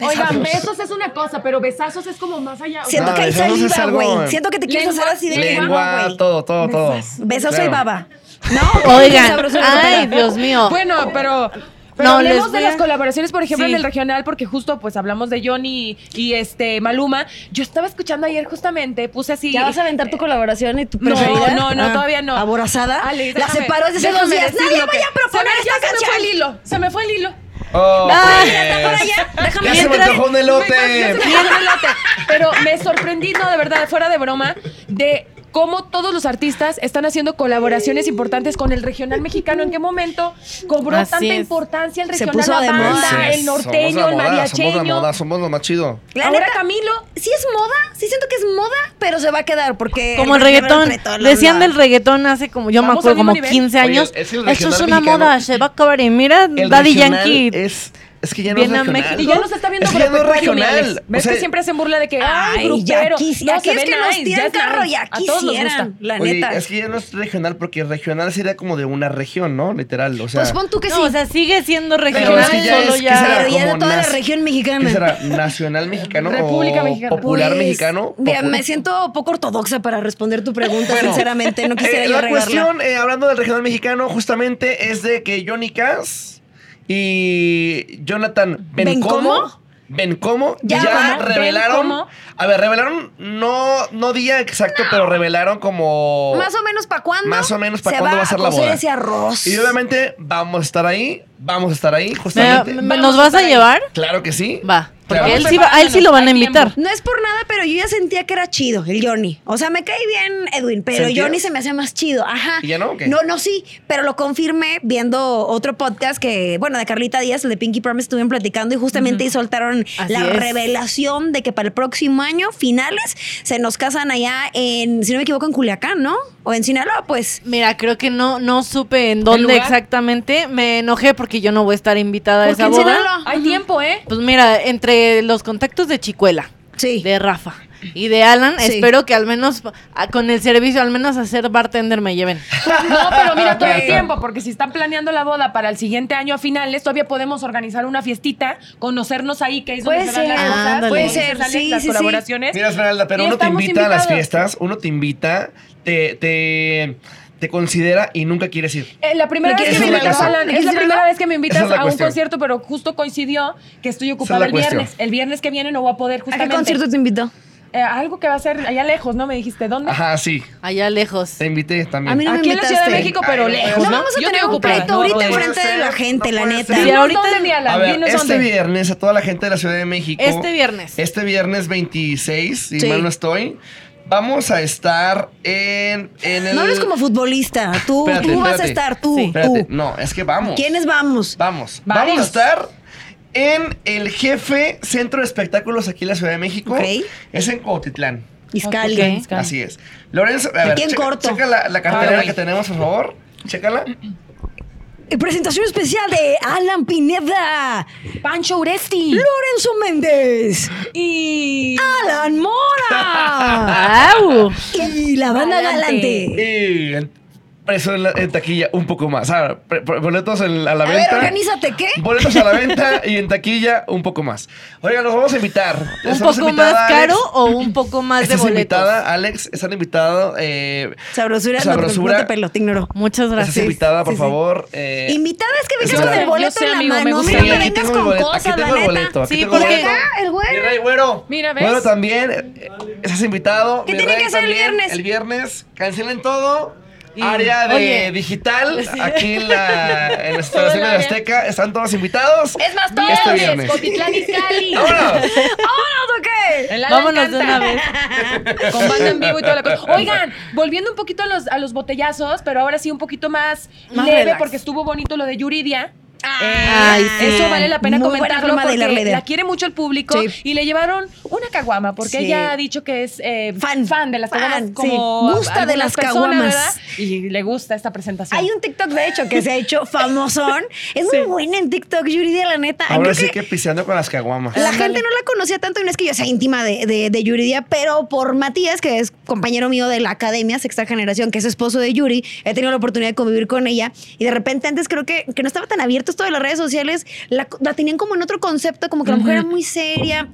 Speaker 3: Oigan, besos es una cosa, pero besazos es como más allá. o
Speaker 1: Siento
Speaker 2: No,
Speaker 1: que hay
Speaker 2: besazos es
Speaker 1: saliva,
Speaker 2: algo-
Speaker 1: güey. Siento que te quieres
Speaker 3: Lengua-
Speaker 1: hacer así de
Speaker 2: Lengua,
Speaker 1: lengua, güey.
Speaker 2: todo, todo, todo.
Speaker 1: Besos soy
Speaker 2: Claro.
Speaker 1: baba.
Speaker 5: [laughs] Oigan,
Speaker 1: Sabroso,
Speaker 5: ay,
Speaker 1: Nutella.
Speaker 5: Dios mío.
Speaker 3: Bueno, pero. Pero
Speaker 5: No, les
Speaker 3: hablemos
Speaker 5: voy
Speaker 3: de
Speaker 5: a-
Speaker 3: las colaboraciones, por ejemplo,
Speaker 5: Sí.
Speaker 3: en el regional, porque justo pues hablamos de Johnny y este Maluma. Yo estaba escuchando ayer justamente, puse así.
Speaker 1: ¿Ya vas a aventar tu colaboración y tu
Speaker 3: No,
Speaker 1: preferida?
Speaker 3: no,
Speaker 2: Ah.
Speaker 5: Ah.
Speaker 3: no, todavía no.
Speaker 1: ¿Aborazada?
Speaker 3: Ale,
Speaker 1: la
Speaker 3: déjame-
Speaker 1: separo desde hace
Speaker 3: déjame
Speaker 1: dos días.
Speaker 3: decir
Speaker 1: Nadie
Speaker 3: lo que-
Speaker 1: vaya a proponer
Speaker 3: se me, ya
Speaker 1: esta
Speaker 3: se me fue el
Speaker 1: canción.
Speaker 3: hilo, se me fue el hilo.
Speaker 2: Oh,
Speaker 5: Ay,
Speaker 2: pues.
Speaker 1: está por allá. Déjame
Speaker 2: Ya se me
Speaker 5: mientras-
Speaker 2: antojó un
Speaker 3: Ya se
Speaker 2: elote.
Speaker 3: me fue el elote. Pero me sorprendí, no, de verdad, fuera de broma, de cómo todos los artistas están haciendo colaboraciones importantes con el regional mexicano. ¿En qué momento cobró
Speaker 5: Así
Speaker 3: tanta
Speaker 5: es.
Speaker 3: importancia el
Speaker 1: Se
Speaker 3: regional?
Speaker 1: puso
Speaker 3: la
Speaker 1: de
Speaker 3: banda,
Speaker 1: moda.
Speaker 2: Sí,
Speaker 3: el
Speaker 2: somos la
Speaker 3: norteño, el
Speaker 2: moda, Somos la
Speaker 3: mariacheño.
Speaker 2: moda, somos lo más chido.
Speaker 1: La
Speaker 3: Ahora
Speaker 1: neta,
Speaker 3: Camilo.
Speaker 1: Sí es moda, sí siento que es moda, pero se va a quedar porque...
Speaker 5: Como el reggaetón. Decían del reggaetón hace como, yo me
Speaker 3: Vamos
Speaker 5: acuerdo,
Speaker 3: al mismo
Speaker 5: como
Speaker 3: nivel.
Speaker 5: 15
Speaker 2: Oye,
Speaker 5: años.
Speaker 2: es el
Speaker 5: Eso es
Speaker 2: regional
Speaker 5: una
Speaker 2: mexicano.
Speaker 5: moda, se va a acabar. Y mira,
Speaker 2: El
Speaker 5: Daddy
Speaker 2: regional
Speaker 5: Yankee.
Speaker 2: Es, es que ya no
Speaker 5: Viene a
Speaker 2: es regional.
Speaker 5: México.
Speaker 3: Y ya nos está viendo
Speaker 2: es que ya no es
Speaker 3: agropecuario, mi Alex.
Speaker 2: regional.
Speaker 3: ¿Ves
Speaker 2: O sea,
Speaker 3: que siempre hacen burla de que, ay,
Speaker 1: Ay, ya,
Speaker 3: grupero.
Speaker 1: quis-
Speaker 3: No,
Speaker 1: ya
Speaker 3: se
Speaker 1: quis
Speaker 3: ve
Speaker 1: que nos
Speaker 3: nice, ya
Speaker 1: tiran
Speaker 3: es nice.
Speaker 1: carro, ya
Speaker 3: A todos nos
Speaker 1: quisieran,
Speaker 3: gusta.
Speaker 1: la
Speaker 2: oye,
Speaker 1: neta.
Speaker 2: es que ya no es regional porque regional sería como de una región, ¿no? Literal, o sea.
Speaker 1: pues pon tú que
Speaker 5: No,
Speaker 1: sí,
Speaker 5: o sea, sigue siendo
Speaker 2: pero
Speaker 5: regional,
Speaker 2: es que ya
Speaker 5: solo
Speaker 2: es, ¿qué
Speaker 5: ya.
Speaker 2: será?
Speaker 1: Pero ya de
Speaker 2: Como
Speaker 1: toda la
Speaker 2: nas-
Speaker 1: región mexicana.
Speaker 2: ¿Qué será?
Speaker 1: [laughs]
Speaker 2: ¿Nacional mexicano
Speaker 3: República
Speaker 2: o
Speaker 3: Mexicana.
Speaker 2: popular
Speaker 1: Pues,
Speaker 2: mexicano?
Speaker 1: Mira,
Speaker 2: Popu-
Speaker 1: me siento poco ortodoxa para responder tu pregunta, sinceramente. No quisiera
Speaker 2: Eh,
Speaker 1: yo
Speaker 2: la
Speaker 1: regarla.
Speaker 2: cuestión, eh, hablando del regional mexicano, justamente es de que Johnny Cass y Jonathan Bencomo.
Speaker 1: ¿Bencomo?
Speaker 2: Bencomo
Speaker 1: Ya,
Speaker 2: ya,
Speaker 1: ¿cómo?
Speaker 2: revelaron.
Speaker 3: ¿Bencomo?
Speaker 2: A ver, revelaron, no, no día exacto, pero revelaron como.
Speaker 1: Más o menos para cuándo.
Speaker 2: Más o menos, ¿pa'
Speaker 1: se
Speaker 2: cuándo va a ser la
Speaker 1: cocer
Speaker 2: boda?
Speaker 1: ese arroz.
Speaker 2: Y obviamente vamos a estar ahí, vamos a estar ahí,
Speaker 5: Me-
Speaker 2: justamente.
Speaker 5: me- ¿Nos vas a llevar?
Speaker 2: Claro que sí.
Speaker 5: Va. Porque
Speaker 2: Claro.
Speaker 5: él sí va- a él sí lo van a invitar.
Speaker 1: No es por nada, pero yo ya sentía que era chido el Johnny. O sea, me cae bien Edwin, pero
Speaker 2: ¿Sentías?
Speaker 1: Johnny se me hace más chido. Ajá.
Speaker 2: ¿Y ya no, o qué?
Speaker 1: No, no, sí, pero lo confirmé viendo otro podcast que, bueno, de Carlita Díaz, el de Pinky Promise, estuvieron platicando y justamente ahí soltaron
Speaker 5: Así
Speaker 1: la
Speaker 5: es.
Speaker 1: revelación de que para el próximo año, finales, se nos casan allá en, si no me equivoco, en Culiacán, ¿no? O en Sinaloa, pues.
Speaker 5: Mira, creo que no, no supe en dónde
Speaker 3: lugar?
Speaker 5: exactamente. Me enojé porque yo no voy a estar invitada a
Speaker 1: ¿Por qué
Speaker 5: esa
Speaker 1: en
Speaker 5: boda.
Speaker 1: Sinaloa?
Speaker 3: Hay tiempo, ¿eh?
Speaker 5: Pues mira, entre los contactos de Chicuela,
Speaker 1: Sí.
Speaker 5: de Rafa y de Alan,
Speaker 1: Sí.
Speaker 5: espero que al menos a- con el servicio, al menos a ser bartender me lleven.
Speaker 3: No, pero mira, todavía hay tiempo, porque si están planeando la boda para el siguiente año a finales, todavía podemos organizar una fiestita, conocernos ahí, que es donde
Speaker 1: Puede
Speaker 3: se dan
Speaker 1: ser,
Speaker 3: las cosas,
Speaker 5: ándale.
Speaker 3: donde se
Speaker 1: Puede ser,
Speaker 3: salen
Speaker 1: sí,
Speaker 3: las
Speaker 1: sí, sí.
Speaker 3: colaboraciones.
Speaker 2: Mira, Esmeralda, pero
Speaker 3: Y
Speaker 2: uno te
Speaker 3: estamos
Speaker 2: invita a las
Speaker 3: invitados.
Speaker 2: fiestas, uno te invita, te, te, te considera y nunca quieres ir.
Speaker 3: Eh, la primera
Speaker 1: ¿Le
Speaker 3: vez que
Speaker 2: quieres
Speaker 3: me
Speaker 2: ir a
Speaker 3: invitas,
Speaker 2: casa?
Speaker 3: Alan,
Speaker 1: ¿Le
Speaker 3: es
Speaker 1: quieres
Speaker 3: la
Speaker 1: ir a
Speaker 3: primera
Speaker 1: casa?
Speaker 3: vez que me
Speaker 2: Esa
Speaker 3: invitas
Speaker 2: es la
Speaker 3: a un
Speaker 2: cuestión.
Speaker 3: concierto, pero justo coincidió que estoy ocupada
Speaker 2: la
Speaker 3: el
Speaker 2: cuestión.
Speaker 3: viernes. El viernes que viene no voy a poder
Speaker 1: ¿A qué
Speaker 3: justamente.
Speaker 1: concierto te invitó?
Speaker 3: Eh, algo que va a ser allá lejos, ¿no? Me dijiste, ¿dónde?
Speaker 2: Ajá, sí.
Speaker 5: Allá lejos.
Speaker 2: Te invité también.
Speaker 1: A mí no me
Speaker 3: Aquí en la Ciudad de
Speaker 1: invitaste.
Speaker 3: México, pero
Speaker 2: Ay,
Speaker 3: lejos,
Speaker 1: No,
Speaker 2: Pues
Speaker 3: ¿no?
Speaker 1: vamos a
Speaker 3: Yo
Speaker 1: tener
Speaker 3: estoy
Speaker 1: un
Speaker 3: ocupada,
Speaker 1: pleito
Speaker 3: no
Speaker 1: ahorita
Speaker 3: puedo.
Speaker 2: puede
Speaker 1: enfrente de
Speaker 2: ser,
Speaker 1: la
Speaker 2: no
Speaker 1: gente, la
Speaker 2: puede
Speaker 1: neta.
Speaker 2: ser.
Speaker 5: Sí,
Speaker 3: Dinos
Speaker 5: ahorita-
Speaker 3: dónde, mi Alan,
Speaker 2: A ver,
Speaker 3: dinos
Speaker 2: este
Speaker 3: dónde.
Speaker 2: viernes, a toda la gente de la Ciudad de México.
Speaker 5: Este viernes.
Speaker 2: Este viernes 26, si
Speaker 1: Sí.
Speaker 2: mal no estoy. Vamos a estar en, en el.
Speaker 1: No hables como futbolista. Tú,
Speaker 2: Espérate,
Speaker 1: tú vas a
Speaker 2: espérate.
Speaker 1: estar, tú,
Speaker 5: Sí.
Speaker 2: Espérate,
Speaker 1: tú.
Speaker 2: no, es que vamos.
Speaker 1: ¿Quiénes vamos?
Speaker 2: Vamos. Vamos
Speaker 3: Varios.
Speaker 2: a estar en el jefe Centro de Espectáculos aquí en la Ciudad de México.
Speaker 1: Ok.
Speaker 2: Es en Cuautitlán.
Speaker 1: Iscali.
Speaker 5: Ok.
Speaker 3: Claro.
Speaker 2: Así es. Lorenzo, a
Speaker 1: Aquí
Speaker 2: ver,
Speaker 1: en
Speaker 2: checa,
Speaker 1: corto.
Speaker 2: checa la,
Speaker 5: Ah,
Speaker 2: la cartelera
Speaker 3: Ay.
Speaker 2: que tenemos, por favor. Chécala.
Speaker 1: Eh, Presentación especial de Alan Pineda,
Speaker 3: Pancho Uresti.
Speaker 1: Lorenzo Méndez,
Speaker 3: Y.
Speaker 1: Alan Mora
Speaker 2: [laughs]
Speaker 5: ¡Au!
Speaker 1: y la banda Galante.
Speaker 2: Y el precio en, la- en taquilla un poco más. Ah, pre- pre- boletos en- a la
Speaker 1: A ver,
Speaker 2: venta.
Speaker 1: organízate, ¿qué?
Speaker 2: Boletos a la venta y en taquilla un poco más. Oigan, los vamos a invitar.
Speaker 5: ¿Un
Speaker 2: Estamos
Speaker 5: poco más
Speaker 2: invitada, Alex.
Speaker 5: caro o un poco más de
Speaker 2: Estás
Speaker 5: boletos?
Speaker 2: invitada, Alex. Están invitados. Eh,
Speaker 1: Sabrosura, no te-
Speaker 2: Sabrosura.
Speaker 1: no te pelo, te ignoro.
Speaker 5: Muchas
Speaker 2: estás
Speaker 5: gracias.
Speaker 2: invitada, por
Speaker 5: Sí, sí.
Speaker 2: favor. eh,
Speaker 1: Invitada es que vengas
Speaker 2: Esmeralda.
Speaker 1: con el
Speaker 2: Yo
Speaker 1: boleto
Speaker 3: sé,
Speaker 1: en la
Speaker 3: amigo, me
Speaker 1: mano.
Speaker 3: gusta.
Speaker 1: Mira,
Speaker 2: Sí,
Speaker 1: no
Speaker 3: que
Speaker 2: aquí
Speaker 1: vengas
Speaker 2: tengo el
Speaker 1: con
Speaker 2: boleto,
Speaker 1: cosas,
Speaker 2: aquí tengo
Speaker 1: la
Speaker 2: el
Speaker 1: neta.
Speaker 2: boleto, aquí
Speaker 5: Sí,
Speaker 2: tengo el
Speaker 5: porque-
Speaker 2: boleto.
Speaker 1: Ah, el güero.
Speaker 2: Mi rey güero.
Speaker 3: Mira, ¿ves?
Speaker 2: Bueno, también eh, estás invitado.
Speaker 1: ¿Qué
Speaker 2: mi
Speaker 1: tiene
Speaker 2: rey,
Speaker 1: que hacer el
Speaker 2: también,
Speaker 1: viernes?
Speaker 2: El viernes, cancelen todo.
Speaker 5: Y-
Speaker 2: área de
Speaker 1: [laughs]
Speaker 5: Oye,
Speaker 2: digital, aquí en la, en la
Speaker 3: Todo el
Speaker 2: instalación de
Speaker 3: área.
Speaker 2: Azteca. Están todos invitados.
Speaker 1: Es más, todos.
Speaker 2: Este
Speaker 3: Viernes,
Speaker 2: viernes.
Speaker 3: Cotitlán y
Speaker 1: [laughs]
Speaker 3: Cali.
Speaker 2: ¡Vámonos!
Speaker 1: ¿Vámonos o ¡Oh, qué?
Speaker 3: El Alan
Speaker 5: vámonos de
Speaker 3: canta.
Speaker 5: una vez.
Speaker 3: Con banda en vivo y toda la cosa. Oigan, volviendo un poquito a los, a los botellazos, pero ahora sí un poquito más,
Speaker 4: Más
Speaker 3: leve
Speaker 4: relax.
Speaker 3: porque estuvo bonito lo de Yuridia.
Speaker 5: Ay, sí.
Speaker 3: Eso vale la pena
Speaker 1: Muy buena
Speaker 3: comentarlo
Speaker 1: forma de
Speaker 3: porque
Speaker 1: hilar la idea.
Speaker 3: la quiere mucho el público
Speaker 1: Sí.
Speaker 3: y le llevaron una caguama porque
Speaker 1: Sí.
Speaker 3: ella ha dicho que es eh,
Speaker 1: Fan.
Speaker 3: de las
Speaker 1: Fan,
Speaker 3: caguamas
Speaker 1: sí.
Speaker 3: como
Speaker 1: Gusta de
Speaker 3: algunas
Speaker 1: las
Speaker 3: personas,
Speaker 1: caguamas.
Speaker 3: ¿verdad? y le gusta esta presentación.
Speaker 1: Hay un TikTok, de hecho, que se ha hecho famosón. Es muy buena en TikTok, Yuridia, la neta. Ay,
Speaker 2: Ahora
Speaker 1: creo
Speaker 2: sí
Speaker 1: que
Speaker 2: que piseando con las caguamas.
Speaker 1: La gente no la conocía tanto y no es que yo sea íntima de, de- de Yuridia, pero por Matías, que es compañero mío de la academia, sexta generación, que es esposo de Yuri, he tenido la oportunidad de convivir con ella y de repente antes creo que, que no estaba tan abierto esto de las redes sociales, la, la tenían como en otro concepto, como que la mujer era muy seria.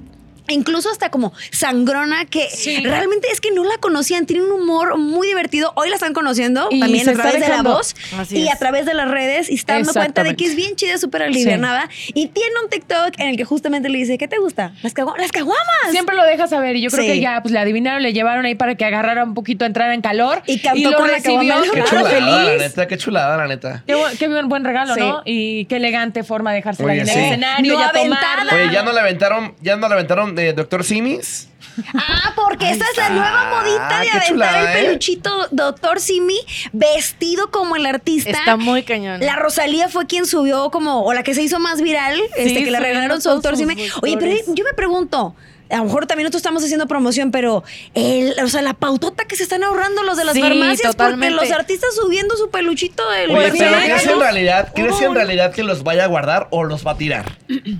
Speaker 1: e Incluso hasta como sangrona, que realmente es que no la conocían, tiene un humor muy divertido. Hoy la están conociendo
Speaker 3: Y
Speaker 1: también
Speaker 3: se
Speaker 1: a
Speaker 3: está
Speaker 1: través de la
Speaker 3: dejando.
Speaker 1: voz
Speaker 5: Así
Speaker 1: y a
Speaker 5: es.
Speaker 1: través de las redes y se está dando cuenta de que
Speaker 3: Exactamente.
Speaker 1: es bien chida, súper alivianada. Y tiene un TikTok en el que justamente le dice, ¿qué te gusta? Las, cagua- las caguamas.
Speaker 3: Siempre lo deja saber y yo creo
Speaker 1: Sí.
Speaker 3: que ya pues le adivinaron, le llevaron ahí para que agarrara un poquito, entrara en calor
Speaker 1: Y cantó
Speaker 3: lo
Speaker 1: con la
Speaker 3: recibió
Speaker 1: caguama.
Speaker 2: Qué
Speaker 3: claro,
Speaker 2: chulada, la
Speaker 3: feliz.
Speaker 2: neta, qué chulada, la neta.
Speaker 3: Qué, bu- qué buen, buen regalo,
Speaker 1: Sí.
Speaker 3: ¿no? Y qué elegante forma de dejársela
Speaker 2: Oye,
Speaker 3: en el
Speaker 2: sí.
Speaker 3: escenario
Speaker 1: No
Speaker 3: y a
Speaker 1: aventada.
Speaker 3: tomarla.
Speaker 2: Oye, ya no la aventaron, ya no la aventaron de Doctor Simis.
Speaker 1: Ah, porque esa es la nueva modita de
Speaker 2: qué
Speaker 1: aventar
Speaker 2: chulada,
Speaker 1: el
Speaker 2: ¿eh?
Speaker 1: peluchito Doctor Simi vestido como el artista.
Speaker 5: Está muy cañón.
Speaker 1: La Rosalía fue quien subió como, o la que se hizo más viral, este, que le
Speaker 5: subiendo
Speaker 1: regalaron su autor.
Speaker 5: todos sus
Speaker 1: Simi. Oye, pero
Speaker 5: doctores.
Speaker 1: yo me pregunto, a lo mejor también nosotros estamos haciendo promoción, pero el, o sea, la pautota que se están ahorrando los de las
Speaker 5: Sí,
Speaker 1: farmacias
Speaker 5: totalmente.
Speaker 1: porque los artistas subiendo su peluchito del
Speaker 2: Oye,
Speaker 1: personaje,
Speaker 2: pero ¿crees en
Speaker 1: ¿no?
Speaker 2: realidad, crees en
Speaker 1: Uy.
Speaker 2: realidad que los vaya a guardar o los va a tirar?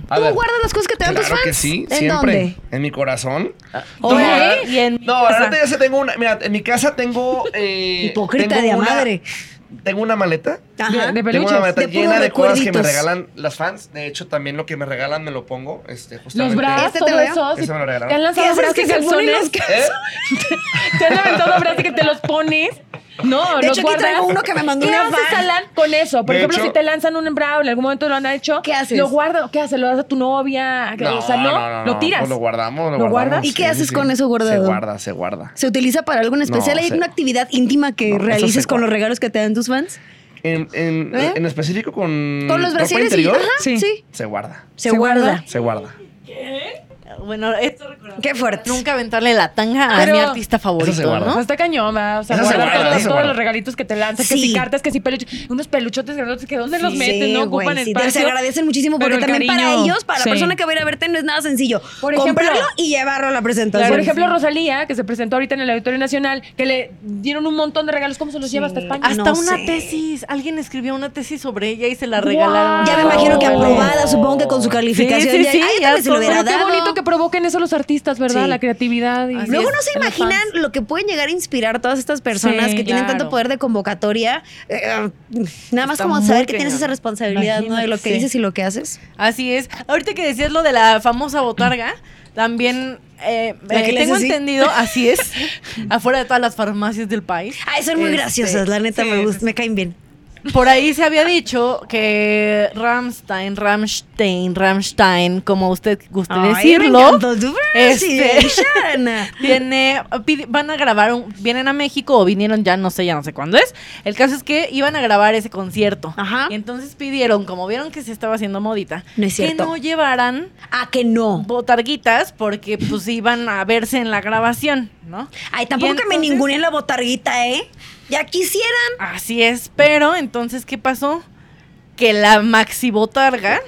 Speaker 2: A
Speaker 1: ¿Tú
Speaker 2: ver.
Speaker 1: guardas las cosas que te dan tus
Speaker 2: Claro
Speaker 1: fans?
Speaker 2: que sí,
Speaker 1: ¿En
Speaker 2: siempre.
Speaker 1: dónde?
Speaker 2: En mi corazón.
Speaker 5: Oye,
Speaker 2: No, ahora-
Speaker 5: y en mi
Speaker 2: No,
Speaker 5: casa.
Speaker 2: ahorita ya se tengo una. Mira, en mi casa tengo. eh,
Speaker 1: Hipócrita
Speaker 2: tengo
Speaker 1: de a
Speaker 2: una-
Speaker 1: madre.
Speaker 2: Tengo una maleta.
Speaker 1: Ajá.
Speaker 3: De- de-
Speaker 2: Tengo una
Speaker 3: peluches,
Speaker 2: maleta
Speaker 1: de puros
Speaker 2: llena de cosas que me
Speaker 1: recuerditos.
Speaker 2: regalan las fans. De hecho, también lo que me regalan me lo pongo. Este,
Speaker 3: Los
Speaker 2: justamente.
Speaker 3: bras,
Speaker 1: Este te
Speaker 3: todo
Speaker 1: lo veo.
Speaker 3: eso.
Speaker 2: Ese
Speaker 3: sí.
Speaker 2: me lo regalaron.
Speaker 3: Te han
Speaker 1: ¿Qué
Speaker 3: lanzado
Speaker 1: haces
Speaker 3: bras
Speaker 1: que
Speaker 3: que
Speaker 1: se ponen
Speaker 3: calzones.
Speaker 1: los ca-
Speaker 2: ¿Eh?
Speaker 3: Te han lanzado bras que te los pones. No,
Speaker 1: De
Speaker 3: los
Speaker 1: hecho, aquí
Speaker 3: guardas.
Speaker 1: traigo uno que me mandó
Speaker 3: ¿Qué
Speaker 1: una
Speaker 3: haces,
Speaker 1: fan.
Speaker 3: Alan, con eso? Por
Speaker 2: De
Speaker 3: ejemplo,
Speaker 2: hecho-
Speaker 3: si te lanzan un bra o en algún momento lo han hecho.
Speaker 1: ¿Qué haces?
Speaker 3: Lo guardas. ¿Qué haces? ¿Lo das a tu novia? o sea, no, lo tiras.
Speaker 2: pues lo guardamos, lo,
Speaker 3: ¿Lo guardas?
Speaker 2: guardamos.
Speaker 1: ¿Y qué haces con eso guardado?
Speaker 2: Se guarda, se guarda.
Speaker 1: ¿Se utiliza para algo en especial?
Speaker 2: No,
Speaker 1: ¿Hay
Speaker 2: se-
Speaker 1: una actividad íntima que
Speaker 2: No, eso
Speaker 1: realices
Speaker 2: se
Speaker 1: con los
Speaker 2: guarda.
Speaker 1: regalos que te dan tus fans?
Speaker 2: En, en,
Speaker 1: ¿Eh?
Speaker 2: en específico con.
Speaker 1: Con los
Speaker 2: ropa
Speaker 1: brasileños y-
Speaker 2: interior,
Speaker 1: ajá, sí.
Speaker 3: Sí.
Speaker 2: Se guarda,
Speaker 1: Se,
Speaker 3: Se
Speaker 1: guarda.
Speaker 3: guarda.
Speaker 2: se guarda.
Speaker 5: Bueno, esto
Speaker 1: Qué fuerte.
Speaker 5: Nunca aventarle la tanga
Speaker 3: Pero-
Speaker 5: a mi artista
Speaker 2: Eso
Speaker 5: favorito,
Speaker 2: se guarda.
Speaker 5: ¿no?
Speaker 3: No, Pues está cañón, ma. O sea,
Speaker 2: Eso se
Speaker 3: guarda
Speaker 2: guarda,
Speaker 3: todo-
Speaker 2: eso se
Speaker 3: todos
Speaker 2: guarda.
Speaker 3: los regalitos que te lanzan, que
Speaker 1: Sí.
Speaker 3: si cartas, que si peluches, unos peluchotes grandotes que dónde los
Speaker 1: Sí,
Speaker 3: meten, no
Speaker 1: güey,
Speaker 3: ocupan
Speaker 1: sí, te-
Speaker 3: espacio.
Speaker 1: Se agradecen muchísimo
Speaker 3: Pero
Speaker 1: porque
Speaker 3: el
Speaker 1: también para
Speaker 3: cariño,
Speaker 1: ellos, para la
Speaker 3: sí.
Speaker 1: persona que va a ir a verte, no es nada sencillo.
Speaker 3: Por ejemplo-
Speaker 1: Comprarlo y llevarlo a la presentación.
Speaker 3: Por ejemplo, Rosalía, que se presentó ahorita en el Auditorio Nacional, que le dieron un montón de regalos. ¿Cómo se los lleva hasta España?
Speaker 5: Hasta
Speaker 1: No
Speaker 5: una
Speaker 1: sé.
Speaker 5: tesis. Alguien escribió una tesis sobre ella y se la
Speaker 3: Wow.
Speaker 5: regalaron.
Speaker 1: ya me imagino que
Speaker 3: Oh.
Speaker 1: aprobada, supongo que con su calificación.
Speaker 5: sí,
Speaker 1: ya,
Speaker 5: sí,
Speaker 1: ay,
Speaker 5: ya
Speaker 1: tal vez se lo
Speaker 5: todo.
Speaker 1: hubiera
Speaker 3: Pero qué
Speaker 1: dado.
Speaker 3: bonito que provoquen eso los artistas, ¿verdad?
Speaker 1: Sí.
Speaker 3: La creatividad. Y
Speaker 5: Así
Speaker 1: Luego
Speaker 5: es,
Speaker 1: no se
Speaker 5: a los
Speaker 1: imaginan
Speaker 5: fans.
Speaker 1: lo que pueden llegar a inspirar todas estas personas
Speaker 3: Sí,
Speaker 1: que tienen tanto
Speaker 5: claro.
Speaker 1: poder de convocatoria. Eh, nada más
Speaker 5: Está
Speaker 1: como
Speaker 5: muy
Speaker 1: saber que
Speaker 5: cañón.
Speaker 1: tienes esa responsabilidad, ¿no? De lo que
Speaker 5: Imagínate, sí.
Speaker 1: dices y lo que haces.
Speaker 5: Así es. Ahorita que decías lo de la famosa botarga, también eh,
Speaker 1: La que
Speaker 5: eh,
Speaker 1: le
Speaker 5: tengo
Speaker 1: hace así.
Speaker 5: entendido, así
Speaker 1: [laughs]
Speaker 5: es, afuera de todas las farmacias del país.
Speaker 1: Ay, Ah, son muy
Speaker 5: Este,
Speaker 1: graciosas, la neta
Speaker 5: sí.
Speaker 1: me gusta, me caen bien.
Speaker 5: Por ahí se había dicho que Ramstein, Ramstein, Ramstein, como usted guste decirlo. Este- [laughs] Tiene, pide- van a grabar, un- vienen a México o vinieron ya, no sé, ya no sé cuándo es. El caso es que iban a grabar ese concierto.
Speaker 1: Ajá.
Speaker 5: Y entonces pidieron, como vieron que se estaba haciendo modita,
Speaker 1: No es
Speaker 5: que
Speaker 1: cierto.
Speaker 5: no llevaran
Speaker 1: Ah, que no.
Speaker 5: botarguitas
Speaker 1: [clears throat]
Speaker 5: porque pues iban a verse en la grabación, ¿no?
Speaker 1: Ay, tampoco
Speaker 5: Y
Speaker 1: que me
Speaker 5: entonces-
Speaker 1: ninguneen la botarguita, ¿eh? Ya quisieran.
Speaker 5: Así es, pero entonces, ¿qué pasó? Que la maxi botarga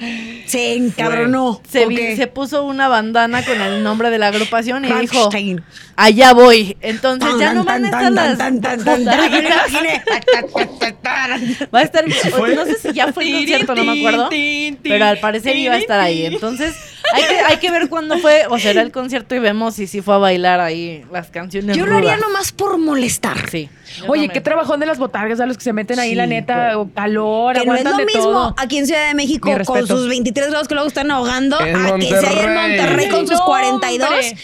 Speaker 1: Se encabronó.
Speaker 5: se,
Speaker 1: ¿O
Speaker 5: vi-
Speaker 1: qué?
Speaker 5: se puso una bandana con el nombre de la agrupación y dijo,
Speaker 1: Rammstein.
Speaker 5: allá voy. Entonces
Speaker 1: Tan,
Speaker 5: ya no
Speaker 1: tan,
Speaker 5: van a estar
Speaker 1: tan,
Speaker 5: las
Speaker 1: tan, tan, tan, tan. Me
Speaker 5: botarguitas. [laughs]
Speaker 1: imaginé. Tac, tac, tac, tac.
Speaker 5: Va a estar,
Speaker 2: fue?
Speaker 5: no sé si ya fue el concierto, no me acuerdo, pero al parecer iba a estar ahí. Entonces hay que, hay que ver cuándo fue, o será el concierto y vemos si sí fue a bailar ahí las canciones.
Speaker 1: Yo lo haría
Speaker 5: rudas.
Speaker 1: nomás por molestar.
Speaker 5: Sí. Yo
Speaker 3: Oye,
Speaker 5: también.
Speaker 3: qué trabajón de las botargas, a los que se meten ahí, la
Speaker 1: Sí,
Speaker 3: neta, o calor,
Speaker 1: Que no es
Speaker 3: aguantan
Speaker 1: lo
Speaker 3: de
Speaker 1: mismo Ah,
Speaker 3: todo.
Speaker 1: aquí en Ciudad de México
Speaker 3: Mi
Speaker 1: con
Speaker 3: respeto.
Speaker 1: sus 23 grados que luego están ahogando
Speaker 2: En
Speaker 1: a que sea en
Speaker 2: Monterrey.
Speaker 1: Monterrey con sus
Speaker 3: No,
Speaker 1: 42.
Speaker 3: hombre.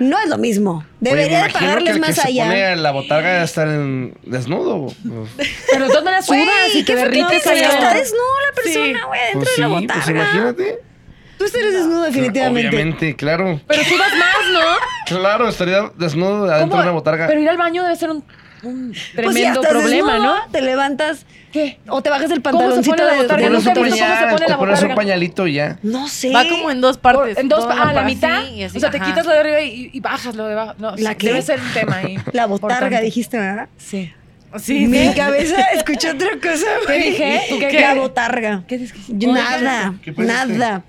Speaker 1: No es lo mismo.
Speaker 2: Oye, me
Speaker 1: Debería de
Speaker 2: imagino
Speaker 1: pagarles
Speaker 2: que el que
Speaker 1: más
Speaker 2: se
Speaker 1: allá.
Speaker 2: pone en la botarga debe estar en- desnudo. Pues,
Speaker 3: Pero de todas maneras
Speaker 1: Güey,
Speaker 3: sudas y
Speaker 1: qué
Speaker 3: te
Speaker 1: feo
Speaker 3: derrites
Speaker 1: que
Speaker 3: allá.
Speaker 1: Está desnudo la persona,
Speaker 5: Sí.
Speaker 1: güey, dentro
Speaker 2: Pues
Speaker 1: de
Speaker 2: sí,
Speaker 1: la botarga.
Speaker 2: pues imagínate.
Speaker 1: Tú
Speaker 3: Pues
Speaker 1: eres desnudo, definitivamente.
Speaker 2: Obviamente, claro.
Speaker 3: Pero sudas más, ¿no?
Speaker 2: Claro, estaría desnudo adentro de una botarga.
Speaker 3: Pero ir al baño debe ser un un
Speaker 1: Pues sí,
Speaker 3: tremendo
Speaker 1: estás
Speaker 3: problema,
Speaker 1: desnuda,
Speaker 3: ¿no?
Speaker 1: Te levantas
Speaker 3: ¿Qué?
Speaker 1: o te bajas el
Speaker 3: ¿Cómo se
Speaker 1: pantaloncito
Speaker 3: pone la
Speaker 1: de...
Speaker 3: botarga?
Speaker 1: de-
Speaker 2: Pones
Speaker 3: nunca
Speaker 2: un
Speaker 3: he visto cómo se
Speaker 2: pañal
Speaker 3: pone la
Speaker 2: o pones un
Speaker 3: botarga.
Speaker 2: pañalito y
Speaker 1: [laughs]
Speaker 2: ya.
Speaker 1: No sé.
Speaker 5: Va como en dos partes.
Speaker 3: en dos,
Speaker 5: toma,
Speaker 3: ah, la
Speaker 5: así
Speaker 3: mitad.
Speaker 5: y así,
Speaker 3: o sea, te
Speaker 5: ajá.
Speaker 3: quitas lo de arriba y, y bajas lo de abajo. No,
Speaker 1: ¿La
Speaker 3: sí,
Speaker 1: qué?
Speaker 3: debe ser un tema ahí.
Speaker 1: [laughs] La botarga,
Speaker 3: importante.
Speaker 1: dijiste, ¿verdad?
Speaker 3: Sí.
Speaker 5: Sí,
Speaker 1: Mi
Speaker 5: sí.
Speaker 3: [laughs]
Speaker 1: cabeza escuchó otra cosa. güey.
Speaker 3: dije? ¿Tú qué?
Speaker 1: La botarga.
Speaker 3: ¿Qué dices? que-
Speaker 1: Yo nada,
Speaker 2: ¿Qué pensaste?
Speaker 1: nada.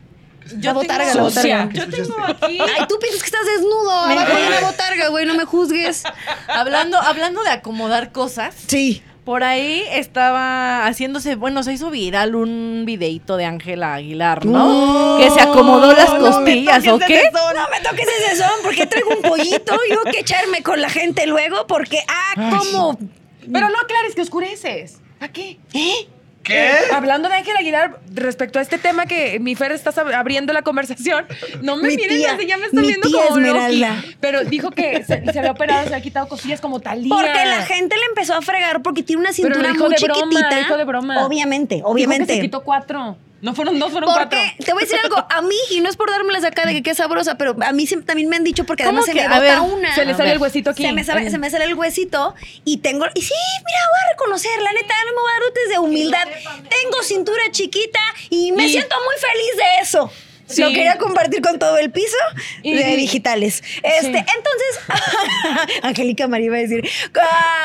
Speaker 4: Yo
Speaker 1: La botarga,
Speaker 4: tengo-
Speaker 1: la botarga.
Speaker 4: Yo tengo aquí.
Speaker 1: Ay, tú piensas que estás desnudo abajo de una botarga, güey, no me juzgues.
Speaker 5: hablando, hablando de acomodar cosas,
Speaker 1: Sí.
Speaker 5: por ahí estaba haciéndose, bueno, se hizo viral un videito de Ángela Aguilar, ¿no? que se acomodó las costillas, ¿o qué?
Speaker 1: No me toques ese son porque traigo un pollito y tengo que echarme con la gente luego porque, ah, ¿cómo?
Speaker 3: Pero no aclares que oscureces. ¿A qué?
Speaker 1: ¿Eh?
Speaker 3: Eh,
Speaker 2: ¿Qué?
Speaker 3: Hablando de Ángel Aguilar, respecto a este tema que mi Fer estás ab- abriendo la conversación, no me
Speaker 1: Mi
Speaker 3: miren
Speaker 1: tía,
Speaker 3: así, ya me están
Speaker 1: mi
Speaker 3: viendo
Speaker 1: tía
Speaker 3: como Loki.
Speaker 1: Esmeralda.
Speaker 3: Pero dijo que se, se había operado, se había quitado cosillas como talía.
Speaker 1: Porque la gente le empezó a fregar porque tiene una
Speaker 3: Pero lo
Speaker 1: cintura
Speaker 3: dijo
Speaker 1: muy
Speaker 3: de broma,
Speaker 1: chiquitita.
Speaker 3: lo dijo de broma.
Speaker 1: Obviamente,
Speaker 3: Dijo que
Speaker 1: obviamente.
Speaker 3: se quitó cuatro. No fueron dos, fueron
Speaker 1: Porque
Speaker 3: cuatro.
Speaker 1: te voy a decir algo, a mí, y no es por dármelas acá de que qué sabrosa, pero a mí siempre- también me han dicho porque
Speaker 5: ¿Cómo
Speaker 1: además se
Speaker 5: que?
Speaker 1: me bota
Speaker 5: A ver,
Speaker 1: una.
Speaker 3: Se le
Speaker 5: A
Speaker 3: sale
Speaker 5: ver.
Speaker 3: el huesito aquí.
Speaker 1: Se me, sabe-
Speaker 3: Ahí.
Speaker 1: se me sale el huesito y tengo. Y sí, mira, voy a reconocer, la neta, no me voy a dar dotes de humildad. Tengo cintura chiquita y me
Speaker 3: Y-
Speaker 1: siento muy feliz de eso.
Speaker 3: Sí.
Speaker 1: Lo quería compartir con todo el piso
Speaker 3: Y-
Speaker 1: de digitales. Este,
Speaker 3: Sí.
Speaker 1: entonces, [laughs] Angélica María iba a decir,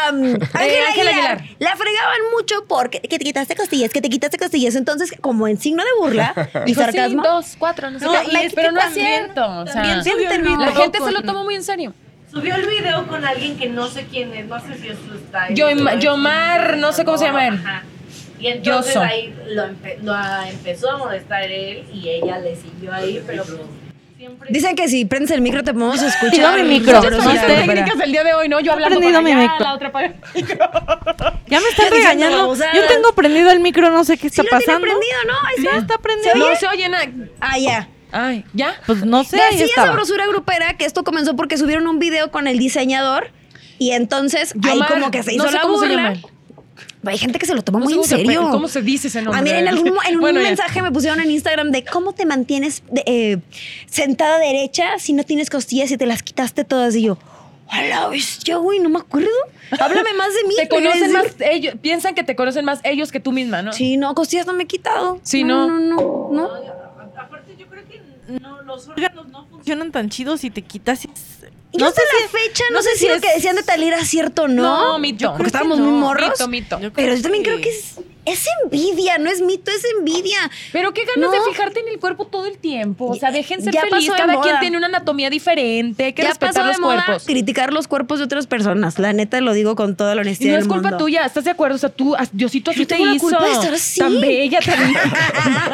Speaker 1: am, Ángela
Speaker 3: Eh, Ángela
Speaker 1: Aguilar,
Speaker 3: Aguilar.
Speaker 1: la fregaban mucho porque que te quitaste costillas, que te quitaste costillas. Entonces, como en signo de
Speaker 3: [laughs]
Speaker 1: burla y
Speaker 3: Dijo, Pues sí,
Speaker 1: sarcasmo,
Speaker 3: dos, cuatro, no sé
Speaker 5: No,
Speaker 3: qué.
Speaker 5: y es que
Speaker 3: pero no es
Speaker 5: también-
Speaker 3: cierto. O sea,
Speaker 5: también
Speaker 1: se terminó.
Speaker 3: la gente se lo
Speaker 5: con-
Speaker 3: tomó muy en serio.
Speaker 6: Subió el video con alguien que no sé quién es, no sé si es su style.
Speaker 3: Yo-
Speaker 6: pero es
Speaker 3: Yomar,
Speaker 6: un-
Speaker 3: no sé cómo se llama él.
Speaker 6: Ajá. Y entonces
Speaker 3: Yoso.
Speaker 6: ahí lo, empe- lo a- empezó a molestar él y ella le siguió ahí, pero pues, siempre.
Speaker 1: dicen que si prendes el micro te podemos
Speaker 5: Yo
Speaker 1: escuchar.
Speaker 5: mi micro,
Speaker 1: Pero
Speaker 5: no
Speaker 1: sí,
Speaker 3: Son las
Speaker 5: sé.
Speaker 1: pero-
Speaker 3: técnicas del día de hoy, ¿no? Yo hablando
Speaker 5: aprendido
Speaker 3: para
Speaker 5: mi
Speaker 3: allá,
Speaker 5: micro.
Speaker 3: la otra para...
Speaker 5: Ya me están
Speaker 1: Yo diciendo
Speaker 5: regañando.
Speaker 1: babosadas.
Speaker 5: Yo tengo prendido el micro, no sé qué está
Speaker 1: Sí lo tiene
Speaker 5: pasando.
Speaker 1: prendido, ¿no? Ahí
Speaker 5: Ya
Speaker 1: está.
Speaker 5: está prendido.
Speaker 3: No se oye nada.
Speaker 1: Ah, ya.
Speaker 3: Ay, ¿ya?
Speaker 5: Pues no sé, ahí
Speaker 1: Decía esa
Speaker 5: estaba.
Speaker 1: sabrosura grupera que esto comenzó porque subieron un video con el diseñador y entonces ahí
Speaker 3: Yomar,
Speaker 1: como que se hizo
Speaker 3: no sé
Speaker 1: la
Speaker 3: cómo se
Speaker 1: burla.
Speaker 3: llama.
Speaker 1: Pero hay gente que se lo toma
Speaker 3: No
Speaker 1: muy
Speaker 3: sé
Speaker 1: en
Speaker 3: cómo se-
Speaker 1: serio.
Speaker 3: ¿Cómo se dice ese nombre?
Speaker 1: A mí en algún en un
Speaker 3: [laughs] Bueno, ya.
Speaker 1: mensaje me pusieron en Instagram de cómo te mantienes de- eh, sentada derecha si no tienes costillas y te las quitaste todas y yo. Hola, bestia, güey, no me acuerdo. Háblame más de mí.
Speaker 3: Te
Speaker 1: pero
Speaker 3: conocen
Speaker 1: es-
Speaker 3: más ellos, piensan que te conocen más ellos que tú misma, ¿no?
Speaker 1: Sí, no, costillas no me he quitado.
Speaker 3: Sí,
Speaker 1: No,
Speaker 3: no.
Speaker 1: no, no. no.
Speaker 6: A- Aparte, yo creo que no, los órganos no funcionan.
Speaker 5: Funcionan tan chidos si te quitas. y-
Speaker 1: Y
Speaker 5: No
Speaker 1: hasta
Speaker 5: sé
Speaker 1: la fecha, no,
Speaker 5: no
Speaker 1: sé
Speaker 5: sé
Speaker 1: si,
Speaker 5: si
Speaker 1: lo
Speaker 5: es-
Speaker 1: que decían de Talía era cierto o no.
Speaker 3: No, mito. Yo creo
Speaker 1: Porque
Speaker 3: que
Speaker 1: estábamos
Speaker 5: no.
Speaker 1: muy morros.
Speaker 3: Mito, mito.
Speaker 5: Yo creo
Speaker 1: Pero yo también
Speaker 5: que-
Speaker 1: creo que es, es envidia, no es mito, es envidia.
Speaker 3: Pero qué
Speaker 1: No.
Speaker 3: ganas de fijarte en el cuerpo todo el tiempo. O sea, dejen ser
Speaker 1: Ya
Speaker 3: feliz.
Speaker 1: pasó de
Speaker 3: Cada
Speaker 1: moda.
Speaker 3: quien tiene una anatomía diferente. Hay que
Speaker 1: ya
Speaker 3: respetar
Speaker 1: pasó
Speaker 3: los
Speaker 1: de moda
Speaker 3: cuerpos.
Speaker 1: criticar los cuerpos de otras personas. La neta lo digo con toda la
Speaker 3: Y
Speaker 1: honestidad.
Speaker 3: no es
Speaker 1: del
Speaker 3: culpa
Speaker 1: mundo.
Speaker 3: tuya, ¿estás de acuerdo? O sea, tú, as- Diosito así
Speaker 1: Yo
Speaker 3: te
Speaker 1: tengo la
Speaker 3: hizo.
Speaker 1: culpa de estar así.
Speaker 3: Tan bella,
Speaker 1: [laughs]
Speaker 3: tan, [laughs]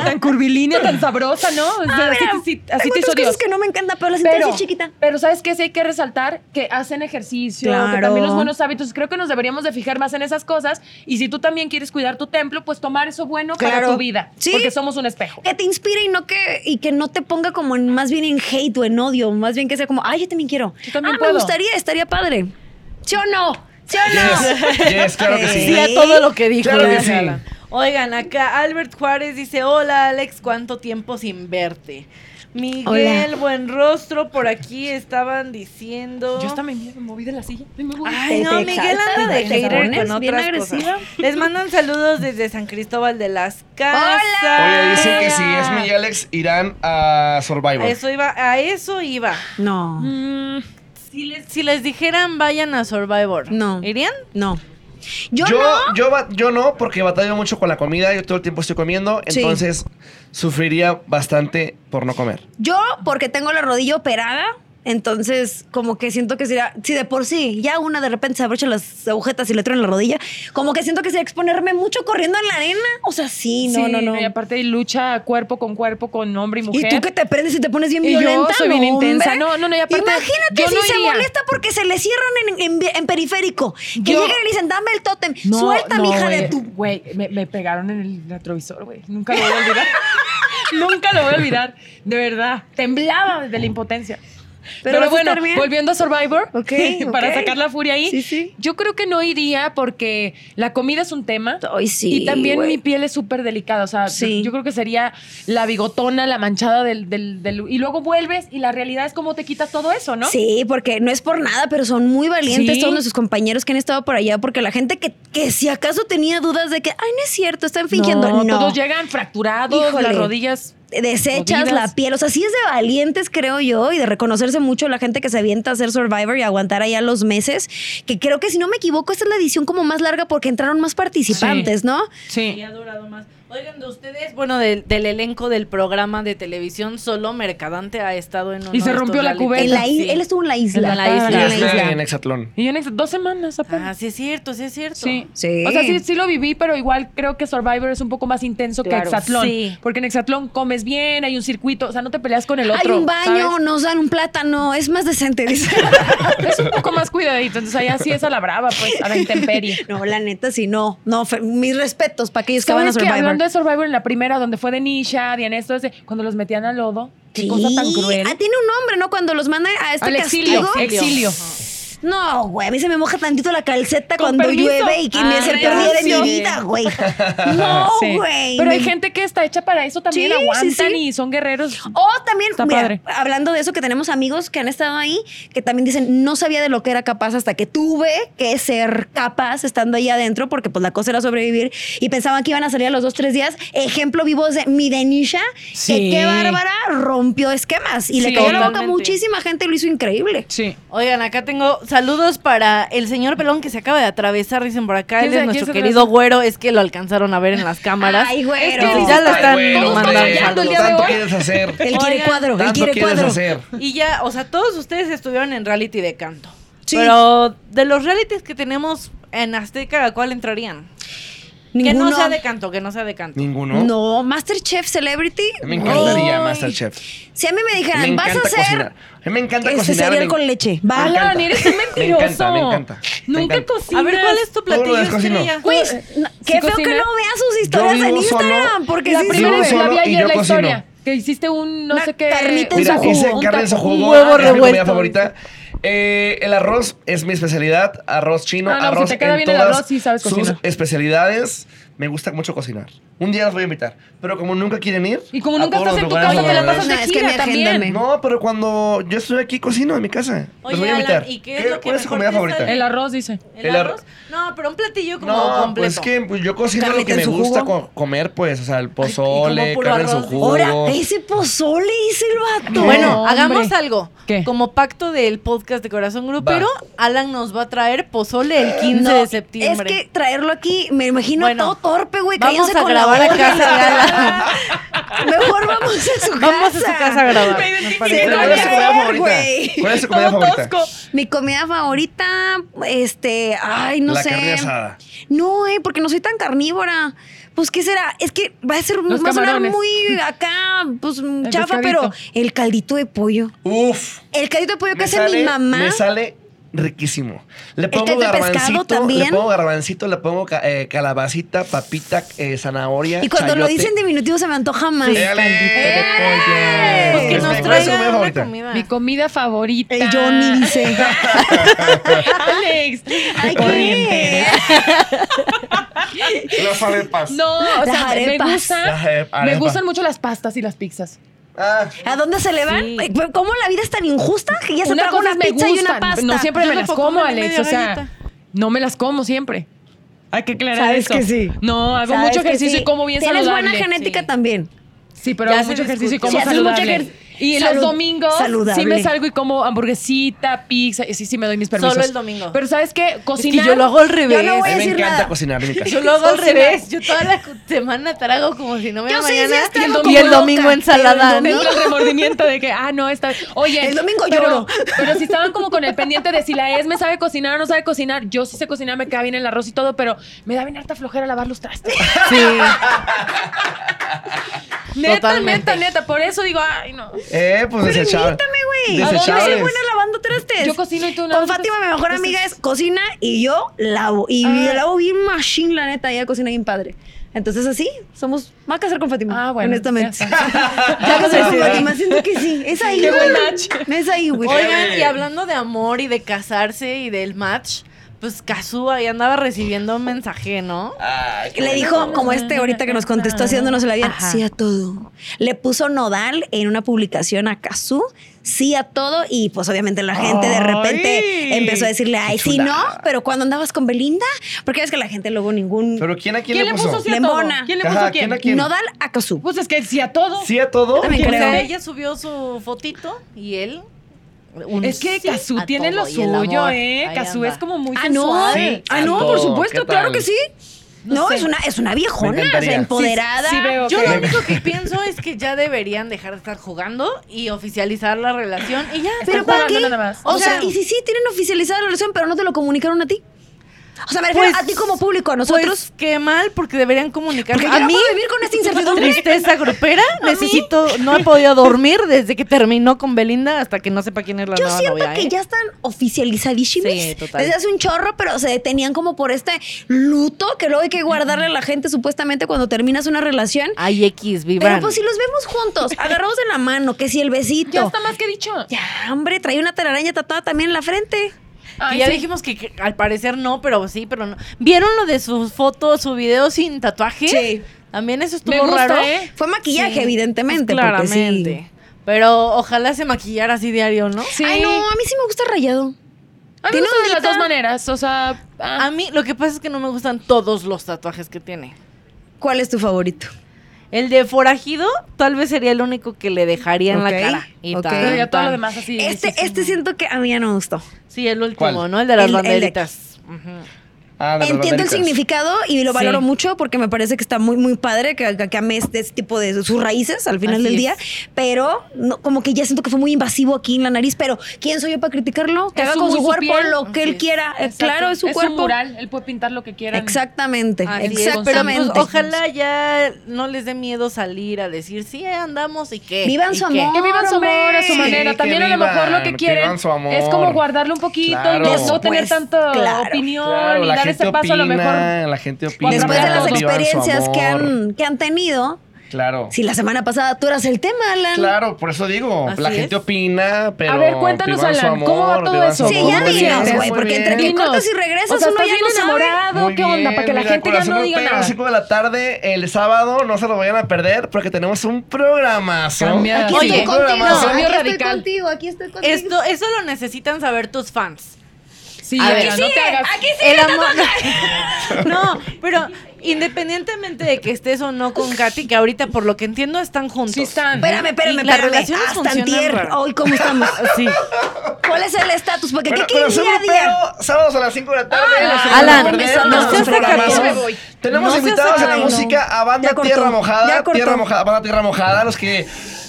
Speaker 3: tan curvilínea, tan sabrosa, ¿no? O sea,
Speaker 1: A ver,
Speaker 3: así, te- sí- así
Speaker 1: tengo
Speaker 3: te hizo
Speaker 1: otras
Speaker 3: Dios.
Speaker 1: cosas que no me encanta, pero la sentencia
Speaker 3: Pero,
Speaker 1: es chiquita.
Speaker 3: pero ¿sabes qué? Sí hay que resaltar que hacen ejercicio,
Speaker 1: Claro.
Speaker 3: que también los buenos hábitos. Creo que nos deberíamos de fijar más en esas cosas. Y si tú también quieres cuidar tu templo, pues tomar eso bueno para
Speaker 1: Claro.
Speaker 3: tu vida.
Speaker 1: Sí. Eh,
Speaker 3: Porque somos un espejo.
Speaker 1: Que te inspire y no que y que no te ponga como en, más bien en hate o en odio, más bien que sea como, ay, yo también quiero.
Speaker 3: Yo también
Speaker 1: ah,
Speaker 3: puedo.
Speaker 1: me gustaría, estaría padre. ¿Sí o no? ¿Sí o no?
Speaker 2: Yes, yes, claro que sí.
Speaker 5: Sí, a todo lo que dijo.
Speaker 2: Claro que
Speaker 5: la
Speaker 2: sí.
Speaker 5: Sara. Oigan, acá Albert Juárez dice, hola Alex, ¿cuánto tiempo sin verte? Miguel,
Speaker 1: Hola.
Speaker 5: buen rostro, por aquí estaban diciendo...
Speaker 3: Yo hasta me, me moví de la silla. Ay, me moví.
Speaker 5: Ay,
Speaker 1: Te-
Speaker 5: no,
Speaker 1: te
Speaker 5: Miguel
Speaker 1: exaltas,
Speaker 5: anda de
Speaker 1: te
Speaker 5: hater
Speaker 1: pones
Speaker 5: con
Speaker 1: bien
Speaker 5: otras
Speaker 1: agresiva.
Speaker 5: cosas. Les mandan saludos desde San Cristóbal de las Casas.
Speaker 2: Oye, dicen que si es mi Alex, irán a
Speaker 5: A
Speaker 2: Survivor.
Speaker 5: eso iba, a eso iba.
Speaker 1: No,
Speaker 3: Mm,
Speaker 5: Si les, si les dijeran vayan a Survivor,
Speaker 1: No.
Speaker 5: ¿irían?
Speaker 1: no. Yo,
Speaker 2: Yo,
Speaker 1: no.
Speaker 2: yo, ba- yo no, porque batallo mucho con la comida, yo todo el tiempo estoy comiendo,
Speaker 1: Sí.
Speaker 2: entonces sufriría bastante por no comer.
Speaker 1: Yo, porque tengo la rodilla operada, entonces como que siento que sería, si de por sí ya una de repente se abrocha las agujetas y le truena la rodilla, como que siento que sería exponerme mucho corriendo en la arena. O sea, sí, no,
Speaker 3: sí,
Speaker 1: no, no.
Speaker 3: Y aparte lucha cuerpo con cuerpo con hombre y
Speaker 1: Y
Speaker 3: mujer.
Speaker 1: tú que te prendes y te pones bien
Speaker 3: Y yo
Speaker 1: violenta.
Speaker 3: soy bien
Speaker 1: no, hombre.
Speaker 3: intensa. No, no, no, y aparte,
Speaker 1: Imagínate
Speaker 3: yo
Speaker 1: si
Speaker 3: no
Speaker 1: se
Speaker 3: iría.
Speaker 1: molesta porque se le cierran en, en- en periférico. Que
Speaker 3: Yo-
Speaker 1: llegan y dicen, dame el tótem.
Speaker 3: No,
Speaker 1: Suelta,
Speaker 3: no, eh.
Speaker 1: mija de
Speaker 3: güey,
Speaker 1: tu.
Speaker 3: Güey, me, me pegaron en el retrovisor, güey. Nunca [laughs] lo voy a olvidar. Nunca lo voy a olvidar. De verdad. Temblaba desde la impotencia.
Speaker 1: Pero,
Speaker 3: Pero,
Speaker 1: vas a
Speaker 3: bueno,
Speaker 1: estar bien.
Speaker 3: volviendo a Survivor,
Speaker 1: Ok,
Speaker 3: [laughs] para
Speaker 1: ok.
Speaker 3: sacar la furia ahí,
Speaker 1: Sí, sí.
Speaker 3: yo creo que no iría porque la comida es un tema.
Speaker 1: Ay, sí,
Speaker 3: y también
Speaker 1: güey.
Speaker 3: mi piel es súper delicada. O sea,
Speaker 1: Sí.
Speaker 3: yo, yo creo que sería la bigotona, la manchada del, del, del- Y luego vuelves y la realidad es cómo te quitas todo eso, ¿no?
Speaker 1: Sí, porque no es por nada, pero son muy valientes
Speaker 3: Sí.
Speaker 1: todos nuestros compañeros que han estado por allá, porque la gente que, que si acaso tenía dudas de que, ay, no es cierto, están fingiendo, no.
Speaker 3: Todos llegan fracturados,
Speaker 1: Híjole.
Speaker 3: las rodillas.
Speaker 1: Desechas
Speaker 3: jodidas.
Speaker 1: la piel, o sea, sí es de valientes, creo yo, y de reconocerse mucho la gente que se avienta a ser Survivor y aguantar allá los meses, que creo que si no me equivoco, esta es la edición como más larga porque entraron más participantes, ¿no?
Speaker 3: Sí.
Speaker 4: Y ha durado más. Oigan, de ustedes, bueno, del, del elenco del programa de televisión, solo Mercadante ha estado en uno
Speaker 3: Y se
Speaker 4: de estos
Speaker 3: rompió la
Speaker 4: reality.
Speaker 3: cubeta.
Speaker 1: En la is-
Speaker 4: Sí.
Speaker 1: Él estuvo en la isla. Ah,
Speaker 4: En la isla.
Speaker 1: En
Speaker 2: Ya
Speaker 1: la
Speaker 4: Sí,
Speaker 2: está
Speaker 1: isla.
Speaker 2: en Hexatlón.
Speaker 3: Y yo en ex- dos semanas apenas.
Speaker 4: Ah, sí es cierto, sí es cierto.
Speaker 3: Sí.
Speaker 1: Sí.
Speaker 3: O sea, sí, sí lo viví, pero igual creo que Survivor es un poco más intenso
Speaker 4: Claro.
Speaker 3: que Hexatlón.
Speaker 4: Sí.
Speaker 3: Porque en Hexatlón comes bien, hay un circuito, o sea, no te peleas con el otro.
Speaker 1: Hay un baño,
Speaker 3: ¿sabes?
Speaker 1: nos dan un plátano, es más decente, dice.
Speaker 3: [laughs] Es un poco más cuidadito, entonces allá sí es a la brava, pues, a la intemperie.
Speaker 1: [laughs] No, la neta, sí, no. No, fe- mis respetos para aquellos que van a
Speaker 3: ¿Sabes qué?
Speaker 1: Survivor.
Speaker 3: Hablando de Survivor en la primera, donde fue de Nisha, de esto, ese, cuando los metían al lodo. Qué
Speaker 1: Sí.
Speaker 3: cosa tan cruel.
Speaker 1: Ah, tiene un nombre, ¿no? Cuando los mandan a este
Speaker 3: Al
Speaker 1: castigo.
Speaker 3: exilio, exilio.
Speaker 1: No, güey, a mí se me moja tantito la calceta
Speaker 3: Con
Speaker 1: cuando
Speaker 3: permiso.
Speaker 1: llueve y que me
Speaker 4: Ah,
Speaker 1: se
Speaker 4: sí,
Speaker 1: perdía de mi
Speaker 4: sí.
Speaker 1: vida, güey. No,
Speaker 3: [laughs] Sí.
Speaker 1: güey.
Speaker 3: Pero hay
Speaker 1: me-
Speaker 3: gente que está hecha para eso también,
Speaker 1: Sí, sí,
Speaker 3: aguantan
Speaker 1: sí. Oh.
Speaker 3: y son guerreros.
Speaker 1: O también,
Speaker 3: Está
Speaker 1: mira,
Speaker 3: padre.
Speaker 1: hablando de eso, que tenemos amigos que han estado ahí, que también dicen, no sabía de lo que era capaz hasta que tuve que ser capaz estando ahí adentro, porque pues la cosa era sobrevivir, y pensaban que iban a salir a los dos, tres días. Ejemplo vivo es de mi Denisha, que
Speaker 3: Sí.
Speaker 1: qué bárbara, rompió esquemas, y le
Speaker 3: Sí,
Speaker 1: cayó la boca a
Speaker 4: totalmente.
Speaker 1: muchísima gente, lo hizo increíble.
Speaker 3: Sí.
Speaker 5: Oigan, acá tengo saludos para el señor Pelón que se acaba de atravesar, dicen por acá. Él
Speaker 3: ¿Quién se-
Speaker 5: es
Speaker 3: quién
Speaker 5: nuestro
Speaker 3: se
Speaker 5: querido güero, es que lo alcanzaron a ver en las cámaras.
Speaker 1: Ay,
Speaker 3: Es
Speaker 1: güero.
Speaker 3: que dices,
Speaker 5: Ya la están
Speaker 2: Ay, güey,
Speaker 5: mandando
Speaker 2: hombre,
Speaker 3: sapeando el día de
Speaker 2: Tanto
Speaker 3: hoy.
Speaker 2: quieres hacer.
Speaker 1: Él quiere
Speaker 5: Oigan,
Speaker 1: cuadro, él
Speaker 2: Tanto
Speaker 1: quiere
Speaker 2: quieres
Speaker 1: cuadro.
Speaker 2: hacer.
Speaker 5: Y ya, o sea, todos ustedes estuvieron en reality de canto.
Speaker 1: Sí.
Speaker 5: Pero de los realities que tenemos en Azteca, ¿a cuál entrarían? Que
Speaker 1: Ninguno.
Speaker 5: no sea de canto, que no sea de canto.
Speaker 2: Ninguno.
Speaker 1: No, Masterchef Celebrity.
Speaker 2: Me encantaría
Speaker 1: Ay.
Speaker 2: Masterchef.
Speaker 1: Si a mí me
Speaker 2: Me
Speaker 1: dijeran, vas
Speaker 2: encanta
Speaker 1: a
Speaker 2: cocinar.
Speaker 1: hacer
Speaker 2: A mí me encanta
Speaker 1: este
Speaker 2: cocinar.
Speaker 1: cereal
Speaker 2: me-
Speaker 1: con leche.
Speaker 2: me
Speaker 1: Bala,
Speaker 2: encanta.
Speaker 3: Alan, [laughs] eres un mentiroso.
Speaker 2: Me encanta, me encanta. me
Speaker 3: Nunca
Speaker 2: encanta.
Speaker 3: cocinas.
Speaker 5: A ver, ¿cuál es tu
Speaker 2: Todo lo
Speaker 5: platillo
Speaker 2: descocino.
Speaker 5: estrella?
Speaker 1: Güey,
Speaker 3: Eh,
Speaker 1: no,
Speaker 3: sí
Speaker 1: qué feo
Speaker 3: cocina.
Speaker 1: que no vea sus
Speaker 2: Yo
Speaker 1: historias en
Speaker 2: vivo solo.
Speaker 1: Instagram, porque
Speaker 3: la
Speaker 1: sí
Speaker 3: primera
Speaker 2: Vivo
Speaker 3: vez que la
Speaker 2: solo
Speaker 3: vi
Speaker 2: y yo
Speaker 3: ayer la
Speaker 2: cocino.
Speaker 3: historia. Que hiciste un no
Speaker 1: Una
Speaker 3: sé qué.
Speaker 1: carnita en
Speaker 2: Mira,
Speaker 1: su
Speaker 2: hice
Speaker 1: jugo.
Speaker 3: un
Speaker 2: carne en su
Speaker 3: taco-
Speaker 2: jugo.
Speaker 5: un huevo
Speaker 2: es mi comida
Speaker 5: revuelto.
Speaker 2: favorita. Eh, el arroz es mi especialidad. Arroz chino,
Speaker 3: Ah, no, si
Speaker 2: arroz
Speaker 3: te queda
Speaker 2: en
Speaker 3: bien el
Speaker 2: todas
Speaker 3: arroz, sí sabes
Speaker 2: sus
Speaker 3: cocinar.
Speaker 2: especialidades. Me gusta mucho cocinar. Un día los voy a invitar. Pero como nunca quieren ir.
Speaker 3: Y como
Speaker 2: a
Speaker 3: nunca
Speaker 2: todos
Speaker 3: estás
Speaker 2: los
Speaker 3: en tu
Speaker 2: lugares
Speaker 3: casa, te la
Speaker 2: donde
Speaker 3: pasas
Speaker 1: No,
Speaker 3: de
Speaker 1: es que
Speaker 3: gira
Speaker 1: mi
Speaker 3: también.
Speaker 1: agéndame.
Speaker 2: No, pero cuando yo estoy aquí cocino en mi casa.
Speaker 5: Oye,
Speaker 2: los voy a
Speaker 5: Alan,
Speaker 2: invitar.
Speaker 5: ¿y qué es lo que
Speaker 2: ¿Cuál es tu
Speaker 5: mejor
Speaker 2: comida
Speaker 5: te
Speaker 2: favorita?
Speaker 5: sale?
Speaker 3: El arroz, dice.
Speaker 5: ¿El,
Speaker 2: El arroz.
Speaker 5: arroz? No, pero un platillo como
Speaker 2: No,
Speaker 5: completo.
Speaker 2: pues es que pues, yo cocino lo
Speaker 1: Carnita
Speaker 2: que
Speaker 1: en
Speaker 2: me
Speaker 1: su
Speaker 2: gusta
Speaker 1: jugo.
Speaker 2: co- comer, pues, o sea, el pozole,
Speaker 5: puro
Speaker 2: carne en su
Speaker 5: arroz,
Speaker 2: jugo.
Speaker 1: Ahora, ese pozole hice el vato.
Speaker 5: Bueno,
Speaker 3: No, hombre.
Speaker 5: hagamos algo.
Speaker 3: ¿Qué?
Speaker 5: Como pacto del podcast de Corazón Grupero,
Speaker 2: Va.
Speaker 5: Alan nos va a traer pozole el 15
Speaker 1: No,
Speaker 5: de septiembre.
Speaker 1: Es que traerlo aquí, me imagino
Speaker 5: Bueno,
Speaker 1: todo torpe, güey.
Speaker 5: vamos
Speaker 1: cállense
Speaker 5: a
Speaker 1: con
Speaker 5: grabar
Speaker 1: la
Speaker 5: a
Speaker 1: boca.
Speaker 5: casa de Alan.
Speaker 1: [laughs] Mejor vamos a su casa.
Speaker 5: Vamos a su casa a grabar.
Speaker 3: Me
Speaker 5: nos
Speaker 3: identifico.
Speaker 5: parece.
Speaker 1: Sí,
Speaker 2: ¿Cuál es tu comida
Speaker 1: Ay,
Speaker 2: favorita?
Speaker 1: güey.
Speaker 2: ¿Cuál es tu comida
Speaker 3: Todo
Speaker 2: favorita?
Speaker 3: tosco.
Speaker 1: Mi comida favorita, este, ay, no
Speaker 2: la
Speaker 1: sé.
Speaker 2: carne asada.
Speaker 1: No, eh, porque no soy tan carnívora. Pues, ¿qué será? Es que va a ser
Speaker 3: Los
Speaker 1: va a sonar
Speaker 3: camarones.
Speaker 1: muy acá,
Speaker 5: [laughs]
Speaker 1: pues chafa,
Speaker 3: pescadito.
Speaker 1: pero el caldito de pollo.
Speaker 2: Uf.
Speaker 1: El caldito de pollo que
Speaker 2: me
Speaker 1: hace
Speaker 2: sale-
Speaker 1: mi mamá.
Speaker 2: Me sale riquísimo. Le
Speaker 1: caldo
Speaker 2: pongo
Speaker 1: de pescado
Speaker 2: garbancito,
Speaker 1: también.
Speaker 2: le pongo garbancito, le pongo ca- eh, calabacita, papita, eh, zanahoria,
Speaker 1: Y cuando lo
Speaker 2: chayote.
Speaker 1: dicen diminutivo se me antoja más.
Speaker 2: ¡Éale!
Speaker 1: Pues que
Speaker 5: Que
Speaker 2: Pues,
Speaker 5: nos
Speaker 2: ¿cuál es tu
Speaker 5: traigan
Speaker 2: comida
Speaker 5: una
Speaker 2: favorita? [laughs]
Speaker 5: comida.
Speaker 3: Mi comida favorita.
Speaker 1: El
Speaker 3: Ah.
Speaker 1: Johnny
Speaker 3: [laughs]
Speaker 1: dice.
Speaker 3: Alex.
Speaker 1: Ay,
Speaker 3: Corriente.
Speaker 1: ¿qué?
Speaker 2: Las arepas.
Speaker 3: No, o
Speaker 1: Las
Speaker 3: sea, me
Speaker 1: arepas.
Speaker 2: Las
Speaker 3: gusta.
Speaker 2: arepas.
Speaker 3: Me gustan mucho las pastas y las pizzas.
Speaker 2: Ah,
Speaker 1: ¿A dónde se le van?
Speaker 5: Sí.
Speaker 1: Eh, ¿Cómo la vida es tan injusta que ya se
Speaker 3: una
Speaker 1: trajo una
Speaker 3: cosa es me
Speaker 1: pizza
Speaker 3: gustan,
Speaker 1: y una pasta?
Speaker 3: No siempre
Speaker 5: Yo
Speaker 3: me las
Speaker 5: tampoco
Speaker 3: como,
Speaker 5: como
Speaker 3: Alex.
Speaker 5: media
Speaker 3: O sea,
Speaker 5: galleta.
Speaker 3: no me las como siempre. Hay que aclarar
Speaker 1: Sabes
Speaker 3: eso.
Speaker 1: que sí.
Speaker 3: No, hago
Speaker 1: ¿Sabes
Speaker 3: mucho
Speaker 1: que
Speaker 3: ejercicio
Speaker 1: sí?
Speaker 3: y como bien
Speaker 1: Tienes
Speaker 3: saludable.
Speaker 1: buena genética
Speaker 5: Sí.
Speaker 1: también.
Speaker 3: Sí, pero
Speaker 5: Ya
Speaker 3: hago
Speaker 5: se
Speaker 3: mucho ejercicio y
Speaker 5: discutió.
Speaker 3: como
Speaker 1: Sí, haces mucho
Speaker 3: saludable.
Speaker 1: ejer-
Speaker 3: y en
Speaker 1: salud-
Speaker 3: los domingos
Speaker 1: saludable.
Speaker 3: sí me salgo y como hamburguesita, pizza, y sí, sí me doy mis permisos.
Speaker 5: Solo el domingo.
Speaker 3: Pero ¿sabes qué?
Speaker 5: Es que
Speaker 3: Cocinar...
Speaker 5: yo lo hago al
Speaker 1: Yo
Speaker 5: revés.
Speaker 1: no
Speaker 2: a
Speaker 1: voy a
Speaker 2: mí me
Speaker 1: decir
Speaker 2: encanta
Speaker 1: nada.
Speaker 2: cocinar en mi
Speaker 1: [laughs]
Speaker 2: casa.
Speaker 5: Yo lo hago al
Speaker 1: Cocinar.
Speaker 5: revés. Yo toda la cu- semana trago como si no me
Speaker 1: Yo sí, sí
Speaker 5: mañana.
Speaker 1: estoy
Speaker 5: y el,
Speaker 1: como
Speaker 5: domingo- y el
Speaker 1: loca,
Speaker 5: domingo
Speaker 1: pero
Speaker 5: ensalada,
Speaker 1: el
Speaker 5: ¿no?
Speaker 3: Tengo el remordimiento de que, ah, no, está. Oye,
Speaker 1: El domingo
Speaker 3: pero,
Speaker 1: lloro.
Speaker 3: Pero si estaban
Speaker 1: [laughs]
Speaker 3: como con el pendiente de si la es me sabe cocinar o no sabe cocinar, yo sí sé cocinar, me queda bien el arroz y todo, pero me da bien harta flojera lavar los
Speaker 1: [laughs]
Speaker 3: trastes.
Speaker 5: Sí.
Speaker 3: Neta,
Speaker 5: Totalmente.
Speaker 3: neta, neta. Por eso digo, ay, no.
Speaker 2: Eh, pues desechable.
Speaker 1: Invítame, güey.
Speaker 3: ¿A dónde?
Speaker 1: Yo soy
Speaker 2: Desechables.
Speaker 1: buena lavando trastes.
Speaker 3: Yo cocino y tú
Speaker 1: Pues, Con
Speaker 3: lavas
Speaker 1: Fátima, mi
Speaker 3: trastes.
Speaker 1: mejor
Speaker 3: Ah.
Speaker 1: amiga es cocina y yo lavo. Y yo lavo bien machine, la neta. Ella cocina bien padre. Entonces así, somos, me va a casar con Fátima.
Speaker 3: Ah, bueno,
Speaker 1: Honestamente.
Speaker 3: ya
Speaker 1: [laughs] Ya me [laughs] casé con Fátima, siento que sí. Es ahí.
Speaker 3: Qué buen
Speaker 1: güey.
Speaker 3: match.
Speaker 1: Es ahí, güey.
Speaker 5: Oigan, y hablando de amor y de casarse y del match, pues Kazu ahí andaba recibiendo un mensaje, ¿no?
Speaker 1: Le dijo, como este ahorita que nos contestó haciéndonos el avión, sí a todo. Le puso nodal en una publicación a Kazú, sí a todo. Y pues obviamente la gente de repente
Speaker 2: ¡Ay!
Speaker 1: empezó a decirle, ay,
Speaker 2: Qué
Speaker 1: sí, no,
Speaker 2: chulada.
Speaker 1: pero cuando andabas con Belinda, porque es que la gente luego ningún.
Speaker 2: Pero ¿quién a quién,
Speaker 3: ¿Quién le puso, sí a todo?
Speaker 1: Lembona.
Speaker 3: ¿Quién le
Speaker 2: Ajá,
Speaker 3: puso quién?
Speaker 2: ¿quién a quién?
Speaker 1: Nodal a Kazú.
Speaker 3: Pues es que sí a todo.
Speaker 2: ¿Sí a todo?
Speaker 1: También
Speaker 5: Porque
Speaker 1: creo.
Speaker 5: ella subió su fotito y él. un
Speaker 3: Es que
Speaker 5: sí
Speaker 3: Kazú
Speaker 5: a
Speaker 3: tiene
Speaker 5: todo
Speaker 3: lo
Speaker 5: y el
Speaker 3: suyo,
Speaker 5: amor.
Speaker 3: ¿eh?
Speaker 5: Ahí
Speaker 3: Kazú
Speaker 5: anda.
Speaker 3: es como muy
Speaker 1: Ah, no.
Speaker 3: sensual.
Speaker 2: Sí,
Speaker 1: ah,
Speaker 2: a
Speaker 1: no, por
Speaker 2: todo.
Speaker 1: supuesto,
Speaker 2: ¿Qué
Speaker 1: claro
Speaker 2: tal?
Speaker 1: que sí. No, es una, es una
Speaker 2: Me
Speaker 1: viejona, o
Speaker 2: encantaría.
Speaker 1: sea, empoderada.
Speaker 3: Sí, sí veo
Speaker 5: Yo
Speaker 3: que-
Speaker 5: lo único que pienso es que ya deberían dejar de estar jugando y oficializar la relación y ya.
Speaker 3: Están
Speaker 1: Pero ¿para
Speaker 3: jugando
Speaker 1: qué?
Speaker 3: nada más.
Speaker 1: O
Speaker 5: O
Speaker 1: sea,
Speaker 5: sea,
Speaker 1: y si sí tienen oficializada la relación, pero no te lo comunicaron a ti. O sea, me refiero
Speaker 5: Pues,
Speaker 1: a ti como público, a nosotros.
Speaker 5: Pues qué mal, porque deberían comunicar.
Speaker 1: porque
Speaker 5: a
Speaker 1: yo no
Speaker 5: mí,
Speaker 1: puedo vivir [laughs] con esta incertidumbre.
Speaker 5: tristeza grupera, necesito, no he podido dormir desde que terminó con Belinda hasta que no sepa quién es la
Speaker 1: Yo
Speaker 5: nueva
Speaker 1: siento
Speaker 5: novia,
Speaker 1: que
Speaker 5: ¿eh?
Speaker 1: ya están oficializadísimas.
Speaker 5: Sí, total.
Speaker 1: Desde hace un chorro, pero se detenían como por este luto que luego hay que guardarle a la gente supuestamente cuando terminas una relación.
Speaker 5: Ay, X,
Speaker 1: Pero
Speaker 5: vibran.
Speaker 1: pues si los vemos juntos, agarrados de la mano, que si el besito.
Speaker 3: Ya está más que dicho.
Speaker 1: Ya, hombre, trae una telaraña tatuada también en la frente.
Speaker 5: Que
Speaker 3: Ay,
Speaker 5: ya
Speaker 3: sí.
Speaker 5: dijimos que, que al parecer no, pero sí, pero no. ¿Vieron lo de sus fotos, su video sin tatuaje?
Speaker 1: Sí.
Speaker 5: También eso estuvo
Speaker 3: Me gusta,
Speaker 5: raro.
Speaker 3: ¿eh?
Speaker 1: Fue maquillaje, evidentemente.
Speaker 5: Pues,
Speaker 1: porque sí.
Speaker 5: claramente. Pero ojalá se maquillara así diario, ¿no?
Speaker 3: Sí.
Speaker 1: Ay, no, a mí sí me gusta rayado.
Speaker 3: A mí me
Speaker 1: ¿Tiene
Speaker 3: gusta de las
Speaker 1: ondita?
Speaker 3: dos maneras. O sea, ah,
Speaker 5: A mí lo que pasa es que no me gustan todos los tatuajes que tiene.
Speaker 1: ¿Cuál es tu favorito?
Speaker 5: El de forajido tal vez sería el único que le dejaría en
Speaker 1: Ok,
Speaker 5: la cara. Y
Speaker 1: ok.
Speaker 5: tan,
Speaker 3: pero ya todo lo
Speaker 5: tan.
Speaker 3: demás así.
Speaker 1: Este,
Speaker 3: sí, sí,
Speaker 1: este
Speaker 3: sí.
Speaker 1: siento que a mí ya no me gustó.
Speaker 5: Sí, el último,
Speaker 2: ¿Cuál?
Speaker 5: ¿no? El de las
Speaker 1: El- el de-
Speaker 5: banderitas. Ujú.
Speaker 2: Ah, de las
Speaker 1: Entiendo el
Speaker 2: banderitas.
Speaker 1: significado y lo
Speaker 5: Sí.
Speaker 1: valoro mucho porque me parece que está muy, muy padre que, que, que amé este, este tipo de sus raíces al final
Speaker 5: Así
Speaker 1: del
Speaker 5: es.
Speaker 1: día, pero no, como que ya siento que fue muy invasivo aquí en la nariz, pero ¿quién soy yo para criticarlo? Que
Speaker 3: Es
Speaker 1: haga
Speaker 3: su-
Speaker 1: con su,
Speaker 3: su
Speaker 1: cuerpo
Speaker 3: piel,
Speaker 1: lo que él
Speaker 5: así es.
Speaker 1: quiera. Eh,
Speaker 3: Exacto.
Speaker 1: Claro, es su
Speaker 3: Es
Speaker 1: cuerpo.
Speaker 3: un mural. Él puede pintar lo que quiera.
Speaker 1: Exactamente,
Speaker 5: Así es.
Speaker 1: exactamente.
Speaker 5: Pero, pues, ojalá ya no les dé miedo salir a decir, sí, ahí andamos y qué.
Speaker 1: Vivan
Speaker 5: ¿Y
Speaker 1: su
Speaker 5: qué?".
Speaker 1: amor.
Speaker 3: Que vivan su
Speaker 1: Hombre.
Speaker 3: amor a su manera.
Speaker 2: Sí,
Speaker 3: También
Speaker 2: que
Speaker 3: a lo mejor lo
Speaker 2: vivan,
Speaker 3: que
Speaker 2: que
Speaker 3: quieren
Speaker 2: vivan su amor.
Speaker 3: es como guardarlo un poquito
Speaker 2: Claro.
Speaker 3: y no
Speaker 1: Por
Speaker 3: tener
Speaker 1: supuesto,
Speaker 3: tanta
Speaker 1: claro.
Speaker 3: opinión
Speaker 2: Claro,
Speaker 3: y
Speaker 2: la
Speaker 3: dar
Speaker 2: gente
Speaker 3: ese paso a lo mejor.
Speaker 2: opina, la gente opina.
Speaker 1: Después de las
Speaker 3: Vivan su
Speaker 1: experiencias que
Speaker 2: amor.
Speaker 1: han, que han tenido,
Speaker 2: Claro.
Speaker 1: si la semana pasada tú eras el tema, Alan.
Speaker 2: Claro, por eso digo,
Speaker 5: Así
Speaker 2: la
Speaker 5: es.
Speaker 2: gente opina, pero
Speaker 3: A ver, cuéntanos,
Speaker 2: vivan su
Speaker 3: Alan, ¿cómo va
Speaker 2: amor,
Speaker 3: todo
Speaker 2: vivan su
Speaker 3: eso?
Speaker 1: Sí,
Speaker 2: amor.
Speaker 1: ya
Speaker 2: Muy bien,
Speaker 1: dinos, güey,
Speaker 2: muy
Speaker 1: porque entre
Speaker 2: bien.
Speaker 1: que
Speaker 3: Dinos.
Speaker 1: cortas y regresas
Speaker 3: O sea,
Speaker 1: uno
Speaker 3: estás
Speaker 1: ya
Speaker 3: bien
Speaker 1: no sabe.
Speaker 3: enamorado,
Speaker 2: Muy
Speaker 3: ¿qué onda? Para que la
Speaker 2: bien,
Speaker 3: gente
Speaker 2: mira,
Speaker 3: ya no
Speaker 2: corazón europeo,
Speaker 3: diga
Speaker 2: A
Speaker 3: nada.
Speaker 2: las 5 de la tarde, el sábado, no se lo vayan a perder porque tenemos un programazo.
Speaker 3: Cambiada.
Speaker 1: Aquí
Speaker 5: Oye,
Speaker 1: estoy
Speaker 2: un
Speaker 1: contigo,
Speaker 2: programazo.
Speaker 3: no,
Speaker 1: aquí
Speaker 3: Cambio
Speaker 1: estoy
Speaker 3: radical.
Speaker 1: contigo, aquí estoy contigo.
Speaker 5: Esto, eso lo necesitan saber tus fans.
Speaker 3: Sí,
Speaker 5: A
Speaker 3: Adela,
Speaker 5: ver,
Speaker 3: no te hagas.
Speaker 5: El amor- No, pero independientemente de que estés o no con Katy, que ahorita por lo que entiendo están juntos.
Speaker 3: Sí están.
Speaker 1: Espérame, espérame,
Speaker 5: Y las
Speaker 1: espérame.
Speaker 5: relaciones
Speaker 1: Hasta
Speaker 5: funcionan
Speaker 1: antier,
Speaker 5: raro.
Speaker 1: hoy cómo estamos.
Speaker 5: Sí.
Speaker 1: ¿Cuál es el estatus? Porque
Speaker 2: Bueno,
Speaker 1: qué quieres
Speaker 2: corazón
Speaker 1: día a día.
Speaker 2: europeo, sábados a las 5 de la tarde. no se lo
Speaker 5: Alan,
Speaker 2: vayan a perder,
Speaker 5: no
Speaker 2: tenemos
Speaker 5: seas
Speaker 2: un programazo.
Speaker 5: sacatón. Me voy. No
Speaker 2: Tenemos
Speaker 5: seas
Speaker 2: invitados en la
Speaker 1: sacatón.
Speaker 2: música a
Speaker 1: Ya
Speaker 2: Banda
Speaker 1: cortó,
Speaker 2: Tierra
Speaker 1: ya
Speaker 2: Mojada,
Speaker 1: cortó.
Speaker 2: Tierra Mojada, Banda Tierra Mojada, los que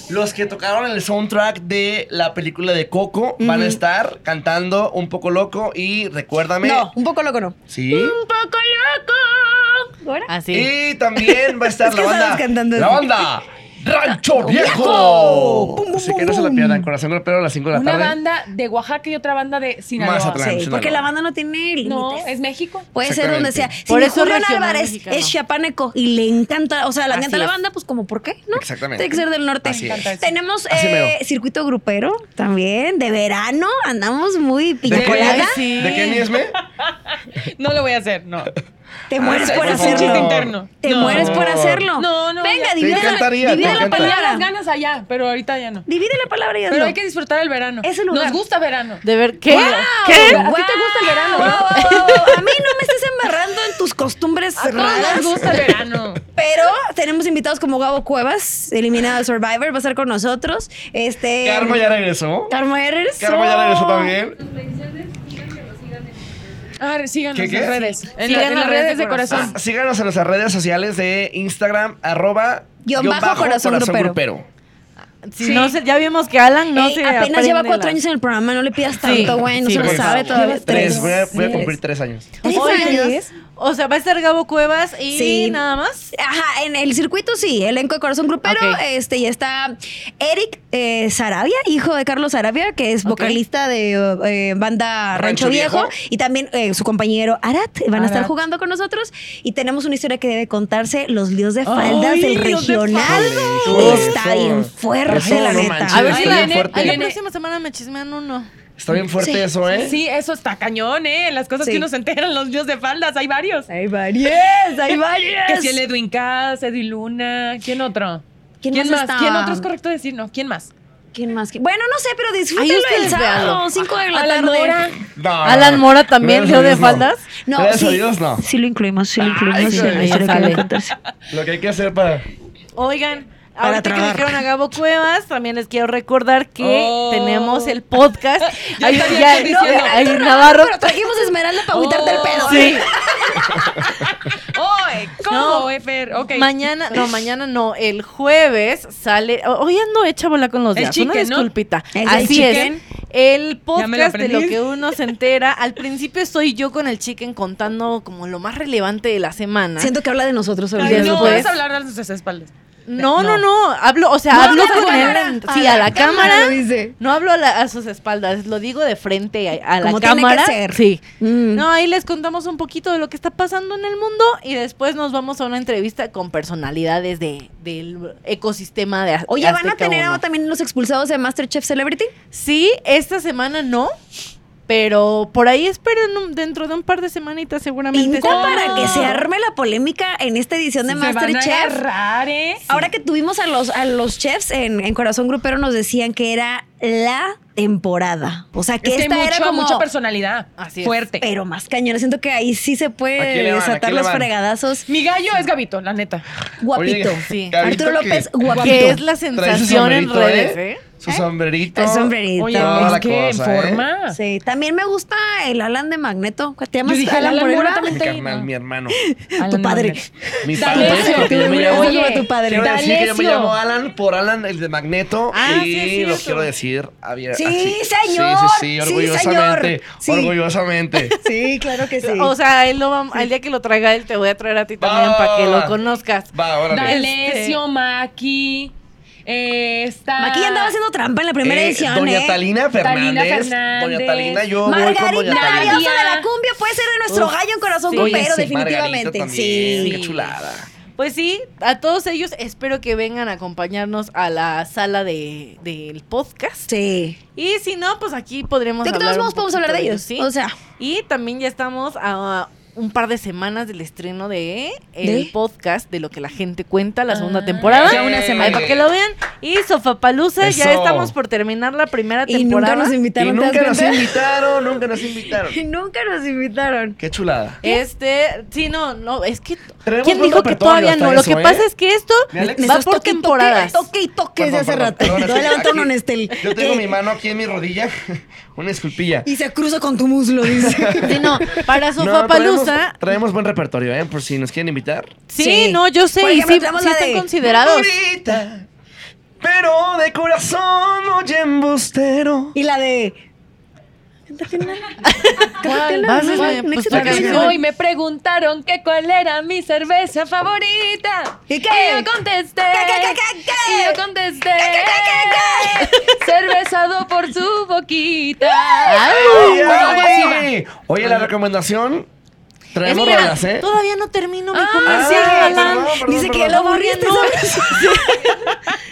Speaker 2: los que tocaron el soundtrack de la película de Coco van a estar cantando un poco loco y recuérdame.
Speaker 1: No, un poco loco no. Ah,
Speaker 2: Sí.
Speaker 1: poco loco. ¿Ahora?
Speaker 5: Así.
Speaker 2: Y también va a
Speaker 1: [laughs]
Speaker 2: estar
Speaker 1: Es que
Speaker 2: la banda.
Speaker 1: estabas cantando
Speaker 2: la
Speaker 1: así.
Speaker 2: banda Rancho
Speaker 1: Viejo.
Speaker 2: Viejo.
Speaker 1: Pum, pum,
Speaker 2: Así
Speaker 1: pum,
Speaker 2: que no se la
Speaker 1: pum.
Speaker 2: pierdan, corazón golpeo a las 5 de la
Speaker 3: Una
Speaker 2: tarde.
Speaker 3: banda de Oaxaca y otra banda de Sinaloa.
Speaker 2: Mazatlán.
Speaker 1: Sí,
Speaker 2: Sinaloa.
Speaker 1: porque la banda no tiene límites.
Speaker 3: No, es México.
Speaker 1: Puede ser donde sea. Si
Speaker 5: Por
Speaker 1: mi
Speaker 5: eso
Speaker 1: Julián
Speaker 5: regional
Speaker 1: Álvarez
Speaker 5: mexicano.
Speaker 1: es chiapaneco y le encanta, o sea, le
Speaker 5: Así
Speaker 1: encanta la
Speaker 5: es.
Speaker 1: banda, pues como por qué, ¿no?
Speaker 2: Exactamente.
Speaker 1: Tiene que ser del norte.
Speaker 2: Así es.
Speaker 1: Tenemos
Speaker 2: Así
Speaker 1: eh,
Speaker 2: mero.
Speaker 1: circuito grupero también, de verano, andamos muy
Speaker 2: ¿De qué,
Speaker 1: piñacolada.
Speaker 5: Sí.
Speaker 2: ¿De qué niesme?
Speaker 3: No lo voy a hacer, no.
Speaker 1: Te mueres
Speaker 2: Ay,
Speaker 1: por
Speaker 2: Ah, por
Speaker 1: hacerlo.
Speaker 2: favor.
Speaker 1: Te
Speaker 3: No.
Speaker 1: mueres por hacerlo.
Speaker 3: No, no,
Speaker 1: Venga,
Speaker 3: ya.
Speaker 1: divide,
Speaker 2: Te
Speaker 1: la-
Speaker 2: encantaría,
Speaker 1: divide
Speaker 2: te
Speaker 1: la
Speaker 2: encanta.
Speaker 3: Tenía las
Speaker 1: palabra.
Speaker 3: ganas allá, pero ahorita ya no.
Speaker 1: Divide la palabra y hazlo.
Speaker 3: Pero hay que disfrutar el verano.
Speaker 1: Es el lugar.
Speaker 3: Nos gusta verano.
Speaker 5: De ver qué.
Speaker 3: ¿Qué? ¿A ti te gusta el
Speaker 1: [laughs]
Speaker 3: verano, no?
Speaker 1: A mí no me estés embarrando en tus costumbres
Speaker 3: A todos
Speaker 1: raras.
Speaker 3: nos gusta el verano.
Speaker 1: Pero tenemos invitados como Gabo Cuevas, eliminado de Survivor, va a estar con nosotros. Este.
Speaker 2: Carmo ya regresó.
Speaker 1: Carmo ya regresó.
Speaker 2: Carmo ya regresó también.
Speaker 3: Ah, síganos
Speaker 2: ¿Qué,
Speaker 3: en
Speaker 2: qué?
Speaker 3: las redes. En,
Speaker 5: Sigan
Speaker 3: la- en las redes de corazón.
Speaker 2: Ah, síganos en nuestras redes sociales de Instagram, arroba
Speaker 1: Guión bajo corazón grupero.
Speaker 2: grupero.
Speaker 5: Si no se- ya vimos que Alan no
Speaker 1: Ey,
Speaker 5: se
Speaker 1: Eh, apenas lleva
Speaker 5: aprende
Speaker 1: cuatro
Speaker 5: la-
Speaker 1: años en el programa, no le pidas
Speaker 5: Sí,
Speaker 1: tanto, güey. No
Speaker 5: sí,
Speaker 1: se lo
Speaker 5: por
Speaker 1: sabe
Speaker 5: favor.
Speaker 1: todavía.
Speaker 2: Tres, voy a, voy a cumplir tres años.
Speaker 1: ¿Tres
Speaker 5: Oigan,
Speaker 1: años?
Speaker 5: O sea, va a estar Gabo Cuevas y
Speaker 1: Sí.
Speaker 5: nada más.
Speaker 1: Ajá, en el circuito sí, elenco de corazón grupero,
Speaker 5: Ok.
Speaker 1: este, y está Eric eh, Sarabia, hijo de Carlos Sarabia, que es
Speaker 5: Ok.
Speaker 1: vocalista de eh, banda Rancho,
Speaker 2: Rancho
Speaker 1: Viejo,
Speaker 2: Viejo.
Speaker 1: y también eh, su compañero Arat, van a estar
Speaker 3: Arat.
Speaker 1: jugando con nosotros, y tenemos una historia que debe contarse, los líos de faldas del regional,
Speaker 2: Híjole,
Speaker 1: está
Speaker 2: eso-
Speaker 1: bien fuerte,
Speaker 2: eso
Speaker 1: la
Speaker 2: no
Speaker 1: neta.
Speaker 2: manches,
Speaker 5: A ver
Speaker 2: está
Speaker 5: si
Speaker 2: bien
Speaker 5: la,
Speaker 2: fuerte.
Speaker 5: a la próxima semana me chismean uno.
Speaker 2: Está bien fuerte eso, ¿eh?
Speaker 3: Sí, eso está cañón, ¿eh? Las cosas
Speaker 1: Sí.
Speaker 3: que uno se enteran, los dios de faldas, hay varios.
Speaker 1: Hay varias,
Speaker 5: [laughs]
Speaker 1: hay varias.
Speaker 3: Que si el Edwin Cass, Edwin Luna, ¿quién otro?
Speaker 1: ¿Quién más estaba?
Speaker 3: ¿Quién otro es correcto decir? No, ¿quién más?
Speaker 1: ¿Quién más? ¿Quién- Bueno, no sé, pero disfrútenlo el
Speaker 5: ustedes
Speaker 1: sábado,
Speaker 5: véanlo.
Speaker 1: 5 de la
Speaker 3: Alan
Speaker 1: tarde.
Speaker 3: Mora.
Speaker 2: No,
Speaker 5: Alan Mora también
Speaker 2: Gracias a
Speaker 5: dio de
Speaker 2: Dios, no.
Speaker 5: faldas.
Speaker 1: No,
Speaker 2: Gracias
Speaker 1: sí,
Speaker 2: a Dios, no.
Speaker 1: Sí lo incluimos, sí lo
Speaker 2: Ay,
Speaker 1: incluimos.
Speaker 2: sí,
Speaker 1: en la
Speaker 2: ahí
Speaker 1: historia que
Speaker 5: sale.
Speaker 1: va a contarse.
Speaker 2: Lo que hay que hacer para.
Speaker 5: Oigan,
Speaker 1: Para
Speaker 5: ahorita que
Speaker 1: tragar.
Speaker 5: dijeron a Gabo Cuevas, también les quiero recordar que
Speaker 3: Oh.
Speaker 5: tenemos el
Speaker 3: [laughs]
Speaker 5: podcast.
Speaker 3: Yo también
Speaker 5: [laughs]
Speaker 3: estoy diciendo,
Speaker 5: hay
Speaker 1: Pero no,
Speaker 5: Navarro.
Speaker 1: Pero trajimos a Esmeralda para agüitarte el
Speaker 3: Oh,
Speaker 1: pedo.
Speaker 5: Sí.
Speaker 3: ¡Oye!
Speaker 5: No.
Speaker 3: ¿Cómo, Efer? Ok.
Speaker 5: Mañana, no, mañana no, el jueves sale. oh, Hoy ando hecha bola con los
Speaker 3: El
Speaker 5: días. una
Speaker 3: chicken, ¿no?
Speaker 5: disculpita.
Speaker 1: El
Speaker 5: Así es.
Speaker 3: chicken.
Speaker 5: El
Speaker 3: Ya me lo
Speaker 5: podcast de
Speaker 3: aprendí.
Speaker 5: lo que uno se entera. Al principio estoy yo con el chicken contando como lo más relevante de la semana.
Speaker 1: Siento que habla de nosotros
Speaker 3: Ay,
Speaker 1: ahorita.
Speaker 5: Días
Speaker 3: no,
Speaker 5: después.
Speaker 3: vas a hablar a nuestras espaldas.
Speaker 5: No, no, no, Hablo, o sea,
Speaker 1: No,
Speaker 5: hablo
Speaker 1: habla a la
Speaker 5: con él.
Speaker 1: cámara.
Speaker 5: en-
Speaker 1: A
Speaker 5: sí,
Speaker 1: la
Speaker 5: a la cámara.
Speaker 1: cámara, dice.
Speaker 5: No hablo a, la- a sus espaldas, lo digo de frente a, a la
Speaker 1: Como tiene que
Speaker 5: cámara.
Speaker 1: ser.
Speaker 5: Sí.
Speaker 1: Mm.
Speaker 5: No, ahí les contamos un poquito de lo que está pasando en el mundo y después nos vamos a una entrevista con personalidades de, del ecosistema de Az-
Speaker 1: Oye, ¿van a
Speaker 5: Azteca
Speaker 1: tener
Speaker 5: uno.
Speaker 1: ahora también los expulsados de Masterchef Celebrity?
Speaker 5: Sí, esta semana no. Pero por ahí esperen un- dentro de un par de semanitas seguramente. Ah,
Speaker 1: Pinta
Speaker 5: está-
Speaker 1: para que se arme la polémica en esta edición de
Speaker 3: Se van a
Speaker 1: Masterchef.
Speaker 3: agarrar, ¿eh?
Speaker 1: Ahora que tuvimos a los, a los chefs en, en Corazón Grupero, nos decían que era la temporada. O sea, que
Speaker 3: Es que hay
Speaker 1: esta era
Speaker 3: mucho-
Speaker 1: como...
Speaker 3: mucha personalidad.
Speaker 5: Así es.
Speaker 3: Fuerte.
Speaker 1: pero más cañones. Siento que ahí sí se
Speaker 2: ¿A quién le
Speaker 1: puede
Speaker 2: van? ¿A
Speaker 1: desatar
Speaker 2: quién le
Speaker 1: los
Speaker 2: van?
Speaker 1: fregadazos.
Speaker 3: Mi gallo es Gabito, la neta.
Speaker 2: [laughs]
Speaker 1: Guapito.
Speaker 2: Oye,
Speaker 5: sí.
Speaker 2: Gabito,
Speaker 1: Arturo
Speaker 2: que
Speaker 1: López, guapito.
Speaker 5: Que es la
Speaker 2: trae su
Speaker 5: sensación en
Speaker 2: sombrerito,
Speaker 5: redes,
Speaker 2: ¿eh?
Speaker 5: ¿eh?
Speaker 2: Su sombrerito.
Speaker 1: El sombrerito.
Speaker 3: Oye,
Speaker 2: Toda
Speaker 3: es
Speaker 2: la
Speaker 3: que en
Speaker 2: cosa, ¿eh?
Speaker 3: forma.
Speaker 1: Sí, también me gusta el Alan de Magneto. ¿Te llamas
Speaker 3: Yo dije,
Speaker 1: Alan
Speaker 3: Alan
Speaker 1: Moreno?
Speaker 3: Mora
Speaker 2: Mi
Speaker 3: también.
Speaker 2: carnal, mi hermano.
Speaker 1: Tu
Speaker 3: Alan
Speaker 1: padre.
Speaker 3: Magneto.
Speaker 2: Mi
Speaker 3: Dale,
Speaker 2: padre.
Speaker 3: sí,
Speaker 2: porque yo me
Speaker 3: tú,
Speaker 2: llamo-
Speaker 1: Oye, como tu padre.
Speaker 2: Quiero decir que yo me
Speaker 3: D'Alessio.
Speaker 2: llamo Alan por Alan, el de Magneto.
Speaker 5: Ah, sí, es
Speaker 2: y
Speaker 5: cierto.
Speaker 2: lo quiero decir abierto.
Speaker 1: Sí,
Speaker 2: Sí,
Speaker 1: señor,
Speaker 2: sí, sí,
Speaker 1: sí,
Speaker 2: orgullosamente.
Speaker 1: señor. Sí.
Speaker 2: Orgullosamente.
Speaker 1: Sí, claro que
Speaker 2: [laughs]
Speaker 1: sí.
Speaker 5: O sea, él lo va, al día que lo traiga él te voy a traer a ti
Speaker 2: Va,
Speaker 5: también
Speaker 2: va,
Speaker 5: para
Speaker 2: va,
Speaker 5: que
Speaker 2: va.
Speaker 5: lo conozcas.
Speaker 2: Va, órale.
Speaker 3: D'Alessio, Maki. eh, está.
Speaker 1: Aquí andaba haciendo trampa en la primera
Speaker 2: Eh,
Speaker 1: edición.
Speaker 2: Doña
Speaker 1: ¿eh?
Speaker 2: Talina
Speaker 3: Talina
Speaker 2: Fernández. Doña
Speaker 3: Fernández.
Speaker 2: Talina, yo voy con
Speaker 1: Margarita,
Speaker 2: Doña
Speaker 1: la
Speaker 2: Talina.
Speaker 1: diosa de la cumbia, puede ser de nuestro
Speaker 5: Uf,
Speaker 1: gallo en corazón
Speaker 5: sí.
Speaker 1: grupero,
Speaker 5: Oye, sí,
Speaker 2: Margarita
Speaker 1: definitivamente.
Speaker 2: también,
Speaker 1: Sí.
Speaker 2: Qué chulada.
Speaker 5: Pues sí, a todos ellos espero que vengan a acompañarnos a la sala de, del podcast.
Speaker 1: Sí.
Speaker 5: Y si no, pues aquí podremos
Speaker 1: De que
Speaker 5: hablar
Speaker 1: todos
Speaker 5: un
Speaker 1: modos podemos hablar de
Speaker 5: poquito
Speaker 1: ellos.
Speaker 5: ¿sí?
Speaker 1: O sea,
Speaker 5: y también ya estamos a un par de semanas del estreno de el
Speaker 1: ¿De?
Speaker 5: podcast de lo que la gente cuenta la segunda
Speaker 3: Ah,
Speaker 5: temporada.
Speaker 2: ya una semana.
Speaker 5: Ahí para que lo vean. Y Sofapaluza, ya
Speaker 2: Eso.
Speaker 5: estamos por terminar la primera
Speaker 1: y nunca
Speaker 5: temporada.
Speaker 1: nos
Speaker 2: Y
Speaker 1: invitaron. ¿te
Speaker 2: nunca
Speaker 1: das [laughs]
Speaker 2: nos
Speaker 1: cuenta?
Speaker 2: invitaron, nunca nos invitaron.
Speaker 1: Nunca nos invitaron. [laughs]
Speaker 2: Qué chulada.
Speaker 5: Este, sí, no, no, es que
Speaker 2: Tenemos
Speaker 5: ¿Quién
Speaker 2: buen
Speaker 5: dijo que
Speaker 2: repertorio
Speaker 5: todavía
Speaker 2: hasta
Speaker 5: no?
Speaker 2: eso,
Speaker 5: Lo que
Speaker 2: ¿eh?
Speaker 5: pasa es que esto
Speaker 2: Mi Alex,
Speaker 5: va
Speaker 1: Estás
Speaker 5: por
Speaker 1: toque y toque,
Speaker 5: temporadas.
Speaker 1: Toque y toque desde
Speaker 2: Perdón,
Speaker 1: hace
Speaker 2: perdón,
Speaker 1: rato.
Speaker 2: perdón,
Speaker 1: Te
Speaker 2: es
Speaker 1: voy a
Speaker 2: que
Speaker 1: levantar un
Speaker 2: aquí-
Speaker 1: honestel.
Speaker 2: Yo tengo
Speaker 1: Eh,
Speaker 2: mi mano aquí en mi rodilla, [laughs] una esculpilla.
Speaker 1: Y se cruza con tu muslo, dice.
Speaker 2: [laughs]
Speaker 5: Sí, no, para
Speaker 2: No,
Speaker 5: Sofapalusa.
Speaker 2: traemos, traemos buen repertorio, ¿eh? Por si nos quieren invitar.
Speaker 5: sí,
Speaker 1: Sí.
Speaker 5: no, yo sé,
Speaker 1: Por
Speaker 5: y
Speaker 1: ejemplo,
Speaker 5: sí,
Speaker 1: tenemos
Speaker 5: sí
Speaker 1: la
Speaker 5: están
Speaker 1: de-
Speaker 5: considerados.
Speaker 2: Ahorita, pero de corazón, oye, embustero.
Speaker 1: Y la de.
Speaker 3: ¿Cuál?
Speaker 5: Vas,
Speaker 1: no,
Speaker 5: Esme,
Speaker 1: no,
Speaker 5: pues,
Speaker 1: no,
Speaker 5: tú
Speaker 2: Ah,
Speaker 1: no,
Speaker 5: que-
Speaker 1: no, no.
Speaker 3: Hoy me preguntaron que cuál era mi cerveza favorita.
Speaker 1: ¿Y qué?
Speaker 3: yo contesté.
Speaker 1: ¿Qué, qué, qué, qué?
Speaker 3: Y yo contesté.
Speaker 1: ¿Qué,
Speaker 3: Cervezado por su boquita.
Speaker 2: Ay,
Speaker 3: Bueno,
Speaker 2: ay.
Speaker 3: pues, sí,
Speaker 2: Oye, la recomendación. Traemos
Speaker 5: Mira,
Speaker 2: rolas, ¿eh?
Speaker 5: Todavía no termino mi
Speaker 3: Ah,
Speaker 5: comercial,
Speaker 2: Ah,
Speaker 5: Alan.
Speaker 2: perdón, perdón,
Speaker 1: Dice que ya
Speaker 2: perdón.
Speaker 1: lo aburriste.
Speaker 5: No.
Speaker 1: ¿sabes?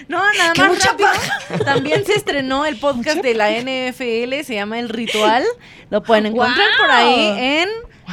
Speaker 5: No, nada
Speaker 1: Qué
Speaker 5: más
Speaker 1: mucha
Speaker 5: rápido. [laughs] También se estrenó el podcast de la NFL, se llama El Ritual. Lo pueden encontrar
Speaker 1: Wow.
Speaker 5: por ahí en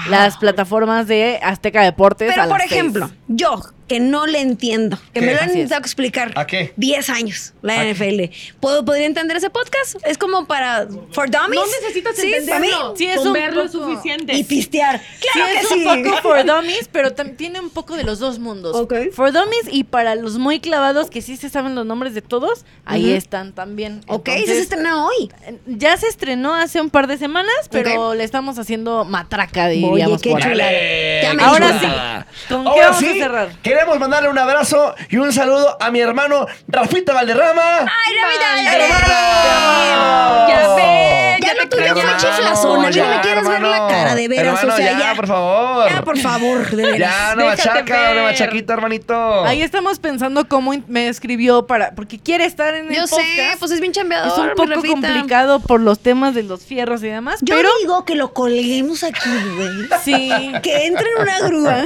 Speaker 5: las plataformas de Azteca Deportes. a
Speaker 1: Pero, por
Speaker 5: las seis.
Speaker 1: ejemplo, yo, que no le entiendo, que
Speaker 2: ¿Qué?
Speaker 1: me lo han
Speaker 5: Así es.
Speaker 1: intentado explicar.
Speaker 2: ¿A qué?
Speaker 1: 10 años, la
Speaker 2: ¿A qué?
Speaker 1: NFL. ¿Puedo, ¿Podría entender ese podcast? Es como para. For Dummies.
Speaker 3: No necesitas
Speaker 1: Sí, para
Speaker 3: entenderlo.
Speaker 1: mí.
Speaker 5: Sí, es
Speaker 3: Con
Speaker 5: un
Speaker 3: verlo es
Speaker 5: poco-
Speaker 3: suficiente.
Speaker 1: Y pistear.
Speaker 5: Sí,
Speaker 1: Claro
Speaker 5: es
Speaker 1: que sí.
Speaker 5: un poco for dummies, pero tam- tiene un poco de los dos mundos.
Speaker 1: Ok.
Speaker 5: For dummies y para los muy clavados que sí se saben los nombres de todos, ahí
Speaker 1: Ujú.
Speaker 5: están también.
Speaker 1: Ok,
Speaker 5: Entonces,
Speaker 1: ese se estrena hoy.
Speaker 5: ya se estrenó hace un par de semanas, pero le estamos haciendo matraca, diríamos.
Speaker 1: qué
Speaker 5: por ahí.
Speaker 1: chula.
Speaker 2: Dale,
Speaker 1: Ya me
Speaker 2: qué
Speaker 1: Ahora
Speaker 2: chulada.
Speaker 5: sí, ¿con qué
Speaker 2: Ahora
Speaker 5: vamos a
Speaker 2: sí, Y
Speaker 5: cerrar.
Speaker 2: Queremos mandarle un abrazo y un saludo a mi hermano Rafita Valderrama.
Speaker 1: ¡Ay, Rafita!
Speaker 2: ¡Hermano!
Speaker 1: Ya ves,
Speaker 2: Ya
Speaker 1: ya
Speaker 2: te
Speaker 1: lo tuyo ya
Speaker 2: creo.
Speaker 1: me chiflazona. Ya no me
Speaker 2: Ya,
Speaker 1: quieres ver la
Speaker 2: hermano.
Speaker 1: cara, de veras.
Speaker 2: Hermano,
Speaker 1: o sea,
Speaker 2: ya,
Speaker 1: ya,
Speaker 2: por favor.
Speaker 1: Ya, por favor, de veras.
Speaker 2: Ya, no
Speaker 3: Déjate
Speaker 2: machaca,
Speaker 3: ver.
Speaker 2: no machaquita, hermanito.
Speaker 5: Ahí estamos pensando cómo in- me escribió para. Porque quiere estar en el
Speaker 1: Yo
Speaker 5: podcast.
Speaker 1: sé, pues es bien chambeador.
Speaker 5: es un
Speaker 1: mi
Speaker 5: poco
Speaker 1: Rafita.
Speaker 5: complicado por los temas de los fierros y demás.
Speaker 1: Yo
Speaker 5: pero
Speaker 1: digo que lo colguemos aquí, güey.
Speaker 5: sí,
Speaker 1: Que entre en una
Speaker 5: [laughs]
Speaker 1: grúa.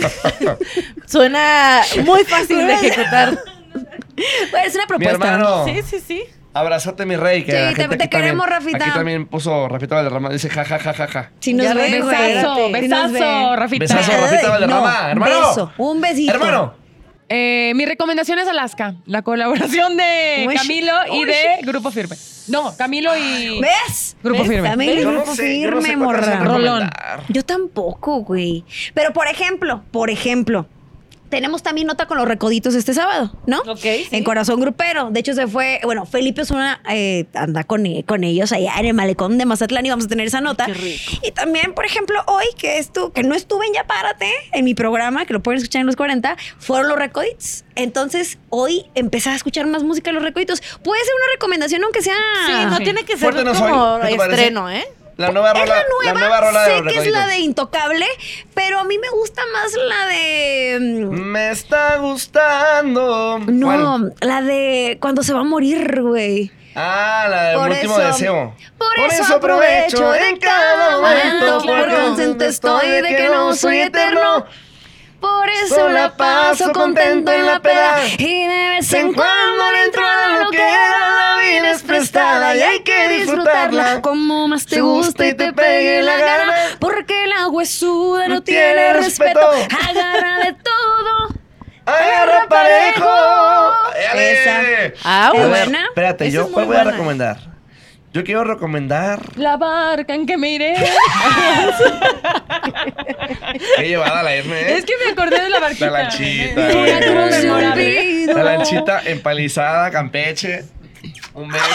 Speaker 1: [laughs]
Speaker 5: suena muy fácil de ejecutar.
Speaker 1: Güey, Pues, es una
Speaker 2: Mi
Speaker 1: propuesta.
Speaker 2: hermano.
Speaker 5: Sí, sí, sí.
Speaker 2: Abrazote, mi rey. Que
Speaker 1: Sí,
Speaker 2: la
Speaker 1: te-
Speaker 2: gente
Speaker 1: te
Speaker 2: aquí también-
Speaker 1: queremos, Rafita.
Speaker 2: Aquí también puso Rafita Valderrama. Dice ja, ja, ja, ja, ja.
Speaker 1: Si nos
Speaker 5: Ya
Speaker 1: ve,
Speaker 5: regresaste.
Speaker 1: güey.
Speaker 3: Besazo,
Speaker 1: Si nos
Speaker 3: besazo,
Speaker 1: ve.
Speaker 3: Rafita.
Speaker 2: Besazo, Rafita Valderrama.
Speaker 1: No,
Speaker 2: hermano.
Speaker 1: beso, un besito.
Speaker 2: Hermano.
Speaker 3: Eh, mi recomendación es Alaska, la colaboración de
Speaker 1: Uy,
Speaker 3: Camilo y
Speaker 1: uy.
Speaker 3: de Grupo Firme. No, Camilo y
Speaker 1: ¿Ves?
Speaker 3: Grupo Firme.
Speaker 1: También
Speaker 2: Yo no
Speaker 1: grupo
Speaker 2: sé, yo no sé
Speaker 1: firme,
Speaker 2: cuál es el
Speaker 1: morra.
Speaker 3: Rolón.
Speaker 2: recomendar.
Speaker 1: Yo tampoco, güey. Pero por ejemplo, por ejemplo, tenemos también nota con los recoditos este sábado, ¿no?
Speaker 4: Ok, sí.
Speaker 1: En Corazón Grupero. De hecho, se fue, bueno, Felipe Osuna eh, anda con, eh, con ellos allá en el malecón de Mazatlán y vamos a tener esa nota.
Speaker 4: Qué rico.
Speaker 1: Y también, por ejemplo, hoy que estu- que no estuve en Ya Párate, en mi programa, que lo pueden escuchar en los 40, fueron los recoditos. Entonces, hoy empecé a escuchar más música de los recoditos. Puede ser una recomendación, aunque sea.
Speaker 5: Sí, no
Speaker 3: sí.
Speaker 5: tiene que ser
Speaker 2: Fuerte no soy.
Speaker 5: como
Speaker 2: ¿Qué te parece?
Speaker 5: estreno, ¿eh?
Speaker 2: La nueva rola.
Speaker 1: Es la nueva,
Speaker 2: rola de
Speaker 1: sé
Speaker 2: los
Speaker 1: que es la de
Speaker 2: Recoditos.
Speaker 1: Intocable, pero a mí me gusta más la de...
Speaker 2: Me está gustando.
Speaker 1: mm, No,
Speaker 2: ¿Cuál?
Speaker 1: la de cuando se va a morir, güey.
Speaker 2: Ah, la del
Speaker 1: Por
Speaker 2: último
Speaker 1: eso-
Speaker 2: deseo.
Speaker 1: Por, eso, aprovecho de cada momento, porque contento estoy de que no soy eterno. Por eso la paso contento en la peda y de vez en cuando le entra lo que da, la vida es prestada y hay que disfrutarla como más te gusta y te pegue la gana, porque la huesuda no tiene respeto, agarra de todo.
Speaker 2: ¡Agarra parejo! ¡Éale!
Speaker 1: Esa.
Speaker 5: Ah,
Speaker 1: Es
Speaker 2: A ver,
Speaker 1: buena.
Speaker 2: espérate,
Speaker 5: Esa
Speaker 2: yo
Speaker 5: es muy
Speaker 2: cuál voy a
Speaker 5: buena.
Speaker 2: recomendar. Yo quiero recomendar.
Speaker 3: la barca en que me iré.
Speaker 2: Qué llevada
Speaker 1: [laughs]
Speaker 2: la Esme, ¿eh?
Speaker 3: es que me acordé de la barquita.
Speaker 2: La lanchita. eh.
Speaker 3: Una
Speaker 2: güey.
Speaker 3: cruz de
Speaker 1: Memorable. olvido.
Speaker 2: La lanchita empalizada, Campeche. Un beso.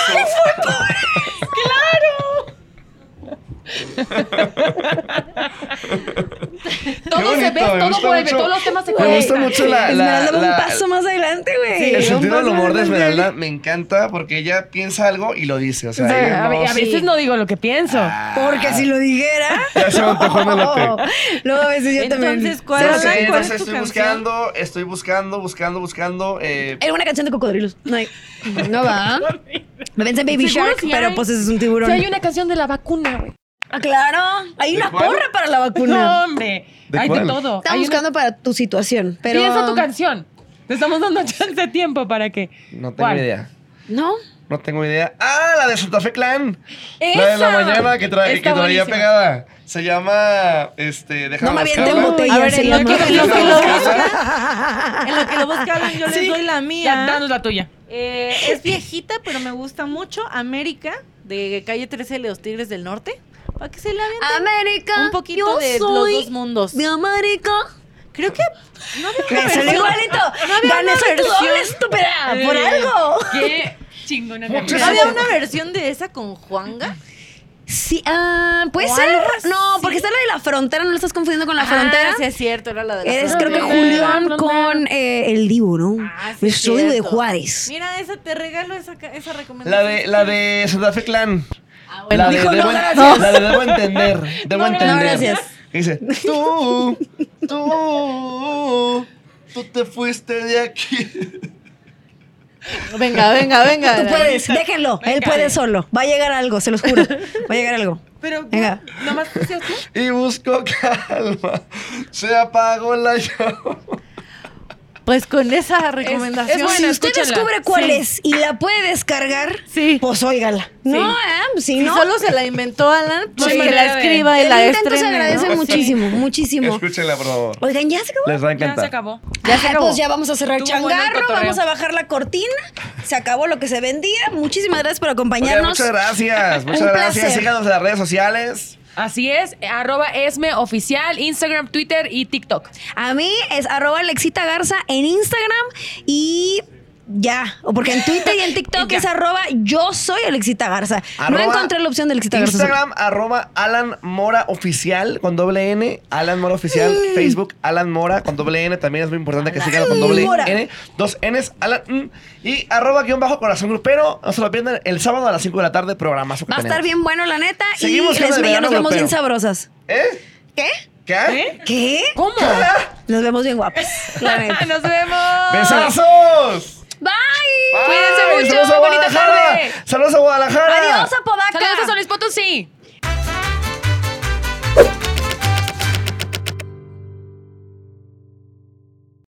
Speaker 3: Todo
Speaker 2: Qué
Speaker 3: se ve,
Speaker 2: bonito, me
Speaker 3: todo
Speaker 2: gusta
Speaker 3: vuelve,
Speaker 2: mucho-
Speaker 3: todos los temas se
Speaker 2: me
Speaker 5: Este,
Speaker 3: conectan.
Speaker 2: gusta mucho la-
Speaker 1: Esmeralda va
Speaker 2: la-
Speaker 1: un paso más adelante, güey.
Speaker 2: El
Speaker 1: Va un
Speaker 2: sentido del
Speaker 1: paso
Speaker 2: humor de
Speaker 1: más adelante.
Speaker 2: Esmeralda me encanta porque ella piensa algo y lo dice. O sea,
Speaker 3: O sea,
Speaker 2: ella
Speaker 3: a,
Speaker 2: no-
Speaker 3: ve- a veces no digo lo que pienso.
Speaker 2: Ah.
Speaker 1: Porque si lo dijera.
Speaker 2: [laughs] Ya se me antojó una latte.
Speaker 1: Luego a veces yo también.
Speaker 5: Entonces, ¿cuál,
Speaker 2: No
Speaker 5: Alan,
Speaker 2: sé,
Speaker 5: cuál
Speaker 2: no
Speaker 5: es
Speaker 2: sé,
Speaker 5: tu
Speaker 2: estoy
Speaker 5: canción?
Speaker 2: buscando, estoy buscando, buscando, buscando. eh,
Speaker 1: Era una canción de cocodrilos. No, hay- no va. Me pensé en Baby
Speaker 3: Seguro
Speaker 1: Shark,
Speaker 3: sí
Speaker 1: pero
Speaker 3: hay.
Speaker 1: pues ese es un tiburón.
Speaker 3: Si hay una canción de la vacuna, güey.
Speaker 1: Ah, claro. Hay
Speaker 2: ¿De
Speaker 1: una
Speaker 2: cuál?
Speaker 1: porra para la
Speaker 3: No,
Speaker 1: vacuna.
Speaker 3: hombre.
Speaker 2: ¿De
Speaker 3: hay
Speaker 2: cuál?
Speaker 3: de todo.
Speaker 1: Estaba
Speaker 3: Hay una-
Speaker 1: buscando para tu situación, pero.
Speaker 3: Piensa tu canción. Te estamos dando [laughs] chance de tiempo para que.
Speaker 2: no tengo
Speaker 3: ¿Cuál?
Speaker 2: idea.
Speaker 1: No.
Speaker 2: No tengo idea. ¡Ah! La de Santa Fe Clan. La de la
Speaker 3: ¡Esa!
Speaker 2: mañana que, trae, que
Speaker 3: Está
Speaker 2: traía
Speaker 3: buenísima.
Speaker 2: pegada. Se llama. Este. Déjame
Speaker 1: No me avienten
Speaker 2: buscarla.
Speaker 1: botellas.
Speaker 5: A ver,
Speaker 1: se
Speaker 5: en lo
Speaker 1: llama.
Speaker 5: que- en lo que lo
Speaker 2: busca.
Speaker 5: En lo que lo busca Alan, yo les
Speaker 3: Sí,
Speaker 5: doy la
Speaker 3: Ya,
Speaker 5: mía.
Speaker 3: danos la [laughs] tuya.
Speaker 5: Eh, es viejita, pero me gusta mucho. América, de calle 13 de los Tigres del Norte. Para que se la vean
Speaker 1: América.
Speaker 5: un poquito
Speaker 1: yo
Speaker 5: de
Speaker 1: soy
Speaker 5: los dos mundos.
Speaker 1: De América.
Speaker 5: Creo que no había una
Speaker 1: Me salió
Speaker 5: versión-
Speaker 1: igualito.
Speaker 5: No había una
Speaker 1: Vanessa, tu
Speaker 5: versión.
Speaker 1: doble estúpida.
Speaker 3: Eh,
Speaker 1: Por algo.
Speaker 3: Qué chingona.
Speaker 2: Muchas-
Speaker 5: ¿No
Speaker 3: canción.
Speaker 5: había una versión de esa con Juanga?
Speaker 1: Sí, ah, puede
Speaker 5: ¿O
Speaker 1: ser.
Speaker 5: algo
Speaker 1: No,
Speaker 5: así?
Speaker 1: porque está la de la frontera, no la estás confundiendo con la frontera.
Speaker 5: Ah, sí, es cierto, era la de la
Speaker 1: Eres creo
Speaker 5: frontera.
Speaker 1: que
Speaker 3: frontera.
Speaker 1: Julián
Speaker 3: La
Speaker 1: con
Speaker 3: frontera.
Speaker 1: eh, el Divo, ¿no?
Speaker 5: Ah, sí,
Speaker 1: el
Speaker 5: es
Speaker 1: Divo de
Speaker 5: cierto.
Speaker 1: Juárez.
Speaker 5: Mira, esa te regalo esa, ca- esa recomendación.
Speaker 2: La de, la de Santa Fe Clan.
Speaker 3: Ah,
Speaker 1: bueno.
Speaker 2: la, de,
Speaker 1: Dijo,
Speaker 2: de
Speaker 1: no,
Speaker 2: buen-
Speaker 1: gracias.
Speaker 2: la de debo entender. Debo
Speaker 3: [laughs] No,
Speaker 2: entender.
Speaker 1: gracias.
Speaker 2: Que Dice, tú, tú, tú te fuiste de aquí.
Speaker 5: Venga, venga, venga.
Speaker 1: Tú puedes, déjenlo. Él puede solo. Va a llegar algo, se los juro. Va a llegar algo.
Speaker 3: Pero,
Speaker 1: Venga.
Speaker 3: nomás que seas tú.
Speaker 2: Y busco calma. Se apagó la llama.
Speaker 5: Pues con esa recomendación.
Speaker 3: Es buena,
Speaker 1: si usted
Speaker 3: escúchala.
Speaker 1: descubre cuál
Speaker 3: Sí.
Speaker 1: es y la puede descargar,
Speaker 5: Sí.
Speaker 1: pues óigala. No, ¿eh? Si
Speaker 5: Si
Speaker 1: no,
Speaker 5: solo se la inventó Alan, pues
Speaker 3: Sí.
Speaker 5: que la escriba y
Speaker 1: el
Speaker 5: la
Speaker 1: intento
Speaker 5: estrene.
Speaker 1: se agradece
Speaker 5: ¿no?
Speaker 1: muchísimo, muchísimo.
Speaker 2: Escúchenla, por favor.
Speaker 1: Oigan, ya se acabó.
Speaker 2: Les va a
Speaker 3: Ya
Speaker 2: encantar.
Speaker 3: se acabó.
Speaker 5: Ya se
Speaker 1: Ay,
Speaker 5: acabó.
Speaker 1: Pues ya vamos a cerrar
Speaker 3: Estuvo bueno el
Speaker 1: changarro,
Speaker 3: cotorreo.
Speaker 1: vamos a bajar la cortina. Se acabó lo que se vendía. Muchísimas gracias por
Speaker 2: Oigan,
Speaker 1: acompañarnos.
Speaker 2: muchas
Speaker 1: [laughs]
Speaker 2: gracias. Muchas
Speaker 1: Un
Speaker 2: gracias.
Speaker 1: placer.
Speaker 2: Síganos en las redes sociales.
Speaker 3: Así es, arroba esme oficial, Instagram, Twitter y TikTok.
Speaker 1: A mí es arroba Lexita Garza en Instagram y ya. O porque en Twitter y en TikTok es arroba yo soy Alexita Garza.
Speaker 2: Arroba-
Speaker 1: no encontré la opción de Alexita Garza.
Speaker 2: Instagram, arroba Alan Mora Oficial con doble N. Alan Mora Oficial. Facebook, Alan Mora con doble N. También es muy importante que sigan con doble
Speaker 1: Mora.
Speaker 2: N. Dos Ns, Alan. mm, y arroba guión bajo corazón grupero. No se lo pierdan el sábado a las 5 de la tarde. Programazo que
Speaker 1: Va a estar
Speaker 2: tenemos.
Speaker 1: bien bueno, la neta.
Speaker 2: Seguimos
Speaker 1: y
Speaker 2: siendo
Speaker 1: les
Speaker 2: de
Speaker 1: ve, ya
Speaker 2: verano
Speaker 1: nos vemos bien
Speaker 2: grupero.
Speaker 1: sabrosas.
Speaker 2: ¿Eh?
Speaker 1: ¿Qué?
Speaker 2: ¿Qué?
Speaker 1: ¿Qué?
Speaker 3: ¿Cómo?
Speaker 1: Nos vemos bien guapas, la
Speaker 3: [laughs]
Speaker 1: neta.
Speaker 3: Nos vemos.
Speaker 2: ¡Besazos!
Speaker 1: Bye.
Speaker 3: Cuídense
Speaker 2: Ay,
Speaker 3: mucho,
Speaker 2: Saludos a
Speaker 3: bonita
Speaker 2: Guadalajara.
Speaker 3: tarde.
Speaker 2: Saludos a Guadalajara.
Speaker 1: Adiós, Apodaca.
Speaker 3: Saludos a San Luis Potosí.